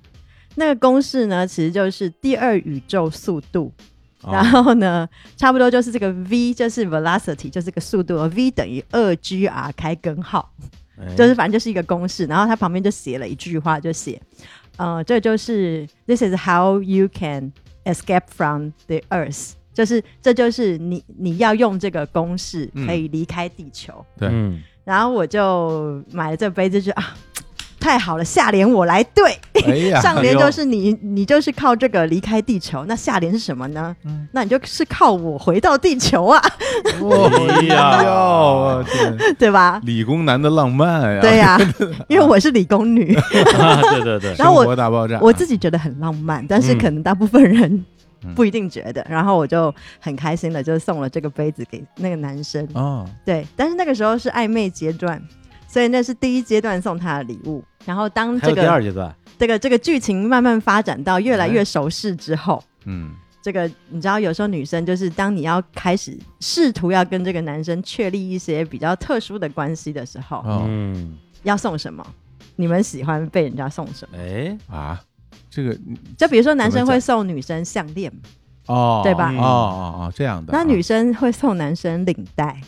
那个公式呢，其实就是第二宇宙速度。
哦
然后呢，差不多就是这个 v 就是 velocity，就是个速度，v 哦等于二 g r 开根号，
哎
就是反正就是一个公式。然后它旁边就写了一句话，就写，呃，这就是 this is how you can escape from the earth，就是这就是你你要用这个公式
嗯
可以离开地球。
对
嗯，
然后我就买了这杯子，就啊，太好了，下联我来对，
哎 呀，
上联就是你，你就是靠这个离开地球，那下联是什么呢？
嗯
那你就是靠我回到地球啊，
哎
哎呦，
呀，
我天，
对吧？
理工男的浪漫呀，
对 呀、因为我是理工女，
对对对，
然后我
生活大爆炸，
我自己觉得很浪漫，但
嗯
是可能大部分人
嗯
不一定觉得。然后我就很开心的，就送了这个杯子给那个男生。
哦
啊，
对，但是那个时候是暧昧阶段，所以那是第一阶段送他的礼物。然后当
还
这
有第
个
二阶段，嗯
这个这个剧情慢慢发展到越来越熟识之后，
嗯，
这个你知道，有时候女生就是当你要开始试图要跟这个男生确立一些比较特殊的关系的时候，
哦
嗯，
要送什么？你们喜欢被人家送什么？
哎，
啊，这个
就比如说男
怎
生
么讲
会送女生项链嘛，
哦，
对吧
哦哦哦，这样的啊。
那女生会送男生领带，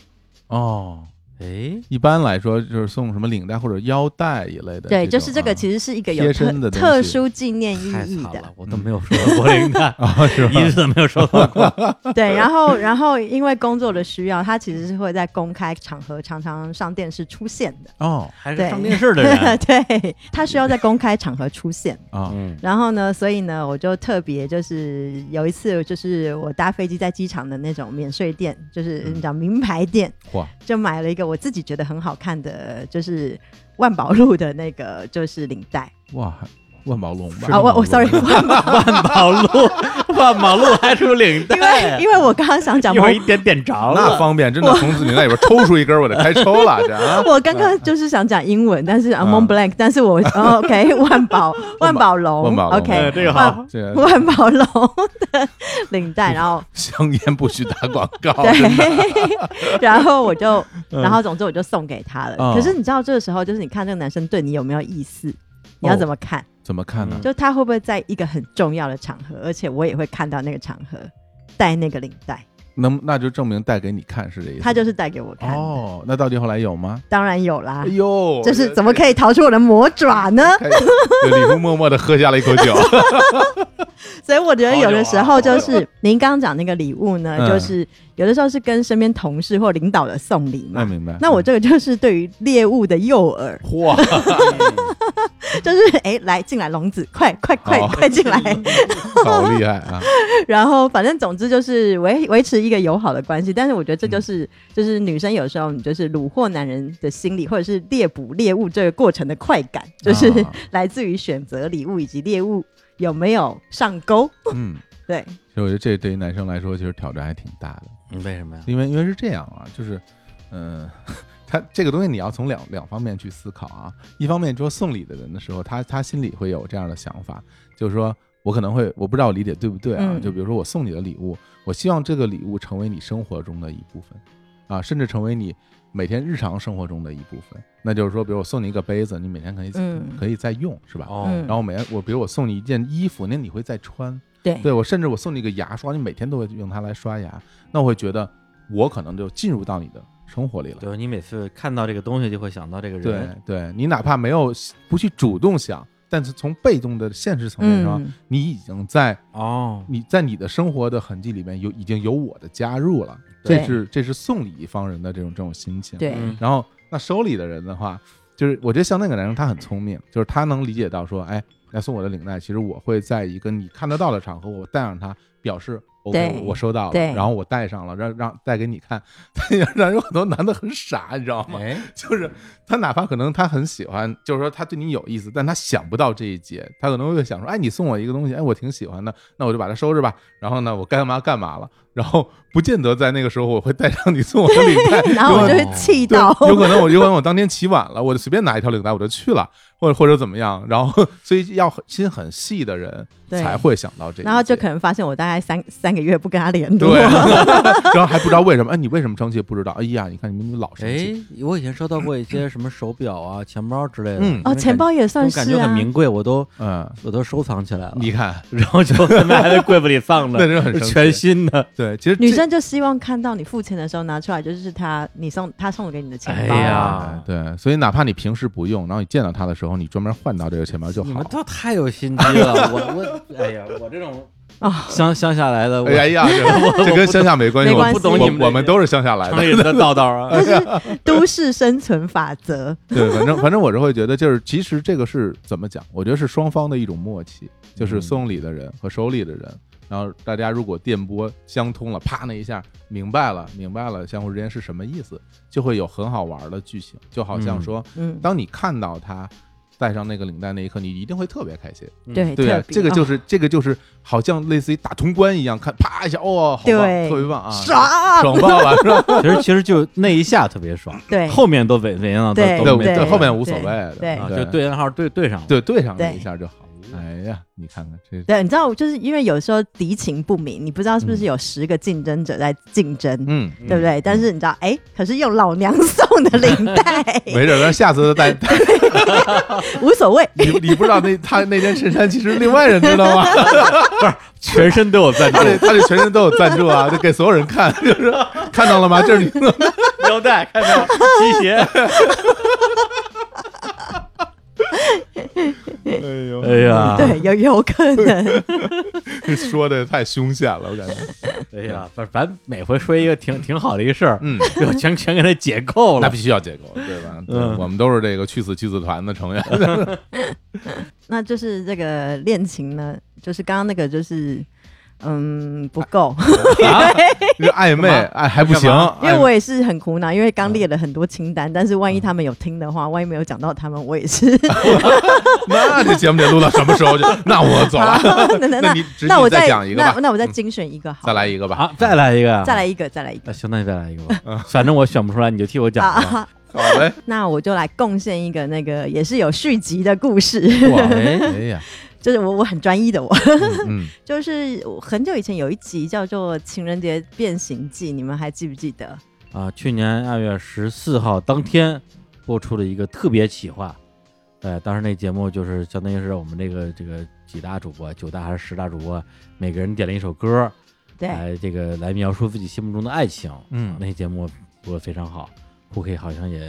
哦，
哎，
一般来说就是送什么领带或者腰带一类的种啊。
对，就是这个其实是一个有
贴
特
身的东西，
特殊纪念意
太
义
惨
的
了，，我都没有收到过领带
啊，是吧？
一次都没有收到过。
对。然后，然后因为工作的需要，他其实是会在公开场合常常上电视出现的。
哦
还是
对
上电视的人，
对他需要在公开场合出现。
啊
嗯，
然后呢，所以呢，我就特别就是有一次，就是我搭飞机在机场的那种免税店，就是你讲名牌店，
嚯，
就买了一个我自己觉得很好看的，就是万宝路的那个就是领带
哇，还万宝龙吧？
啊，我我 sorry，万宝，
万宝路， 万宝路还出领
因为
带，
因为我刚刚想 讲
一
某
会儿一点点着
那
了。
方便，真的从子女那里边抽出一根，我得开抽了，这啊
我刚刚就是想讲英文，但是啊
嗯
Mont Blanc，但是我哦 OK 万宝万宝龙
万宝
o
龙
哎
k
这个好，
这个
万宝龙的领带，然后
香烟不许打广告，哦真的
对， 然后我就， 然后总之我就送给他了。
嗯
可是你知道，这个时候就是你看这个男生对你有没有意思，
哦
你要怎么看？
怎么看呢
嗯？
就他会不会在一个很重要的场合，而且我也会看到那个场合戴那个领带，
能那就证明带给你看是这意思。
他就是戴给我看的。
哦，那到底后来有吗？哎
当然有啦，
呦
这是怎么可以逃出我的魔爪呢？
开始？对李叔默默的喝下了一口酒。
所以我
哦
觉得有的时
好
候
有啊
就是您刚刚讲那个礼物呢，
嗯
就是有的时候是跟身边同事或领导的送礼
那
嘛。
明白。嗯
那我这个就是对于猎物的诱饵，
嚯，
就是 哎，来进来，笼子，快快快、
哦
快进来！
好厉害啊！
然后反正总之就是维维持一个友好的关系，但是我觉得这就是、就是女生有时候你就是虏获男人的心理，或者是猎捕猎物这个过程的快感， 就是
啊
来自于选择礼物以及猎物有没有上钩。
嗯，
对，
其实我觉得这对于男生来说，其实挑战还挺大的，
嗯为什么呀？
因为因为是这样啊，就是，嗯、他这个东西你要从两两方面去思考啊。一方面说送礼的人的时候，他他心里会有这样的想法，就是说我可能会我不知道我理解对不对啊，
嗯
就比如说我送你的礼物，我希望这个礼物成为你生活中的一部分啊，甚至成为你每天日常生活中的一部分。那就是说，比如我送你一个杯子，你每天可以、
嗯
可以再用，是吧？
哦，
嗯
然后每天我比如我送你一件衣服，那你会再穿。
对
对我甚至我送你一个牙刷，你每天都会用它来刷牙，那我会觉得我可能就进入到你的生活里了。
就是你每次看到这个东西，就会想到这个
对
人。
对，你哪怕没有不去主动想，但是从被动的现实层面上，
嗯
你已经在
哦，
你在你的生活的痕迹里面有已经有我的加入了，
对
这是这是送礼一方人的这种这种心情。
对，
嗯
然后那收礼的人的话，就是我觉得像那个男生他很聪明，就是他能理解到说，哎，来送我的领带，其实我会在一个你看得到的场合，我戴上它，表示 OK，
对
我收到了，
对
然后我戴上了，让让带给你看。 但让有很多男的很傻，你知道吗？
哎，
就是他哪怕可能他很喜欢，就是说他对你有意思，但他想不到这一节，他可能会想说，哎，你送我一个东西，哎，我挺喜欢的，那我就把它收着吧。然后呢，我该干嘛干嘛了，然后不见得在那个时候我会戴上你送我的领带，
然后我就会气到，
对，有可能我有可能我当天起晚了，我就随便拿一条领带我就去了，或者或者怎么样，然后所以要很心很细的人
对
才会想到这 一节，
然后就可能发现我大概三三个月不跟他联络，哦
对， 然后还不知道为什么，哎，你为什么生气？不知道，哎呀，你看你们怎么老生
哎
气，，
我以前收到过一些什么手表啊、钱包之类的，
嗯
因为
哦，
感
钱包也
这
算
种感
是
觉很
啊，
名贵，我都
嗯，
我都收藏起来了，
你看，
然后 就现在还在柜子里放着，
那真的很生气
全新的。
对，其实
女
这
生就希望看到你付钱的时候拿出来，就是他你送他送给你的钱包
哎
啊。
呀
对，所以哪怕你平时不用，然后你见到他的时候，你专门换到这个钱包就
你们
好。哎
都太有心机了，我我哎呀，我这种
哦
乡乡下来的，我
哎 呀，这这跟乡下没关系，
没
我
关系
我
不懂
你们
我们都是乡下来的
城，里人的道道啊，
都市生存法则。
对，反正反正我是会觉得，就是其实这个是怎么讲？我觉得是双方的一种默契，就是
嗯
送礼的人和收礼的人，然后大家如果电波相通了，啪那一下明白了，明白了相互之间是什么意思，就会有很好玩的剧情。就好像
嗯
说，
嗯，
当你看到他戴上那个领带那一刻，你一定会特别开心。
对，
对啊
特，别
这个就
哦
是这个就是好像类似于打通关一样，看啪一下，哇，好棒，
对
特别棒啊，
爽。
爽爆了，是吧？
其实其实就那一下特别爽，
对
后面都怎怎样都
对
都
对
没
对
什么
后面无所谓
对
啊，
对
就对暗号对对上了，
对，对上那一
对
下就好。哎呀，你看看这，
对，你知道，就是因为有时候敌情不明，你不知道是不是有十个竞争者在竞争，
嗯，
对不对？但是你知道，哎，可是用老娘送的领带，
没准儿他下次再
无所谓。
你你不知道那他那件衬衫其实另外人知道吗？
全身都有 赞助
他这他这全身都有赞助啊，就给所有人看， 就是看到了吗？这 是你
哎
的
腰带，看到皮鞋，
哎
哎呀，
对，有有可能，
呦，说的太凶险了，我感觉，
哎呀，反反正每回说一个挺挺好的一个事儿，
嗯，
就全全给他解构
那
了
必。须要解构，对吧？对
嗯
我们都是这个去死去死团的成 员，
那就是这个恋情呢，就是刚刚那个就是。嗯，不够，
啊，这暧昧哎嗯还不行，
干嘛
因为我也是很苦恼，因为刚列了很多清单，但是万一他们有听的话，万一没有讲到他们，我也 是。
那这节目得录到什么时候去？那我 走了，
那那
那你直
那
接
我
再讲一个吧嗯
那那我再精选一个好，
再来，一个吧。
啊，再来一个，
再来一个，再来一个
那行，那你再来一个吧。反正我选不出来，你就替我讲吧。
啊！
好 嘞，
那我就来贡献一个那个也是有续集的故事，
哇，哎，
哎呀，
就是我我很专一的我，
嗯，
就是我很久以前有一集叫做《情人节变形记》，你们还记不记得？
啊，去年二月十四号当天播出了一个特别企划，呃，当时那节目就是相当于是我们这个这个几大主播，九大还是十大主播，每个人点了一首歌，
对，
哎
来这个来描述自己心目中的爱情。啊
嗯
那节目播的非常好胡 K 好像也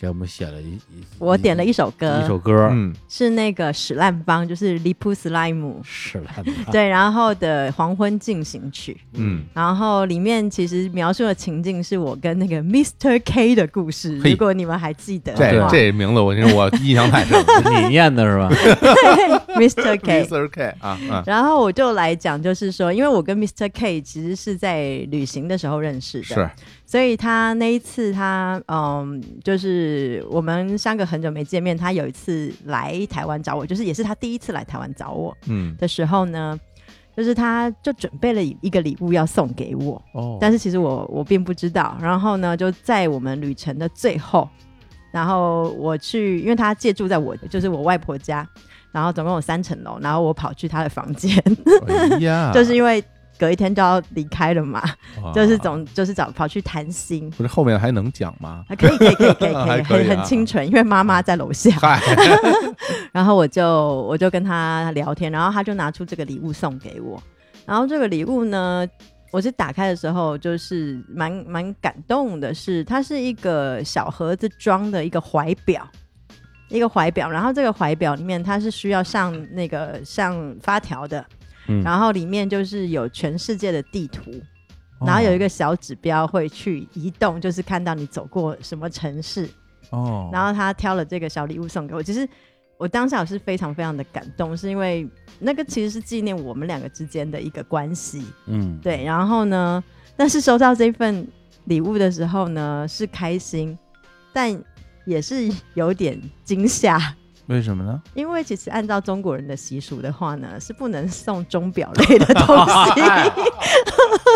给我们写了一，一
我点了一首歌，
一首歌，
嗯，
是那个史烂邦，就是利普斯莱姆，
啊
是了，
对，然后的《黄昏进行曲》。
嗯，
然后里面其实描述的情境是我跟那个 Mr. K 的故事，
嘿
如果你们还记得的
这
话
这名字我跟你说我印象太深了
你念的是吧？
，Mr. K。
，Mr. K 啊，嗯
然后我就来讲，就是说，因为我跟 Mr. K 其实是在旅行的时候认识的，
是，
所以他那一次他嗯，就是我们相隔很久没见面，他有一次来台湾找我，就是也是他第一次来台湾找我
嗯，
的时候呢，就是他就准备了一个礼物要送给我，
哦
但是其实我我并不知道。然后呢，就在我们旅程的最后，然后我去，因为他借住在我就是我外婆家，然后总共有三层楼，然后我跑去他的房间，
哎呀，
就是因为隔一天就要离开了嘛，
哇
就是总就是找跑去谈心。
不是后面还能讲吗？
啊，可以可以可以可以可
还
以，
可以啊
很很清纯，因为妈妈在楼下。
嗨，
然后我就我就跟他聊天，然后他就拿出这个礼物送给我。然后这个礼物呢，我是打开的时候就是蛮蛮感动的是，它是一个小盒子装的一个怀表，一个怀表。然后这个怀表里面它是需要上那个上发条的，
嗯
然后里面就是有全世界的地图。然后有一个小指标会去移动，就是看到你走过什么城市，
哦，
然后他挑了这个小礼物送给我，其实我当下我是非常非常的感动，是因为那个其实是纪念我们两个之间的一个关系，
嗯，
对。然后呢，但是收到这份礼物的时候呢，是开心，但也是有点惊吓，
为什么呢？
因为其实按照中国人的习俗的话呢，是不能送钟表类的东西，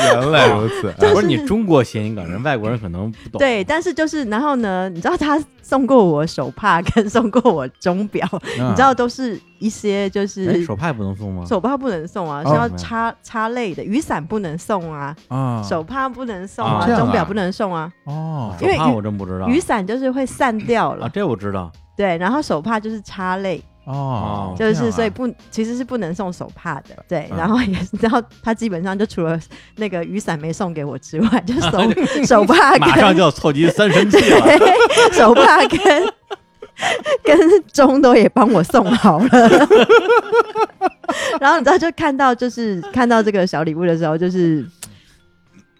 原来如此，
啊不是你中国谐音梗，人外国人可能不懂。哎
对。但是就是然后呢，你知道他送过我手帕跟送过我钟表，
你
你知道都是一些就
哎，
是
嗯手帕不能送吗？
手帕不能送啊，
哦
是要插插类的，雨伞不能送啊，
哦
啊？
手帕不能送
啊
啊，
这样啊
钟表不能送啊，
哦
手
因为
帕
雨
我真不知道。
雨伞就是会散掉
啊，
了，
这我 知道。
对，然后手帕就是插类，
哦，
就
这样
是
啊
所以不其实是不能送手帕的，对，
嗯
然后也是，然后他基本上就除了那个雨伞没送给我之外， 就手手帕
马上就
跟
要凑齐三神器了，
手帕跟 跟钟都也帮我送好了。 然后你知道，就看到就是看到这个小礼物的时候，就是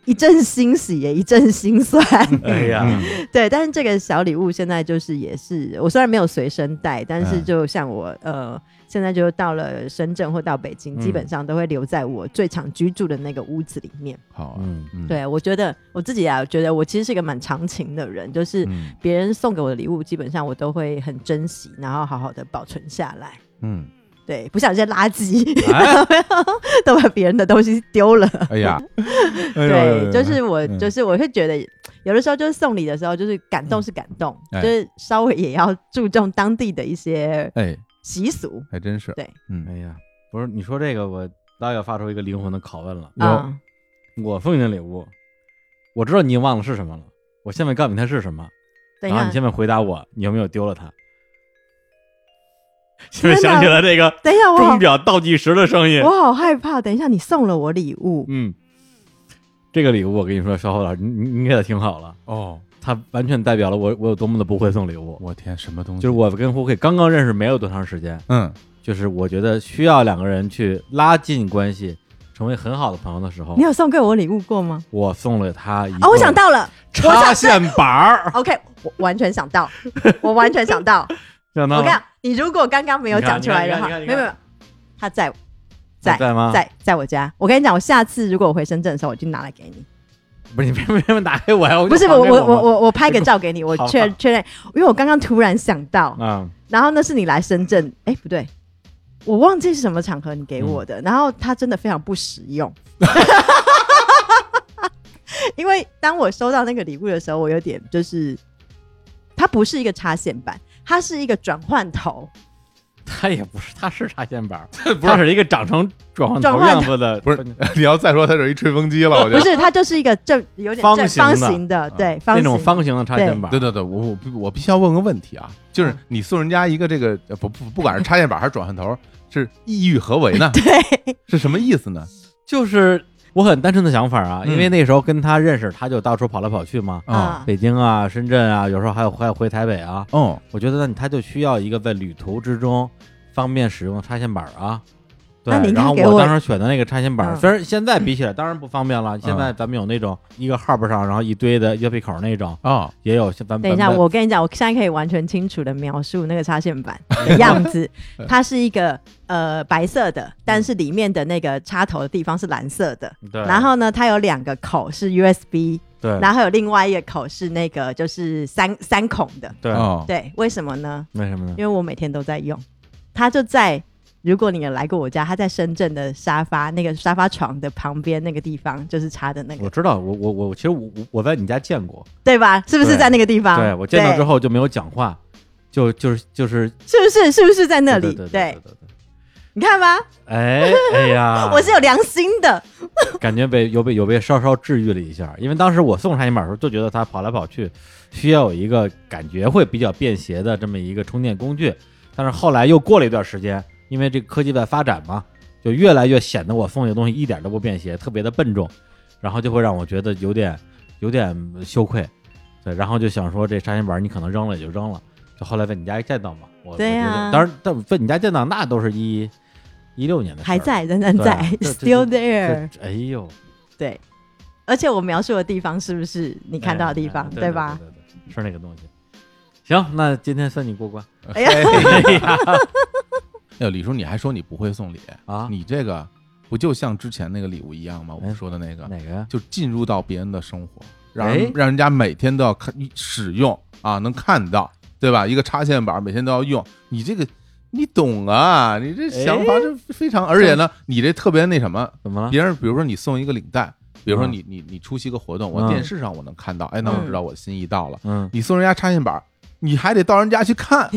一阵欣喜也一阵心酸。
哎呀，
嗯
对，但是这个小礼物现在就是也是我虽然没有随身带，但是
嗯
就像我呃。现在就到了深圳或到北京，
嗯
基本上都会留在我最常居住的那个屋子里面。
好啊，
嗯，
嗯，
对我觉得我自己啊，觉得我其实是一个蛮长情的人，就是
嗯
别人送给我的礼物，基本上我都会很珍惜，然后好好的保存下来。
嗯，
对，不像这些垃圾，
啊
哎，
都把别人的东西丢了。
哎 呀， 哎呦
对，就是我，
嗯
就是我会觉得，有的时候就是送
嗯
礼的时候，就是感动是感动，
哎
就是稍微也要注重当地的一些
哎，
习俗。
还真是。
对，
哎
嗯，
呀，不是你说这个，我倒要发出一个灵魂的拷问了。
哟
啊，
我送你的礼物，我知道你已经忘了是什么了。我现在告诉你它是什么，
等一
然后
下
你，现在回答我，你有没有丢了它？是不是
天
想
哪
起了这个
等一下，我好
钟表倒计时的声音？
我好害怕。等一下，你送了我礼物，
嗯，这个礼物我跟你说，小侯老师，你你你给他听好了，
哦，
它完全代表了我我有多么的不会送礼物。
我天，什么东西？
就是我跟胡慧刚刚认识没有多长时间，
嗯，
就是我觉得需要两个人去拉近关系，成为很好的朋友的时候
你，有送给我礼物过吗？
我送了哦他一
啊，我
个
想到了，我
插
想
线板儿，
OK，我完全想到，我完全想 到。
想
我
到
跟你
吗
讲，你如果刚刚没有讲出来的话，
你看你
没
看
有没
你看你看
有，他在
他
在
在啊吗？，
在在我家。我跟你讲，我下次如果我回深圳的时候，我就拿来给你。
不是你为什么拿给我呀？我就
不是
还
我
给
我
我
我我我拍个照给你，我
好
确
吧
确认，因为我刚刚突然想到，
啊，
然后那是你来深圳，哎不对，我忘记是什么场合你给我
嗯
的，然后它真的非常不实用， 因为当我收到那个礼物的时候，我有点就是，它不是一个插线板，它是一个转换头，
他也不是，他是插线板儿，
不
他
是
是一个长成转换
转
头
换
样子的，
不是你要再说它是一吹风机了，我觉
不
得。
是它就是一个正有点
方
正
形的啊
方形的，对，方
那
形
种方形的插线板
对
儿。
对对，我我我必须要问个问题啊，
嗯
就是你送人家一个这个呃不不不管是插线板还是转换头，是意欲何 为呢？
对，
是什么意思呢？
就是我很单纯的想法啊，因为
嗯
那时候跟他认识，他就到处跑来跑去嘛，
啊
北京啊、深圳啊，有时候还有还有回台北啊。
哦，
我觉得他就需要一个在旅途之中方便使用的插线板儿啊。对
那你，应该
然后
给我
我当时选的那个插线板儿，
嗯
虽然现在比起来当然不方便了，现在咱们有那种一个 hub 上，然后一堆的 USB 口那种，
哦，
也有。咱们
等一下，
咱们
我跟你讲，我现在可以完全清楚的描述那个插线板的样 子。
嗯
它是一个呃白色的，但是里面的那个插头的地方是蓝色的。
对，
然后呢，它有两个口是 USB，
对
然后有另外一个口是那个就是三三孔的。
对，
哦，
对，为什么呢？
为什么呢
因？为我每天都在用，它就在。如果你有来过我家，它在深圳的沙发那个沙发床的旁边那个地方，就是插的那
我
个，
知道，我我我，其实我我我在你家见过，
对吧？是不是
对
在那个地方？
对我见到
啊对
之，后就没有讲话，就就是就是
是不是是不是在那
对
里？
对对对对对。
你看吧，
哎哎呀，
我是有良心的。
感觉被有被有被稍稍治愈了一下，因为当时我送插线板的时候就觉得它跑来跑去，需要有一个感觉会比较便携的这么一个充电工具。但是后来又过了一段时间，因为这个科技在发展嘛，就越来越显得我送这东西一点都不便携，特别的笨重，然后就会让我觉得有点有点羞愧，对，然后就想说这插线板你可能扔了也就扔了，就后来在你家见到嘛，我
对
我觉
呀
得当然，但在你家见到那都是一一六年的事儿
还，在，仍然
对
在
这这
，still
这
there。
哎呦。
对，而且我描述的地方是不是你看到的地方，
哎
对吧？？
对对对是那个东西。行，那今天算你过 关
哎
呀
呀，哎呦，李叔，你还说你不会送礼，
啊！
你这个不就像之前那个礼物一样吗？我们
哎
说的那个，
哪个呀？
就进入到别人的生活，让
哎
人让人家每天都要看使用啊，能看到，对吧？一个插线板每天都要用，你这个你懂啊？你这
哎
想法这非常，而且呢，你这特别那什么，
怎么了？
别人比如说你送一个领带，比如说
嗯
你你你出席一个活动，
嗯
我电视上我能看到，哎，那我知道我的心意到了。
嗯，
你送人家插线板，你还得到人家去看，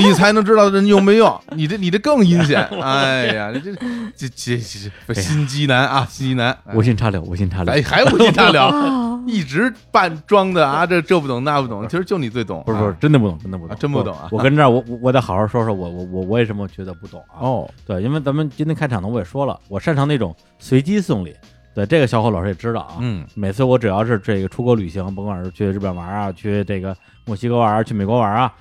你才能知道人用没用。你这你这更阴险，哎呀，这这这这这心机男啊，心机男，哎
无心插柳，无心插柳
哎，。还无心插柳，
哦，
一直扮装的啊，这这不懂那不懂，其实就你最懂，
不是不是，
啊
真的不懂，真的不
啊
懂，
真不懂啊
我我跟这儿，我我我得好好说说我我我为什么觉得不懂啊？，
哦，
对，因为咱们今天开场呢，我也说了，我擅长那种随机送礼。对，这个小伙老师也知道啊。
嗯
每次我只要是这个出国旅行，甭管是去日本玩啊，去这个墨西哥玩啊，去美国玩啊，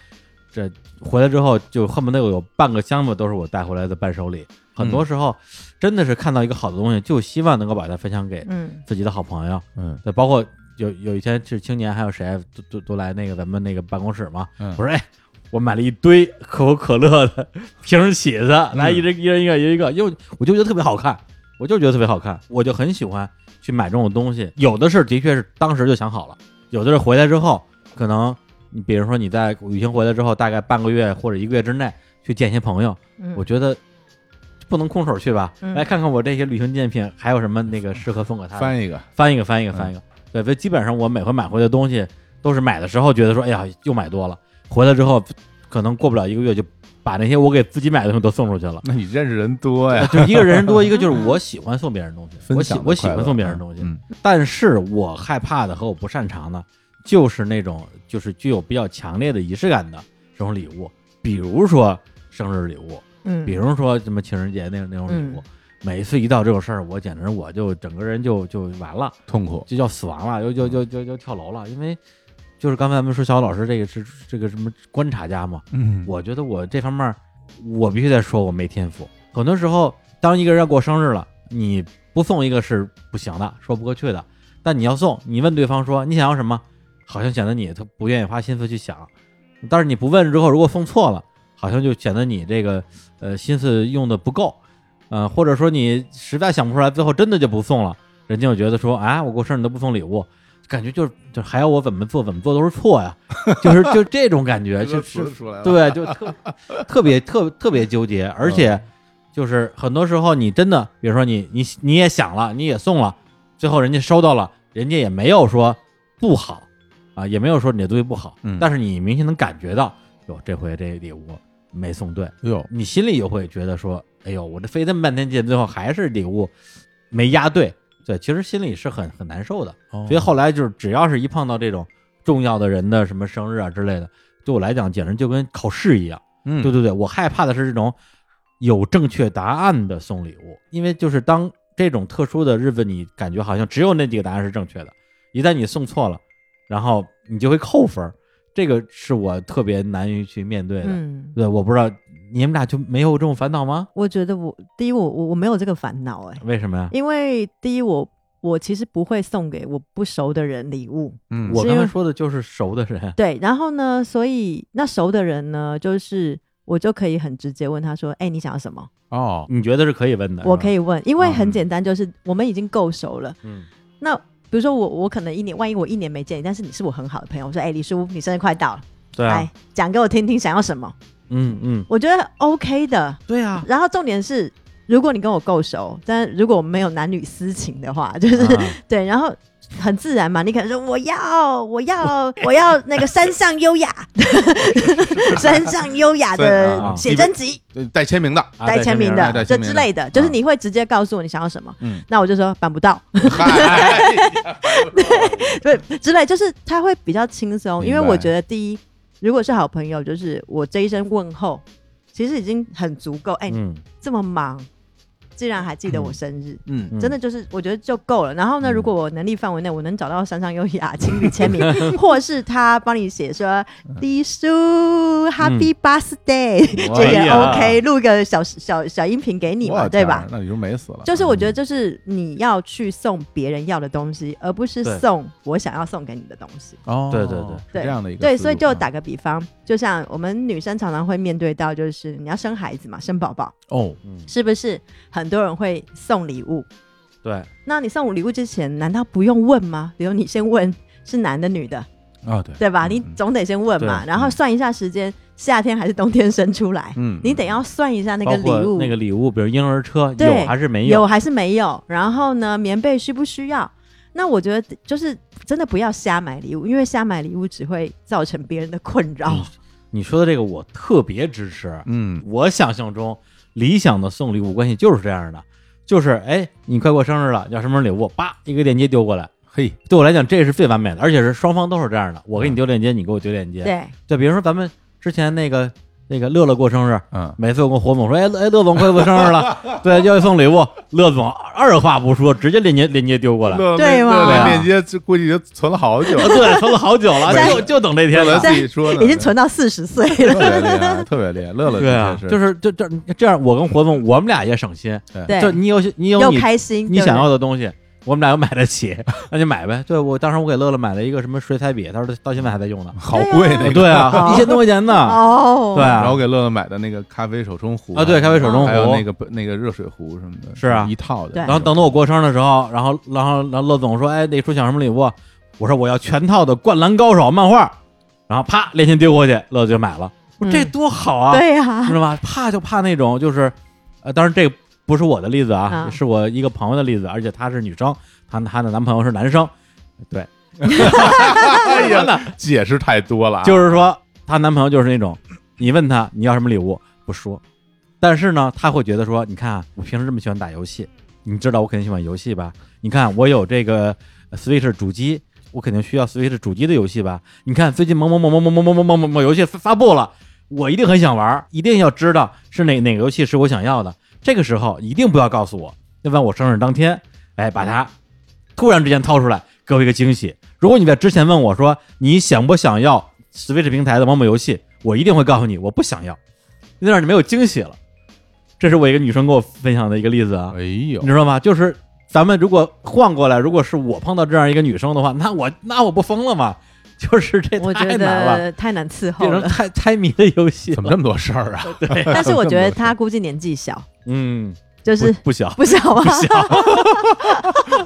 这回来之后就恨不得有半个箱子都是我带回来的伴手礼。很多时候真的是看到一个好的东西，就希望能够把它分享给
嗯，
自己的好朋友。
嗯
对，包括有有一天是青年还有谁都都都来那个咱们那个办公室嘛，
嗯
我说哎。我买了一堆可口可乐的瓶起子，
嗯
来一人一人一个一人一个，因为我就觉得特别好看，我就觉得特别好看，我就很喜欢去买这种东西。有的是的确是当时就想好了，有的是回来之后，可能你比如说你在旅行回来之后，大概半个月或者一个月之内去见一些朋友，
嗯
我觉得不能空手去吧，
嗯
来看看我这些旅行纪念品还有什么那个适合送给他的。
翻一个，
翻一个，翻一个，翻
嗯
一个。对，所以基本上我每回买回的东西，都是买的时候觉得说，哎呀，又买多了，回来之后可能过不了一个月就把那些我给自己买的东西都送出去 了。
那你认识人多呀，
就一个人多，一个就是我喜欢送别人东西，我
分
喜
享的
我喜
快
欢
乐
送别人东西，
嗯
但是我害怕的和我不擅长的，就是那种就是具有比较强烈的仪式感的这种礼物，比如说生日礼物，
嗯
比如说什么情人节那那种礼物。
嗯
每次一到这种事儿，我简直我就整个人就就完了，
痛苦。
就要死亡了，就就就就就跳楼了。因为就是刚才咱们说小老师这个是这个什么观察家嘛，
嗯
呃我觉得我这方面儿，我必须得说我没天赋。很多时候，当一个人要过生日了，你不送一个是不行的，说不过去的。但呃你要送，你问对方说你想要什么，好像显得你他不愿意花心思去想。但是你不问之后，如果送错了，好像就显得你这个呃心思用的不够，呃，或者说你实在想不出来，最后真的就不送了，人家就觉得说啊，我过生日你都不送礼物。感觉就是， 就还要我怎么做怎么做都是错呀， 就是就这种感觉，就
这都
是
数得出 来了，
对，就特特别特特别纠结，而且就是很多时候你真的，比如说你你你也想了，你也送了，最后人家收到了，人家也没有说不好啊，也没有说你的东西不好，
嗯
但是你明显能感觉到，哟，这回这礼物没送对，
哟，
你心里就会觉得说，哎呦，我这费这么半天劲，最后还是礼物没压对，对，其实心里是很很难受的。
哦
所以后来就是只要是一碰到这种重要的人的什么生日啊之类的，对我来讲简直就跟考试一样。
嗯，
对对对，我害怕的是这种有正确答案的送礼物，因为就是当这种特殊的日子，你感觉好像只有那几个答案是正确的，一旦你送错了，然后你就会扣分儿，这个是我特别难于去面对的。
嗯，
对，我不知道你们俩就没有这种烦恼吗？
我觉得我第一我我我没有这个烦恼哎、
为什么呀？
因为第一我我其实不会送给我不熟的人礼物，
嗯，
是
我刚
因
才
为
说的就是熟的人，
对，然后呢，所以那熟的人呢，就是我就可以很直接问他说：“哎、你想要什么
哦，
你觉得是可以问的？”？
我可
以，
以问，因为
嗯
很简单，就是我们已经够熟了。
嗯，
那比如说我我可能一年，万一我一年没见你，但是你是我很好的朋友，我说：“哎、李叔，你生日快到了，
对
来
啊，
讲给我听听，想要什么？”
嗯嗯，
我觉得 OK 的。
对啊，
然后重点是，如果你跟我够熟，但如果没有男女私情的话，
啊
就是、对，然后很自然嘛，你可能说我要我要 我要那个山上优雅，山上优雅的写真集，
对带签名的，
啊
带签名
带
的，这
签名的
之类的，就是你会直接告诉我你想要什么，
嗯
那我就说办不到，
嗨，哎
对，之类，就是他会比较轻松，因为
明白
我觉得第一，如果是好朋友，就是我这一声问候，其实已经很足够，哎、
嗯，
这么忙，竟然还记得我生日，
嗯，
嗯
真的就是我觉得就够了。然后呢，
嗯
如果我能力范围内，我能找到山上优雅亲笔签名，或是他帮你写说“李叔 Happy Birthday”，这
哎
也
呀
OK，录个小小小音频给你嘛，
我
对
天
吧
儿？那你就美死了，
就是我觉得，就是你要去送别人要的东西，而不是
对
送我想要送给你的东西。
哦，
对对对
是
对
这样的一个
对，
思
所以
路
就
啊
打个比方，就像我们女生常常会面对到，就是你要生孩子嘛，生宝宝，
哦，
嗯
是不是很多人会送礼物？
对，
那你送我礼物之前，难道不用问吗？比如你先问是男的女的，
啊对，
对吧？你总得先问嘛，
对
然后算一下时间，夏天还是冬天生出来，
嗯，
你得要算一下那
包
个
括
礼物
那个礼物，比如婴儿车
对
有还是没
有还是没有，然后呢，棉被需不需要？那我觉得就是真的不要瞎买礼物，因为瞎买礼物只会造成别人的困扰。
嗯你说的这个我特别支持。
嗯
我想象中理想的送礼物关系就是这样的，就是哎，你快过生日了，要什么礼物，叭一个链接丢过来。
嘿，
对我来讲，这是最完美的，而且是双方都是这样的。我给你丢链接，你给我丢链接。
对，
对，比如说咱们之前那个那个乐乐过生日，
嗯
每次我跟火总说，哎哎，乐总快过生日了， 对，要送礼物，乐总二话不说，直接链接链接丢过来，
乐
对
乐
嘛
乐
对啊，
链接就估计就存了好久
啊 对，说了好久了，
在
就就等这天
乐乐
了。
自己说呢，
已经存到四十岁
啊特
了。
别厉害，特别厉害，乐乐
对啊，
的确
就是是就这这样，我跟活动，我们俩也省心。
对，
就你有你有
又
你
开心，对
你
不
想
对
要的东西，我们俩又买得起， 那就买呗。对我当时我给乐乐买了一个什么水彩笔，他说到现在还在用呢。
好贵那个，
对 啊，
哦
一千多块钱呢。
哦，
对啊
然后给乐乐买的那个咖啡手冲壶
啊，对，咖啡手冲
还有那
壶。
个那个热水壶什么的，
是啊
一套的。
对
然后等到我过生日的时候，然后然后然后乐总说：“哎，那叔想什么礼物？”我说：“我要全套的《灌篮高手》漫画。”然后啪，链接丢过去，乐乐就买了。我说这
嗯
多好啊！
对呀
知，道吧？怕就怕那种就是，呃，当然这不是我的例子啊，
啊
是我一个朋友的例子，而且她是女生，她她的男朋友是男生，对，
哎
真
呀，
的
解释太多了啊，
就是说她男朋友就是那种，你问她你要什么礼物，不说。但是呢，他会觉得说，你看啊我平时这么喜欢打游戏，你知道我肯定喜欢游戏吧？你看我有这个呃 Switch 主机，我肯定需要 Switch 主机的游戏吧？你看最近某某某某某某某某某某某游戏发发布了，我一定很想玩，一定要知道是哪哪个游戏是我想要的。这个时候一定不要告诉我，要不然我生日当天，哎，把它突然之间掏出来，给我一个惊喜。如果你在之前问我说你想不想要 Switch 平台的某某游戏，我一定会告诉你我不
哎
想要，那让你没有惊喜了。这是我一个女生给我分享的一个例子啊，
哎呦
你，知道吗？就是咱们如果换过来，如果是我碰到这样一个女生的话，那我那我不疯了吗？就是这
我
太
觉
难了，
得太难伺候
变成
了。
猜猜谜的游戏
怎么
了。
这么多事儿啊？
但是我觉得他估计年纪小，
嗯，
就
不
是
不小，
不小吧？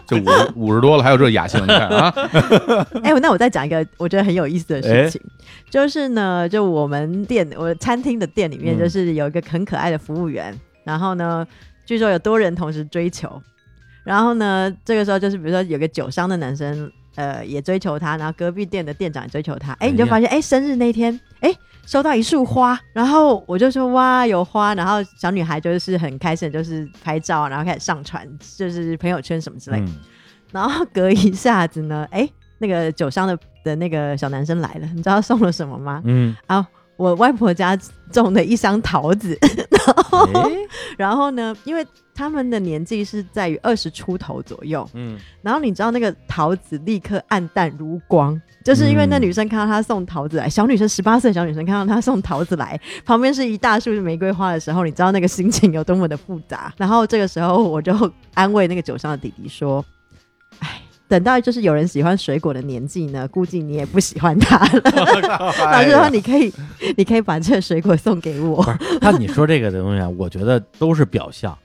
这五十五十多了，还有这雅兴，你看啊，
哎，那我再讲一个我觉得很有意思的事情，就是呢，就我们店我餐厅的店里面，
嗯
就是有一个很可爱的服务员，然后呢，据说有多人同时追求，然后呢，这个时候就是比如说有个酒商的男生，呃，也追求她，然后隔壁店的店长也追求她，哎，你就
哎呀
发现，哎，生日那天，哎。收到一束花，然后我就说哇有花，然后小女孩就是很开心，就是拍照，然后开始上传，就是朋友圈什么之类的。
嗯，
然后隔一下子呢， 哎，那个酒商的的那个小男生来了，你知道送了什么吗？啊
嗯，
我外婆家种的一箱桃子，
哎，
然后呢，因为他们的年纪是在于二十出头左右，
嗯，
然后你知道那个桃子立刻暗淡如光，就是因为那
嗯
女生看到他送桃子来，小女生十八岁的小女生看到他送桃子来，旁边是一大束玫瑰花的时候，你知道那个心情有多么的复杂。然后这个时候我就安慰那个酒商的弟弟说：“哎。”等到就是有人喜欢水果的年纪呢，估计你也不喜欢他 了。 老师说：“你可以，你可以把这个水果送给我。
那你说这个东西啊，我觉得都是表象，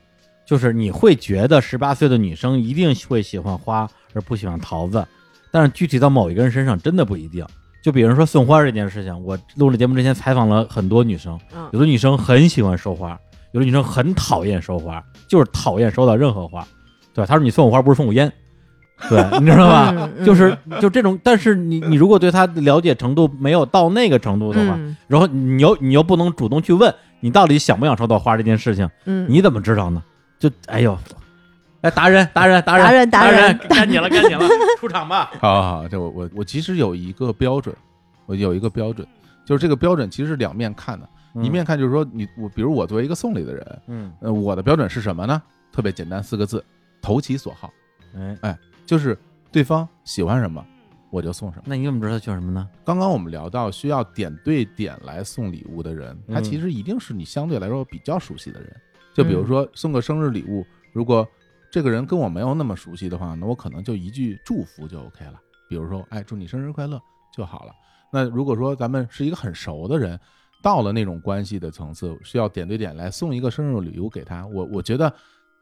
就是你会觉得十八岁的女生一定会喜欢花而不喜欢桃子，但是具体到某一个人身上真的不一定。就比如说送花这件事情，我录了节目之前采访了很多女生，
嗯
有的女生很喜欢收花，有的女生很讨厌收花，就是讨厌收到任何花，对吧？她说你送我花不是送我烟，对，你知道吧？
嗯嗯
就是就这种，但是你你如果对她的了解程度没有到那个程”度的话，
嗯
然后你又你又不能主动去问你到底想不想收到花这件事情，
嗯
你怎么知道呢？就哎呦，哎达人达人达人
达人达人
该你了该 你了，出场吧。
好好好，这我我我其实有一个标准，我有一个标准，就是这个标准其实是两面看的，一面看就是说你我，比如我作为一个送礼的人，
嗯
呃，我的标准是什么呢？特别简单，四个字：投其所好，
哎，
就是对方喜欢什么，我就送什么。
那你怎么知道他选什么呢？
刚刚我们聊到需要点对点来送礼物的人，他
嗯
其实一定是你相对来说比较熟悉的人。就比如
嗯
说送个生日礼物，如果这个人跟我没有那么熟悉的话，那我可能就一句祝福就 OK 了，比如说哎祝你生日快乐就好了。那如果说咱们是一个很熟的人，到了那种关系的层次，需要点对点来送一个生日礼物给他，我我觉得。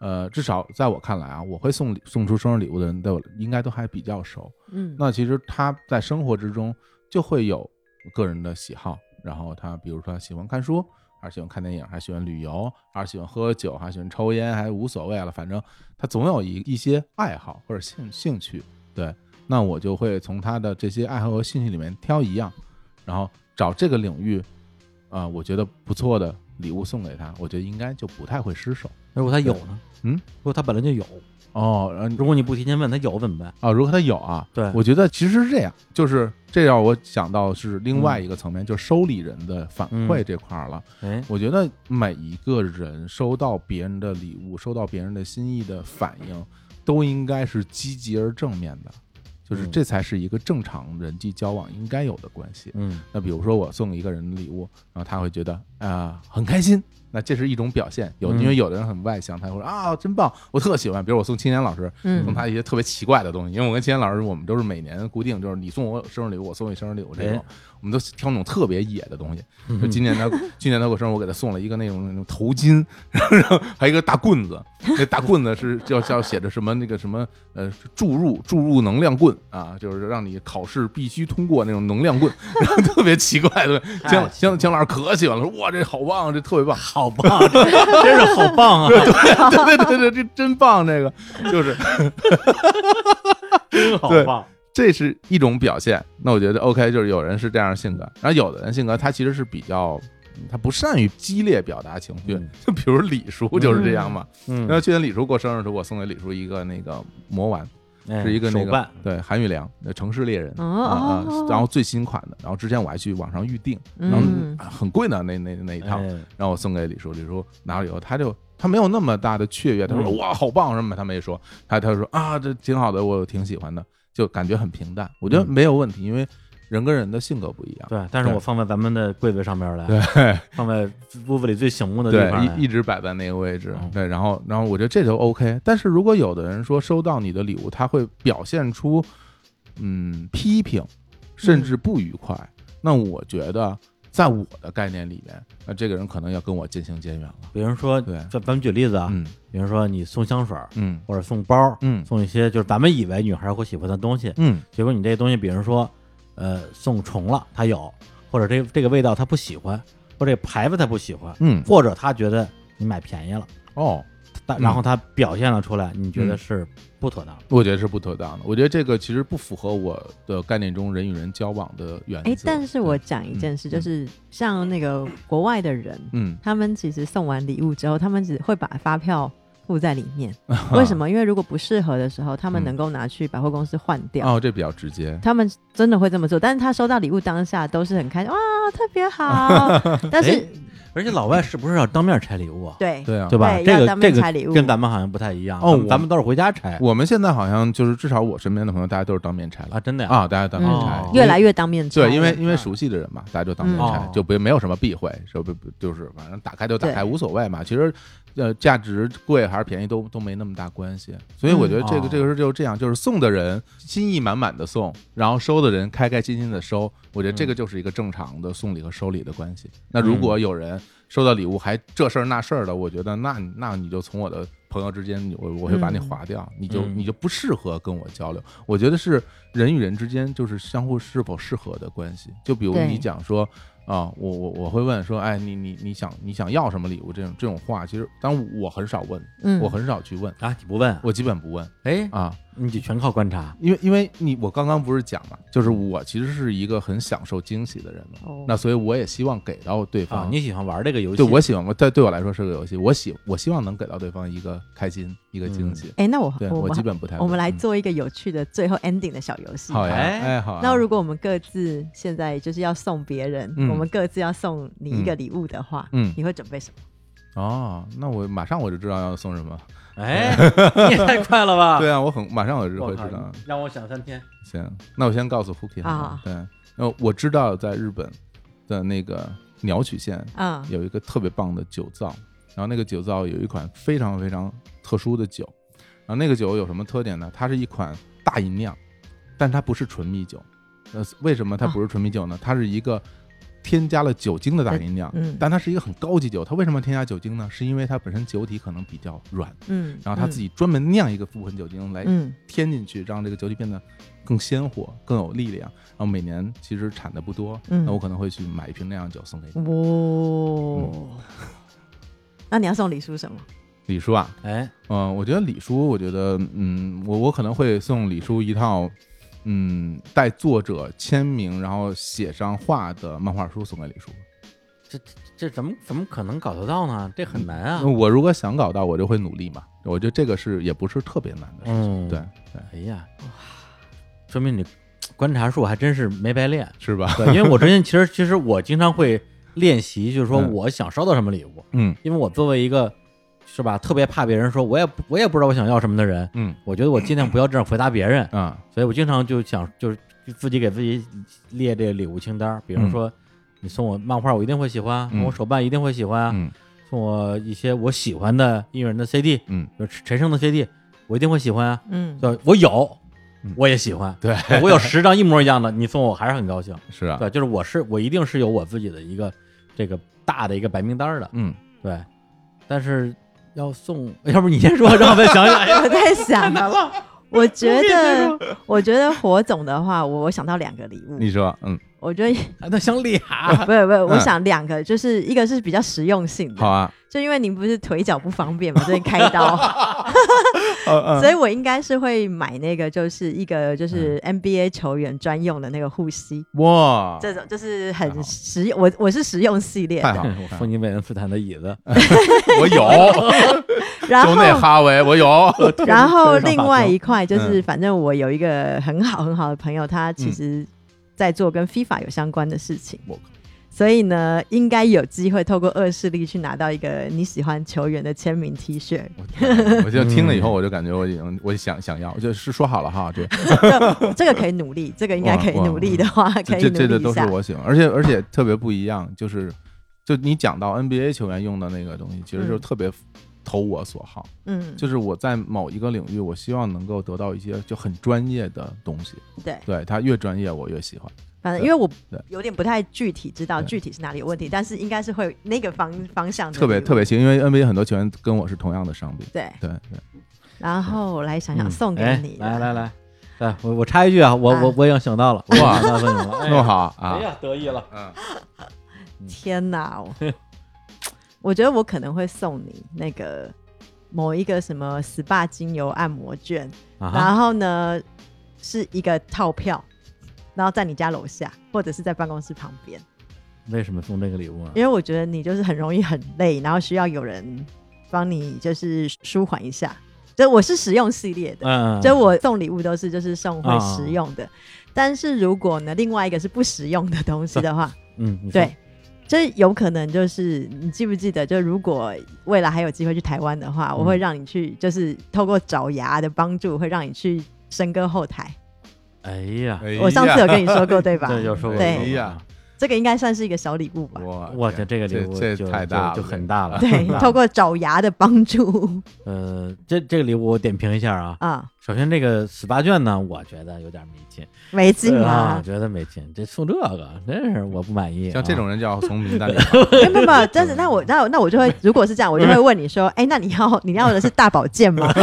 呃，至少在我看来啊，我会送礼送出生日礼物的人，都应该都还比较熟。
嗯
那其实他在生活之中就会有个人的喜好，然后他比如说他喜欢看书，还是喜欢看电影，还是喜欢旅游，还是喜欢喝酒，还是喜欢抽烟，还无所谓了，反正他总有一一些爱好或者兴兴趣。对，那我就会从他的这些爱好和兴趣里面挑一样，然后找这个领域啊、我觉得不错的礼物送给他，我觉得应该就不太会失手。
如果他有呢？
嗯，
如果他本来就有，
哦，然后
如果你不提前问他有怎么办？
啊，如果他有啊，
对
我觉得其实是这样，就是这让我想到是另外一个层面，就是收礼人的反馈
嗯
这块儿了。
哎，
我觉得每一个人收到别人的礼物，收到别人的心意的反应，都应该是积极而正面的，就是
嗯
这才是一个正常人际交往应该有的关系。
嗯
那比如说我送一个人的礼物，然后他会觉得啊、很开心，那这是一种表现。有
嗯
因为有的人很外向，他会说啊真棒，我特喜欢。比如我送青年老师，送
嗯
他一些特别奇怪的东西，因为我跟青年老师我们都是每年固定就是你送我生日礼物，我送你生日礼物这种
哎，
我们都挑那种特别野的东西。就
嗯
今年他 去年他过生日，我给他送了一个那种那种头巾， 然后还有一个大棍子，那大棍子是叫叫写着什么那个什么呃注入注入能量棍啊，就是让你考试必须通过那种能量棍， 然后特别奇怪的。
哎
姜姜姜老师可喜欢了，说哇这好棒，这 特别棒，
好棒，真是好棒 啊，
对对对对，这真棒，这个就是
真好棒。
这是一种表现。那我觉得 OK，就是有人是这样性格，然后有的人性格他其实是比较他不善于激烈表达情绪
嗯，
就比如李叔就是这样嘛。
嗯
然后去年李叔过生日的时候，我送给李叔一个那个魔丸，是一个那
哎手
个
办，
对韩玉良的《城市猎人》
哦
啊啊
哦哦，
然后最新款的，然后之前我还去网上预定，然后
嗯
啊很贵的那那那一套，
哎
然后我送给李叔，李叔拿了以后，他就他没有那么大的雀跃，他说
嗯
哇好棒什么，他没说，他他就说啊这挺好的，我挺喜欢的，就感觉很平淡，我觉得
嗯
没有问题，因为人跟人的性格不一样，
对，但是
对
我放在咱们的柜子上面来，
对
放在屋子里最醒目的地方来
对，一一直摆在那个位置
嗯，
对，然后然后我觉得这就 OK，但是如果有的人说收到你的礼物，他会表现出嗯批评，甚至不愉快，
嗯
那我觉得在我的概念里面，那这个人可能要跟我渐行渐远了，
比如说，
对
咱咱们举例子啊，
嗯
比如说你送香水儿
嗯
或者送包儿，
嗯
送一些就是咱们以为女孩会喜欢的东西，
嗯
结果你这东西，比如说，呃，送重了，她有，或者这这个味道她不喜欢，或者这牌子她不喜欢，
嗯，
或者她觉得你买便宜了，
哦。
但
嗯
然后她表现了出来，你觉得
嗯
是不妥当的。
我觉得是不妥当的。我觉得这个其实不符合我的概念中人与人交往的原则。
哎，但是我讲一件事，
嗯
就是像那个国外的人，
嗯，
他们其实送完礼物之后，他们只会把发票附在里 面。为什么？因为如果不适合的时候，他们
嗯
能够拿去百货公司换掉。
哦，这比较直接。
他们真的会这么做，但是他收到礼物当下都是很 开心，哇，特别好。但
哎
是，
而且老外是不是要当面拆礼物啊？
对，
对啊，
对吧？
对
这
要
个
当
这
面
个
拆礼物
跟咱们好像不太一样。
哦
咱们
我
咱们都是回家拆
我们现在好像就是至少我身边的朋友，大家都是当面拆
啊，真的呀。
啊，大家当面拆
哦，
嗯越来越当面拆嗯了。
对，因为因为熟悉的人嘛，大家就当面拆
嗯，
就不没有什么避讳，是不不就是反正打开就打开，
对
无所谓嘛。其实，呃，价值贵还是便宜都都没那么大关系。所以我觉得这
嗯
个
哦
这个事就是这样，就是送的人心意满满的送，然后收的人开开心心的收。我觉得这个就是一个正常的送礼和收礼的关系。那如果有人收到礼物还这事儿那事儿的，我觉得那你那你就从我的朋友之间，你我我会把你
嗯
划掉，你就
嗯
你就不适合跟我交流。我觉得是人与人之间就是相互是否适合的关系。就比如
对
你讲说啊，我我我会问说，哎，你你你想你想要什么礼物这种这种话，其实当然我很少问，
嗯
我很少去问，
啊，你不问啊，
我基本不问
哎，啊
啊，
你就全靠观察。
因为因为你我刚刚不是讲嘛，就是我其实是一个很享受惊喜的人嘛，
哦
那所以我也希望给到对
啊
方，。
你喜欢玩这个游戏？
对我喜欢，我对对我来说是个游戏，我喜我希望能给到对方一个开心，一个
嗯
惊喜。
哎，那我
对
我
我
们
基本不太问。
我们来
嗯
做一个有趣的最后 ending 的小游戏。
好呀，
哎
哎好呀。
那如果我们各自现在就是要送别人，
嗯
我们各自要送你一个礼物的话，
嗯
你会准备什么？
哦，那我马上我就知道要送什么。
哎，你也太快了吧？
对啊，我很马上我就
我
会
靠，
知道。
让我想三天。
行，那我先告诉 Hooky 好了
啊
对，那我知道在日本的那个鸟取县
嗯，
有一个特别棒的酒造，然后那个酒造有一款非常非常特殊的酒，然后那个酒有什么特点呢？它是一款大吟酿，但它不是纯米酒。呃，为什么它不是纯米酒呢？它是一个添加了酒精的大吟酿，
啊嗯
但它是一个很高级酒。它为什么添加酒精呢？是因为它本身酒体可能比较软，
嗯，
然后它自己专门酿一个复混酒精来
嗯，
添进去，让这个酒体变得更鲜活、更有力量。然后每年其实产的不多，
嗯
那我可能会去买一瓶那样酒送给你。
嗯，哇，那你要送李叔什么？
李叔啊，
哎，
嗯、我觉得李叔，我觉得，嗯，我我可能会送李叔一套，嗯，带作者签名，然后写上话的漫画书送给李叔。
这这这怎么怎么可能搞得到呢？这很难啊
那！我如果想搞到，我就会努力嘛。我觉得这个是也不是特别难的事情，
嗯
对对，
哎呀，说明你观察术还真是没白 练。
是吧？
对，因为我之前其实其实我经常会练习，就是说
嗯
我想收到什么礼物，
嗯
因为我作为一个是吧，特别怕别人说我也不我也不知道我想要什么的人，
嗯
我觉得我尽量不要这样回答别人，
啊
所以我经常就想就是自己给自己列这个礼物清单儿，比如说。你送我漫画，我一定会喜欢；送我
嗯
手办一定会喜欢啊。
嗯
送我一些我喜欢的艺人的 CD，
嗯，
就是陈陈升的 CD，我一定会喜欢啊。
嗯，
对，我有
嗯，
我也喜欢。
对，
我有十张一模一样的，你送我还是很高兴。
是啊，
对，就是我是我一定是有我自己的一个这个大的一个白名单的。
嗯，
对，但是要送， 要不你先说，让我再想想。哎呀
我在想，啊我觉得，我觉得火总的话，我我想到两个礼物，
你说，嗯啊
我觉得
啊那想俩
不是不是，我想两个，就是一个是比较实用性
好
的，
啊，
就因为您不是腿脚不方便嘛，所以开 刀，
呃
所以我应该是会买那个，就是一个就是
嗯
NBA 球员专用的那个护膝，
呃，哇，
这种就是
太好哎
很实用。我我是实用系列
太
的，
好 了，
我封你韦恩斯坦的椅子，
我有，
然
就那
后
哈维，我 有，
然后
推上
另
法
外
庭
一块就是，
嗯
反正我有一个很好很好的朋友，他其
嗯
实在做跟 FIFA 有相关的事情
我靠，
所以呢，应该有机会透过恶势力去拿到一个你喜欢球员的签名 T 恤。
我就听了
嗯
以后，我就感觉我已经我想想要，就是说好了哈，这
这个可以努力，这个应该可以
哇哇
努力的话，可以
这
努
这这
力
都
一
是
下。
我喜欢，而且而且特别不一样，就是就你讲到 NBA 球员用的那个东西，其实就
嗯
特别投我所好，
嗯，
就是我在某一个领域，我希望能够得到一些就很专业的东西，
对
对他越专业我越喜欢，
反正
对
因为我
对
有点不太具体知道
对
具体是哪里有问题，但是应该是会有那个方方向的
特别
礼物
特别行，因为 NBA 很多球员跟我是同样的伤病，
对。
对
哎
对，
然后我来想想
嗯
送给
哎
你的，
来来来，哎，我我插一句啊，我
啊
我我已经想到了，我已经想到送你了，哎呀
弄好啊
哎，呀，得意了，
嗯，
嗯
天哪！我我觉得我可能会送你那个某一个什么 SPA 精油按摩券，
啊哈
然后呢是一个套票，然后在你家楼下或者是在办公室旁边，
为什么送这个礼物啊？
因为我觉得你就是很容易很累，然后需要有人帮你就是舒缓一下。就我是实用系列的，
嗯，
就我送礼物都是就是送会
啊
实用的，但是如果呢另外一个是不实用的东西的话，
嗯，你说
对，这有可能就是你记不记得？就如果未来还有机会去台湾的话，我
嗯
会让你去，就是透过爪牙的帮助，会让你去申哥后台。
哎呀，
哎
我上次有
呀
跟你说过，对 吧？
这就说过
对
了
哎呀，
这个应该算是一个小礼物吧。
我
我的这个礼物
这
就
太
就
大了，
就很大了，
对
很，大
透过爪牙的帮助
呃，这这个礼物我点评一下啊。
啊，
首先，这个 SPA 卷呢，我觉得有点没劲，
没劲
啊，我
啊！
觉得没劲，这送这个真是我不满意。
像这种
啊，
人就要从名单里
没哎有没有没有， 但是那我那我那我就会，如果是这样，我就
嗯
会问你说，哎，那你要你要的是大保健吗？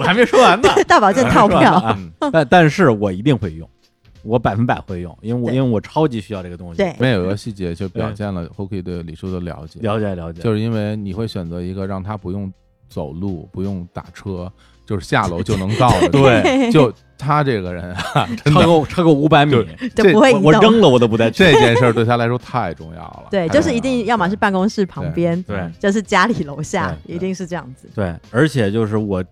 我还没说完呢。
大保健套
是吧
票，
啊
嗯
但但是我一定会用，我百分百会用，因为我
对
因为我超级需要这个东西。
对
里，面有个细节就表现了 Hoki 对李叔的了解，
了解了解，
就是因为你会选择一个让他不用走路、不用打车，就是下楼就能到的。
对
就他这个人 啊，真
超
的，
过超过五百米
就，
就不会
我
移
我扔
动。
了我都不带去。
这件事儿对他来说太重要了。
对，
太重
就
要
是一定
了
要么是办公室旁边，
对
就是家里楼下，
对
一定是这样子。
对，而且就是我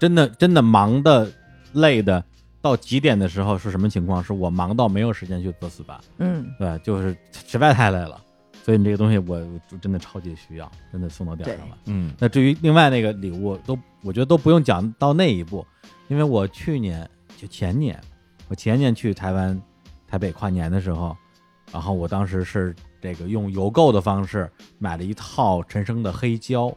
真的真的忙的累的到极点的时候是什么情况？是我忙到没有时间去做 SPA，
嗯，
对，就是实在太累了。所以你这个东西我我真的超级需要，真的送到点儿上了。
嗯
那至于另外那个礼物，都我觉得都不用讲到那一步，因为我去年就前年，我前年去台湾台北跨年的时候，然后我当时是这个用邮购的方式买了一套陈升的黑胶，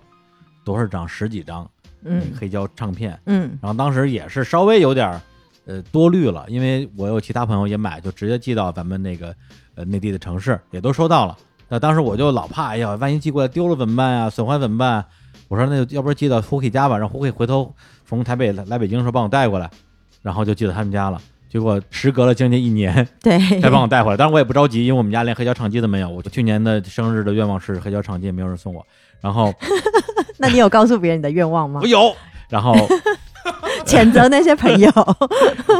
多少张十几张，
嗯
那个黑胶唱片，
嗯
然后当时也是稍微有点儿呃多虑了，因为我有其他朋友也买，就直接寄到咱们那个呃内地的城市，也都收到了。那当时我就老怕，哎呀，万一寄过来丢了怎么办呀？损坏怎么办、啊我说那就要不然寄到 h o k i 家吧，让 h o k i 回头从台北来来北京的时候帮我带过来，然后就寄到他们家了。结果时隔了将近一年
对，
才帮我带回来，当然我也不着急，因为我们家连黑胶唱机都没有。我去年的生日的愿望是黑胶唱机，没有人送我。然后
那你有告诉别人你的愿望吗
我？有，然后
谴责那些 朋友，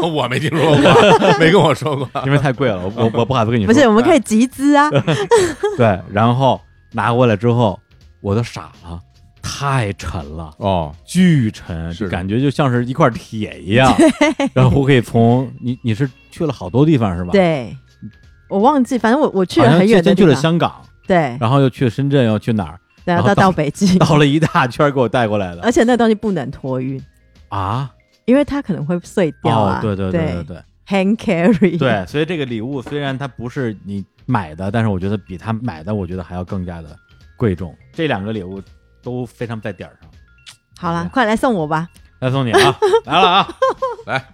我没听说过，没跟我说过。
因为太贵了，我我我不好意思跟你
不
说。
是，我们可以集资啊。
对，然后拿过来之后，我都傻了，太沉了，
哦，
巨沉，
是
就
的
感觉就像是一块铁 一样。然后我可以从你你是去了好多地方是吧？，
对，我忘记，反正我我去
好
了
像
很远的地
先去
方
了香港，
对，
然后又去深圳，又去哪儿？
然
然
后
后
到
到
到北京，
绕了一大圈给我带过来
而
的
且那东西不能托运，
啊！
因为它可能会碎掉
哦
啊。，
对对对
对
对对
hand carry。
对，所以这个礼物虽然它不是你买的，但是我觉得比他买的，我觉得还要更加的贵重。这两个礼物都非常在点儿上。
好啦，快来送我吧。
来送你啊，来了啊，
来，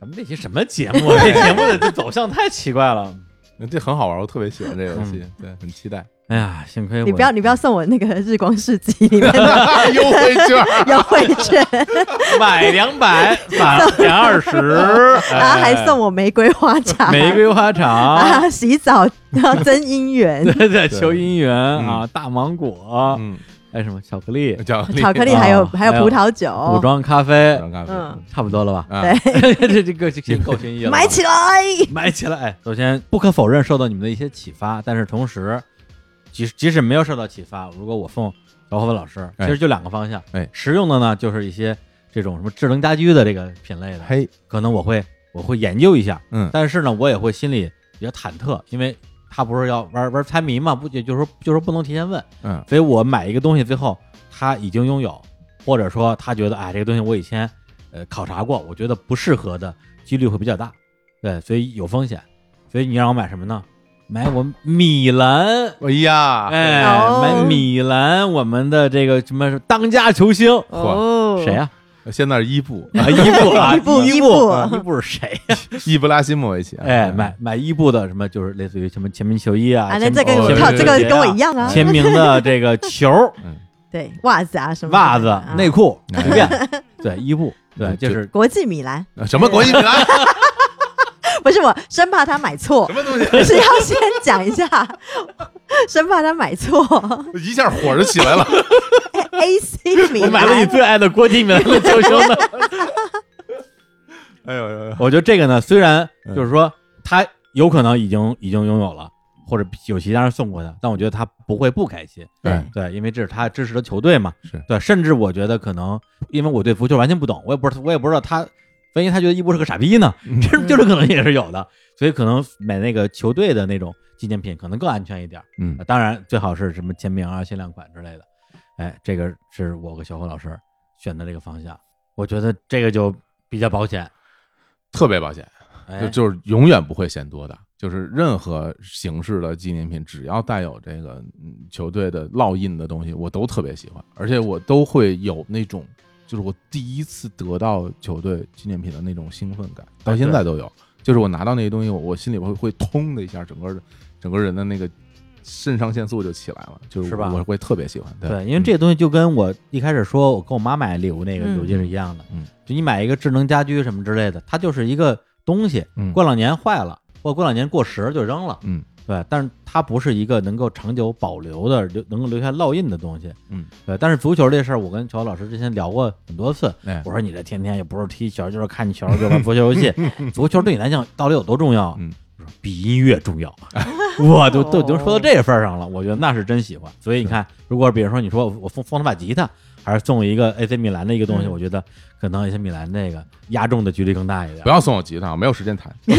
咱们这期什么节目啊？这节目的走向太奇怪了。
那这很好玩，我特别喜欢这个游戏，对，很期 待。
哎呀，幸亏我
你不要你不要送我那个日光市集里面的
优惠券，
优惠 券，
买两百，返两 二十，
然后啊还
哎
送我玫瑰花茶，
玫瑰花茶，
啊， 洗澡要增姻缘，
对对，求姻缘啊，大芒果，
嗯，
还有什么巧克力、
巧克力，
巧克力还有
哦
还有
还有
葡萄酒
武，装咖啡，
让咖啡
嗯，
差不多了 吧？
啊
对，
这这个这够心意了吧，
买起来，
买起来。首先，不可否认受到你们的一些启发，但是同时，即即使没有受到启发，如果我奉饶厚文老师，其
哎
实就两个方向，
哎
实用的呢就是一些这种什么智能家居的这个品类的，
嘿，
可能我会我会研究一下，
嗯
但是呢，我也会心里比较忐忑，因为他不是要玩玩猜谜嘛，不也就是说就是说不能提前问，
嗯，
所以我买一个东西最后他已经拥有，或者说他觉得哎这个东西我以前呃考察过，我觉得不适合的几率会比较大，对，所以有风险，所以你让我买什么呢？买我米兰。
哎呀，
哎，
哦
买米兰，我们的这个什么当家球星
哦，
谁？啊 呀？
现在是伊 布，
啊，伊布啊，
伊布
伊
伊
布
布
啊，伊布是谁呀？
伊布拉辛莫维奇，
哎，买买伊布的什么，就是类似于什么全民球衣啊，
啊，那
签
这
名
个
哦
我靠，
对
这个
对
跟我一样啊，
签名的这个球、
对，袜子啊什么的，
袜子
啊、
内 裤
哎
随便，对，伊布， 对，
嗯
就
这
是
国际米兰，
啊什么国际米兰，
不是我生怕他买错
什，么东西，
是要先讲一下， 生怕他买错
一下火就起来了，
，AC 米
我
兰，
买 了你最爱的郭敬明的球星 的。
哎呦哎呦，
我觉得这个呢，虽然
嗯
就是说他有可能已经已经拥有了，或者有其他人送过他，但我觉得他不会不开心。
对
对，因为这是他支持的球队嘛。
是
对，甚至我觉得可能，因为我对足球完全不懂，我也不知道，我也不知道他，万一他觉得伊布是个傻逼呢， 这这种可能也是有的。所以可能买那个球队的那种纪念品可能更安全一点。
嗯
呃当然最好是什么签名啊、限量款之类的。哎，这个是我和小虎老师选的这个方向，我觉得这个就比较保险。
特别抱歉，
哎，
就就是永远不会嫌多的，就是任何形式的纪念品，只要带有这个嗯球队的烙印的东西，我都特别喜欢，而且我都会有那种就是我第一次得到球队纪念品的那种兴奋感，
哎
到现在都有。就是我拿到那些东西，我我心里会会通的一下，整个整个人的那个肾上腺素就起来了，就是
是吧
我会特别喜欢。
对，因为这个东西就跟我一开始说我跟我妈买礼物那个
嗯
手机是一样的，
嗯，
就你买一个智能家居什么之类的，它就是一个东西，
嗯
过两年坏了，或过两年过时就扔了，
嗯
对，但是它不是一个能够长久保留的、留能够留下烙印的东西，
嗯，
对。但是足球这事儿，我跟乔老师之前聊过很多次，
哎
我说你这天天也不是踢球，就是看球，就玩足球游戏，足球对你来讲到底有多重要？
嗯
我说比音乐重要，我都都已经说到这份儿上了，我觉得那是真喜欢。所以你看，如果比如说你说我我送送他把吉他，还是送一个 AC 米兰的一个东西，
嗯
我觉得可能 AC 米兰那个压中的几率更大一点
不。要送我吉他，我没有时间弹，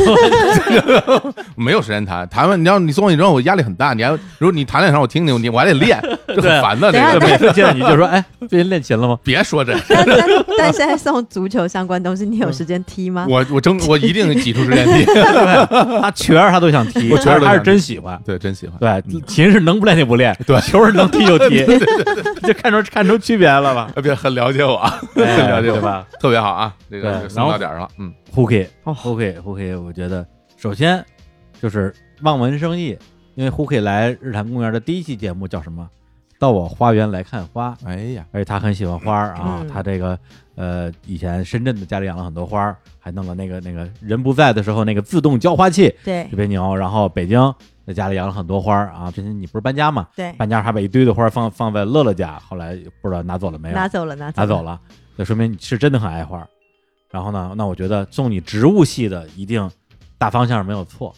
没有时间弹。弹完，你要你送我你之后，我压力很大。你还如果你弹两声，我听听，你我还得练，这很烦的。这
对
对，啊
个
每次见到你就说，哎，最近练琴了吗？
别说这，
但但但现在送足球相关东西，你有时间踢吗？
我我真我一定挤出时间踢。
他全是他都想踢，
我全是都想踢
他是真喜欢。
对，真喜欢。
对，琴是能不练就不练，
对
球是能踢 就踢，就看出看出区别了吧？
哎，别很了解我，啊，很
哎
了解我
对，吧
特别好啊。
对
这个这个
然
送
后
到点儿上，嗯，
？Hooky
哦
Hooky Hooky，我觉得首先就是望文生义，因为 Hooky 来日坛公园的第一期节目叫什么？到我花园来看花，
哎呀，
而且他很喜欢花儿啊，
嗯
他这个呃以前深圳的家里养了很多花儿，还弄了那个那个人不在的时候那个自动浇花器
对
特别牛，然后北京在家里养了很多花儿啊，之前你不是搬家嘛，
对，
搬家还把一堆的花儿放放在乐乐家，后来不知道拿走了没有？
拿走了，拿走
啊拿
了，
走了，就说明你是真的很爱花儿。然后呢，那我觉得送你植物系的一定大方向是没有错。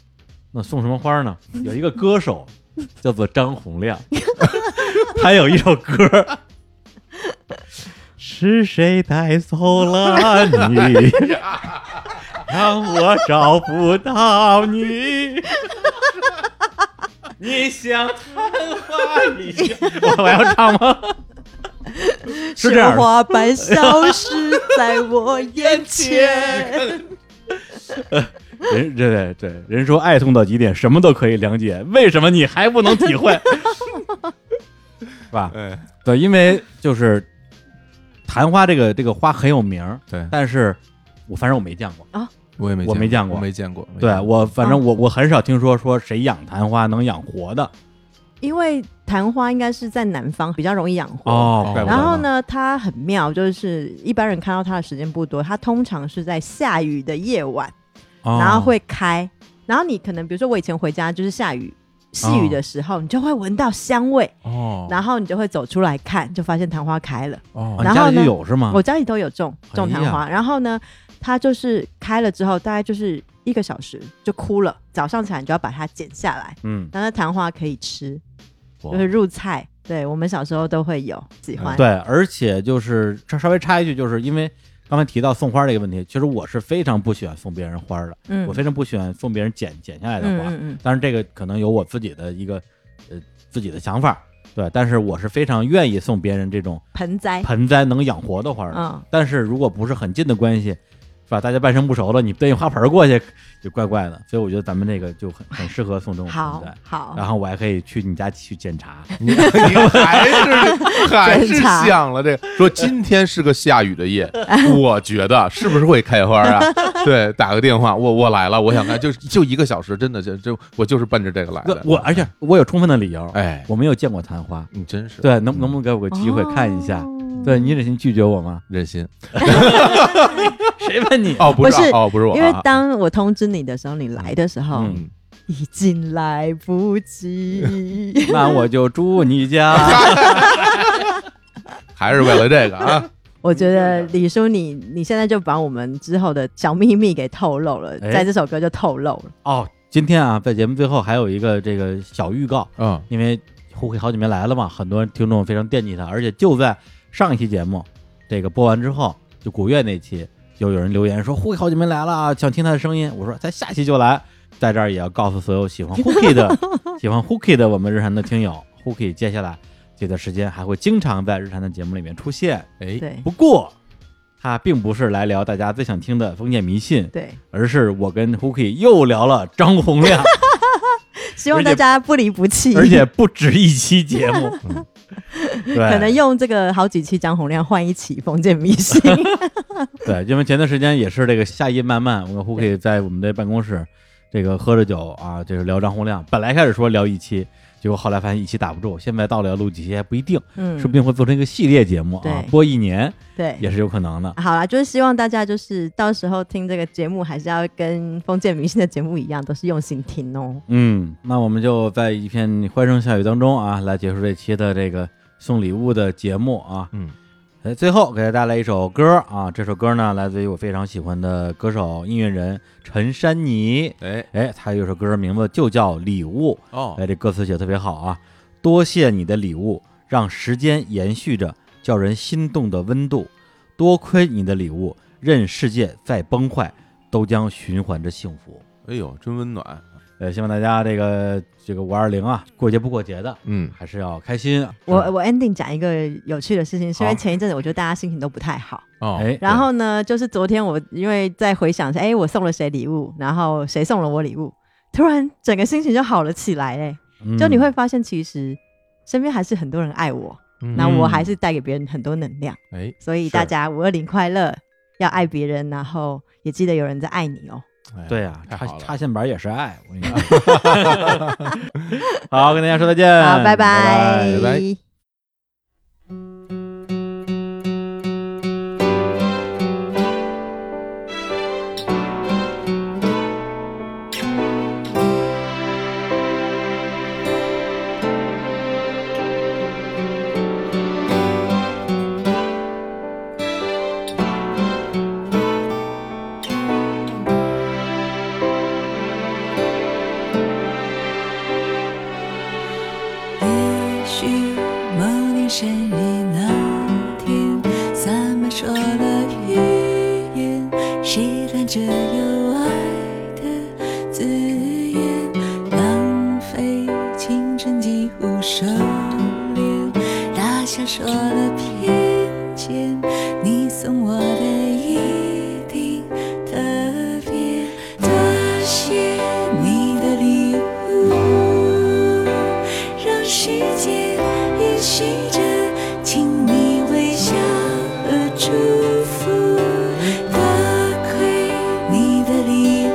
那送什么花儿呢？有一个歌手叫做张洪亮， 他有一首歌儿。是谁带走了你， 让我找不到你？ 你像昙花一样， 我我要唱吗？是这样
雪
的，
花瓣消失在我眼前。
人对对对，人说爱痛到极点，什么都可以谅解，为什么你还不能体会？是吧？
哎，
对，因为就是昙花这个这个花很有名儿，
对
但是我反正我没见过
啊，
我也没
我没见过
我没见过。没
对啊
见过
我，反
哦
正我我很少听说说谁养昙花能养活的
因为昙花应该是在南方比较容易养活。
哦
怪不得
然后？呢，它很妙，就是一般人看到它的时间不多，它通常是在下雨的夜晚，
哦
然后会开。然后你可能，比如说我以前回家就是下雨、细雨的时候，你就会闻到香味，
哦，
然后你就会走出来看，就发现昙花开了。
哦
哦，
你
然后
家里就
呢
有是吗？
我家里都有种种
嗯哎呀
昙花，然后呢，它就是开了之后，大概就是一个小时就枯了，早上起来你就要把它剪下来。
嗯，
然后昙花可以吃，
哇嗯
就是入菜。对我们小时候都会有喜欢。
对，而且就是稍稍微插一句，就是因为刚才提到送花这个问题，其实我是非常不喜欢送别人花的，
嗯
我非常不喜欢送别人剪剪下来的
嗯
花。
嗯嗯，
当然，这个可能有我自己的一个呃自己的想法，对。但是我是非常愿意送别人这种
盆栽，
盆栽能养活的花的。
嗯，
但是如果不是很近的关系，是吧？大家半生不熟了，你对花盆过去就怪怪的。所以我觉得咱们这个就 很很适合送这种
好
嗯盆栽。然
好，
后我还可以去你家去检 查，
你你还 是还是
检查
想了这个，说今天是个下雨 的夜，我觉得是不是会开花啊？ 对，打个电话，我我来了，我想看，就就一个小时，真的就就我就是奔着这个来
我
的。
我而且我有充分的理由，
哎，
我没有见过昙花，
你真是
对，能能不能给我个机
哦
会看一下？对你忍心拒绝我吗？
忍心
谁问你？
哦，不是
不是
啊哦，不是我啊，
因为当我通知你的时候，你来的时候
嗯
已经来不 及。
那我就住 你家。
还是为了这 个啊，
我觉得李叔你，你现在就把我们之后的小秘密给透露了，
哎
在这首歌就透露了。
哦，今天啊，在节目最后还有一个这个小预告，
嗯，
因为胡慧好久没来了嘛，很多听众非常惦记他，而且就在上一期节目这个播完之后，就古月那期就有人留言说胡慧好久没来了啊，想听他的声音。我说在下期就来，在这儿也要告诉所有喜欢 Hooky 的喜欢 Hooky 的我们日坛的听友，Hooky 接下来这段时间还会经常在日坛的节目里面出现。
哎，
对
不过，他并不是来聊大家最想听的封建迷信，
对，
而是我跟 Hooky 又聊了张洪 亮，
希望大家不离不弃，
而且不止一期节目， 嗯对，
可能用这个好几期张洪亮换一期 封建迷信。
哎对，因为前段时间也是这个夏夜漫漫，我跟 Hooky 在我们这办公室这个喝着酒啊，就是聊张洪亮，本来开始说聊一期。结果后来发现一期打不住，现在到了要录几期还不一定，
嗯
说不定会做成一个系列节目啊，
对
播一年
对，
也是有可能的。
好啦，就是希望大家就是到时候听这个节目，还是要跟封建迷信的节目一样，都是用心听哦。
嗯，那我们就在一片欢声笑语当中啊，来结束这期的这个送礼物的节目啊。
嗯，
呃，最后给大家带来一首歌啊，这首歌呢来自于我非常喜欢的歌手音乐人陈珊妮，
哎，
哎，他有首歌名字就叫《礼物》，
哦，
哎，这歌词写得特别好啊，多谢你的礼物，让时间延续着叫人心动的温度，多亏你的礼物，任世界再崩坏，都将循环着幸福。
哎呦，真温暖，
呃，希望大家这个这个五二零啊，过节不过节的，
嗯，
还是要开心。啊
我
是吧
我 ending 讲一个有趣的事情，是因为
好
前一阵子我觉得大家心情都不太好，
哦，
哎，
然后呢，就是昨天我因为在回想一下，哎，我送了谁礼物，然后谁送了我礼物，突然整个心情就好了起来嘞。
嗯
就你会发现，其实身边还是很多人爱我，
嗯
那我还是带给别人很多能量，
哎，
所以
是
大家五二零快乐，要爱别人，然后也记得有人在爱你哦。
哎呀
对啊，
太
插
好了
插线板也是爱。我跟你讲， 好，跟大家说再见，
好，拜
拜
拜拜
也许某年生日那天，咱们说了语言，试探着有爱的字眼，浪费青春几乎收敛，大笑说了偏见，你送我的一定特别，多谢你的礼物。让世界延续着亲密微笑和祝福。多亏你的礼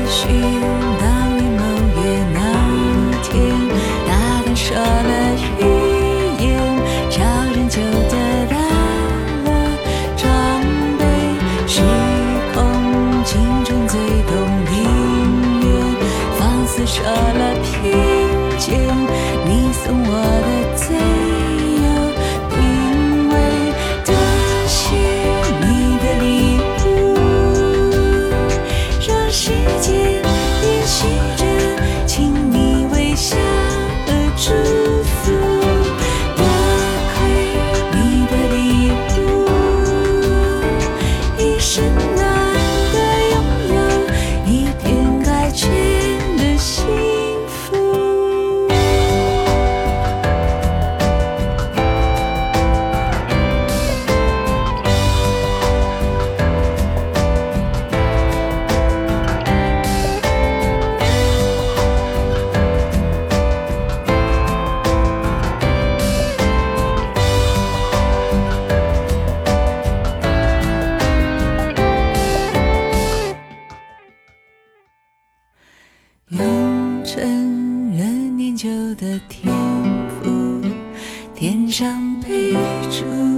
当你梦月那天，大胆说了预言，超人就得到了装备，时空青春最动平原，放肆说了偏见，你送我的最有品味，这是你的礼物。让世界延续着亲密微笑和祝福。多亏你的礼物，一生难得拥有一片白圈的幸福。用成人念旧的天赋，添上备注。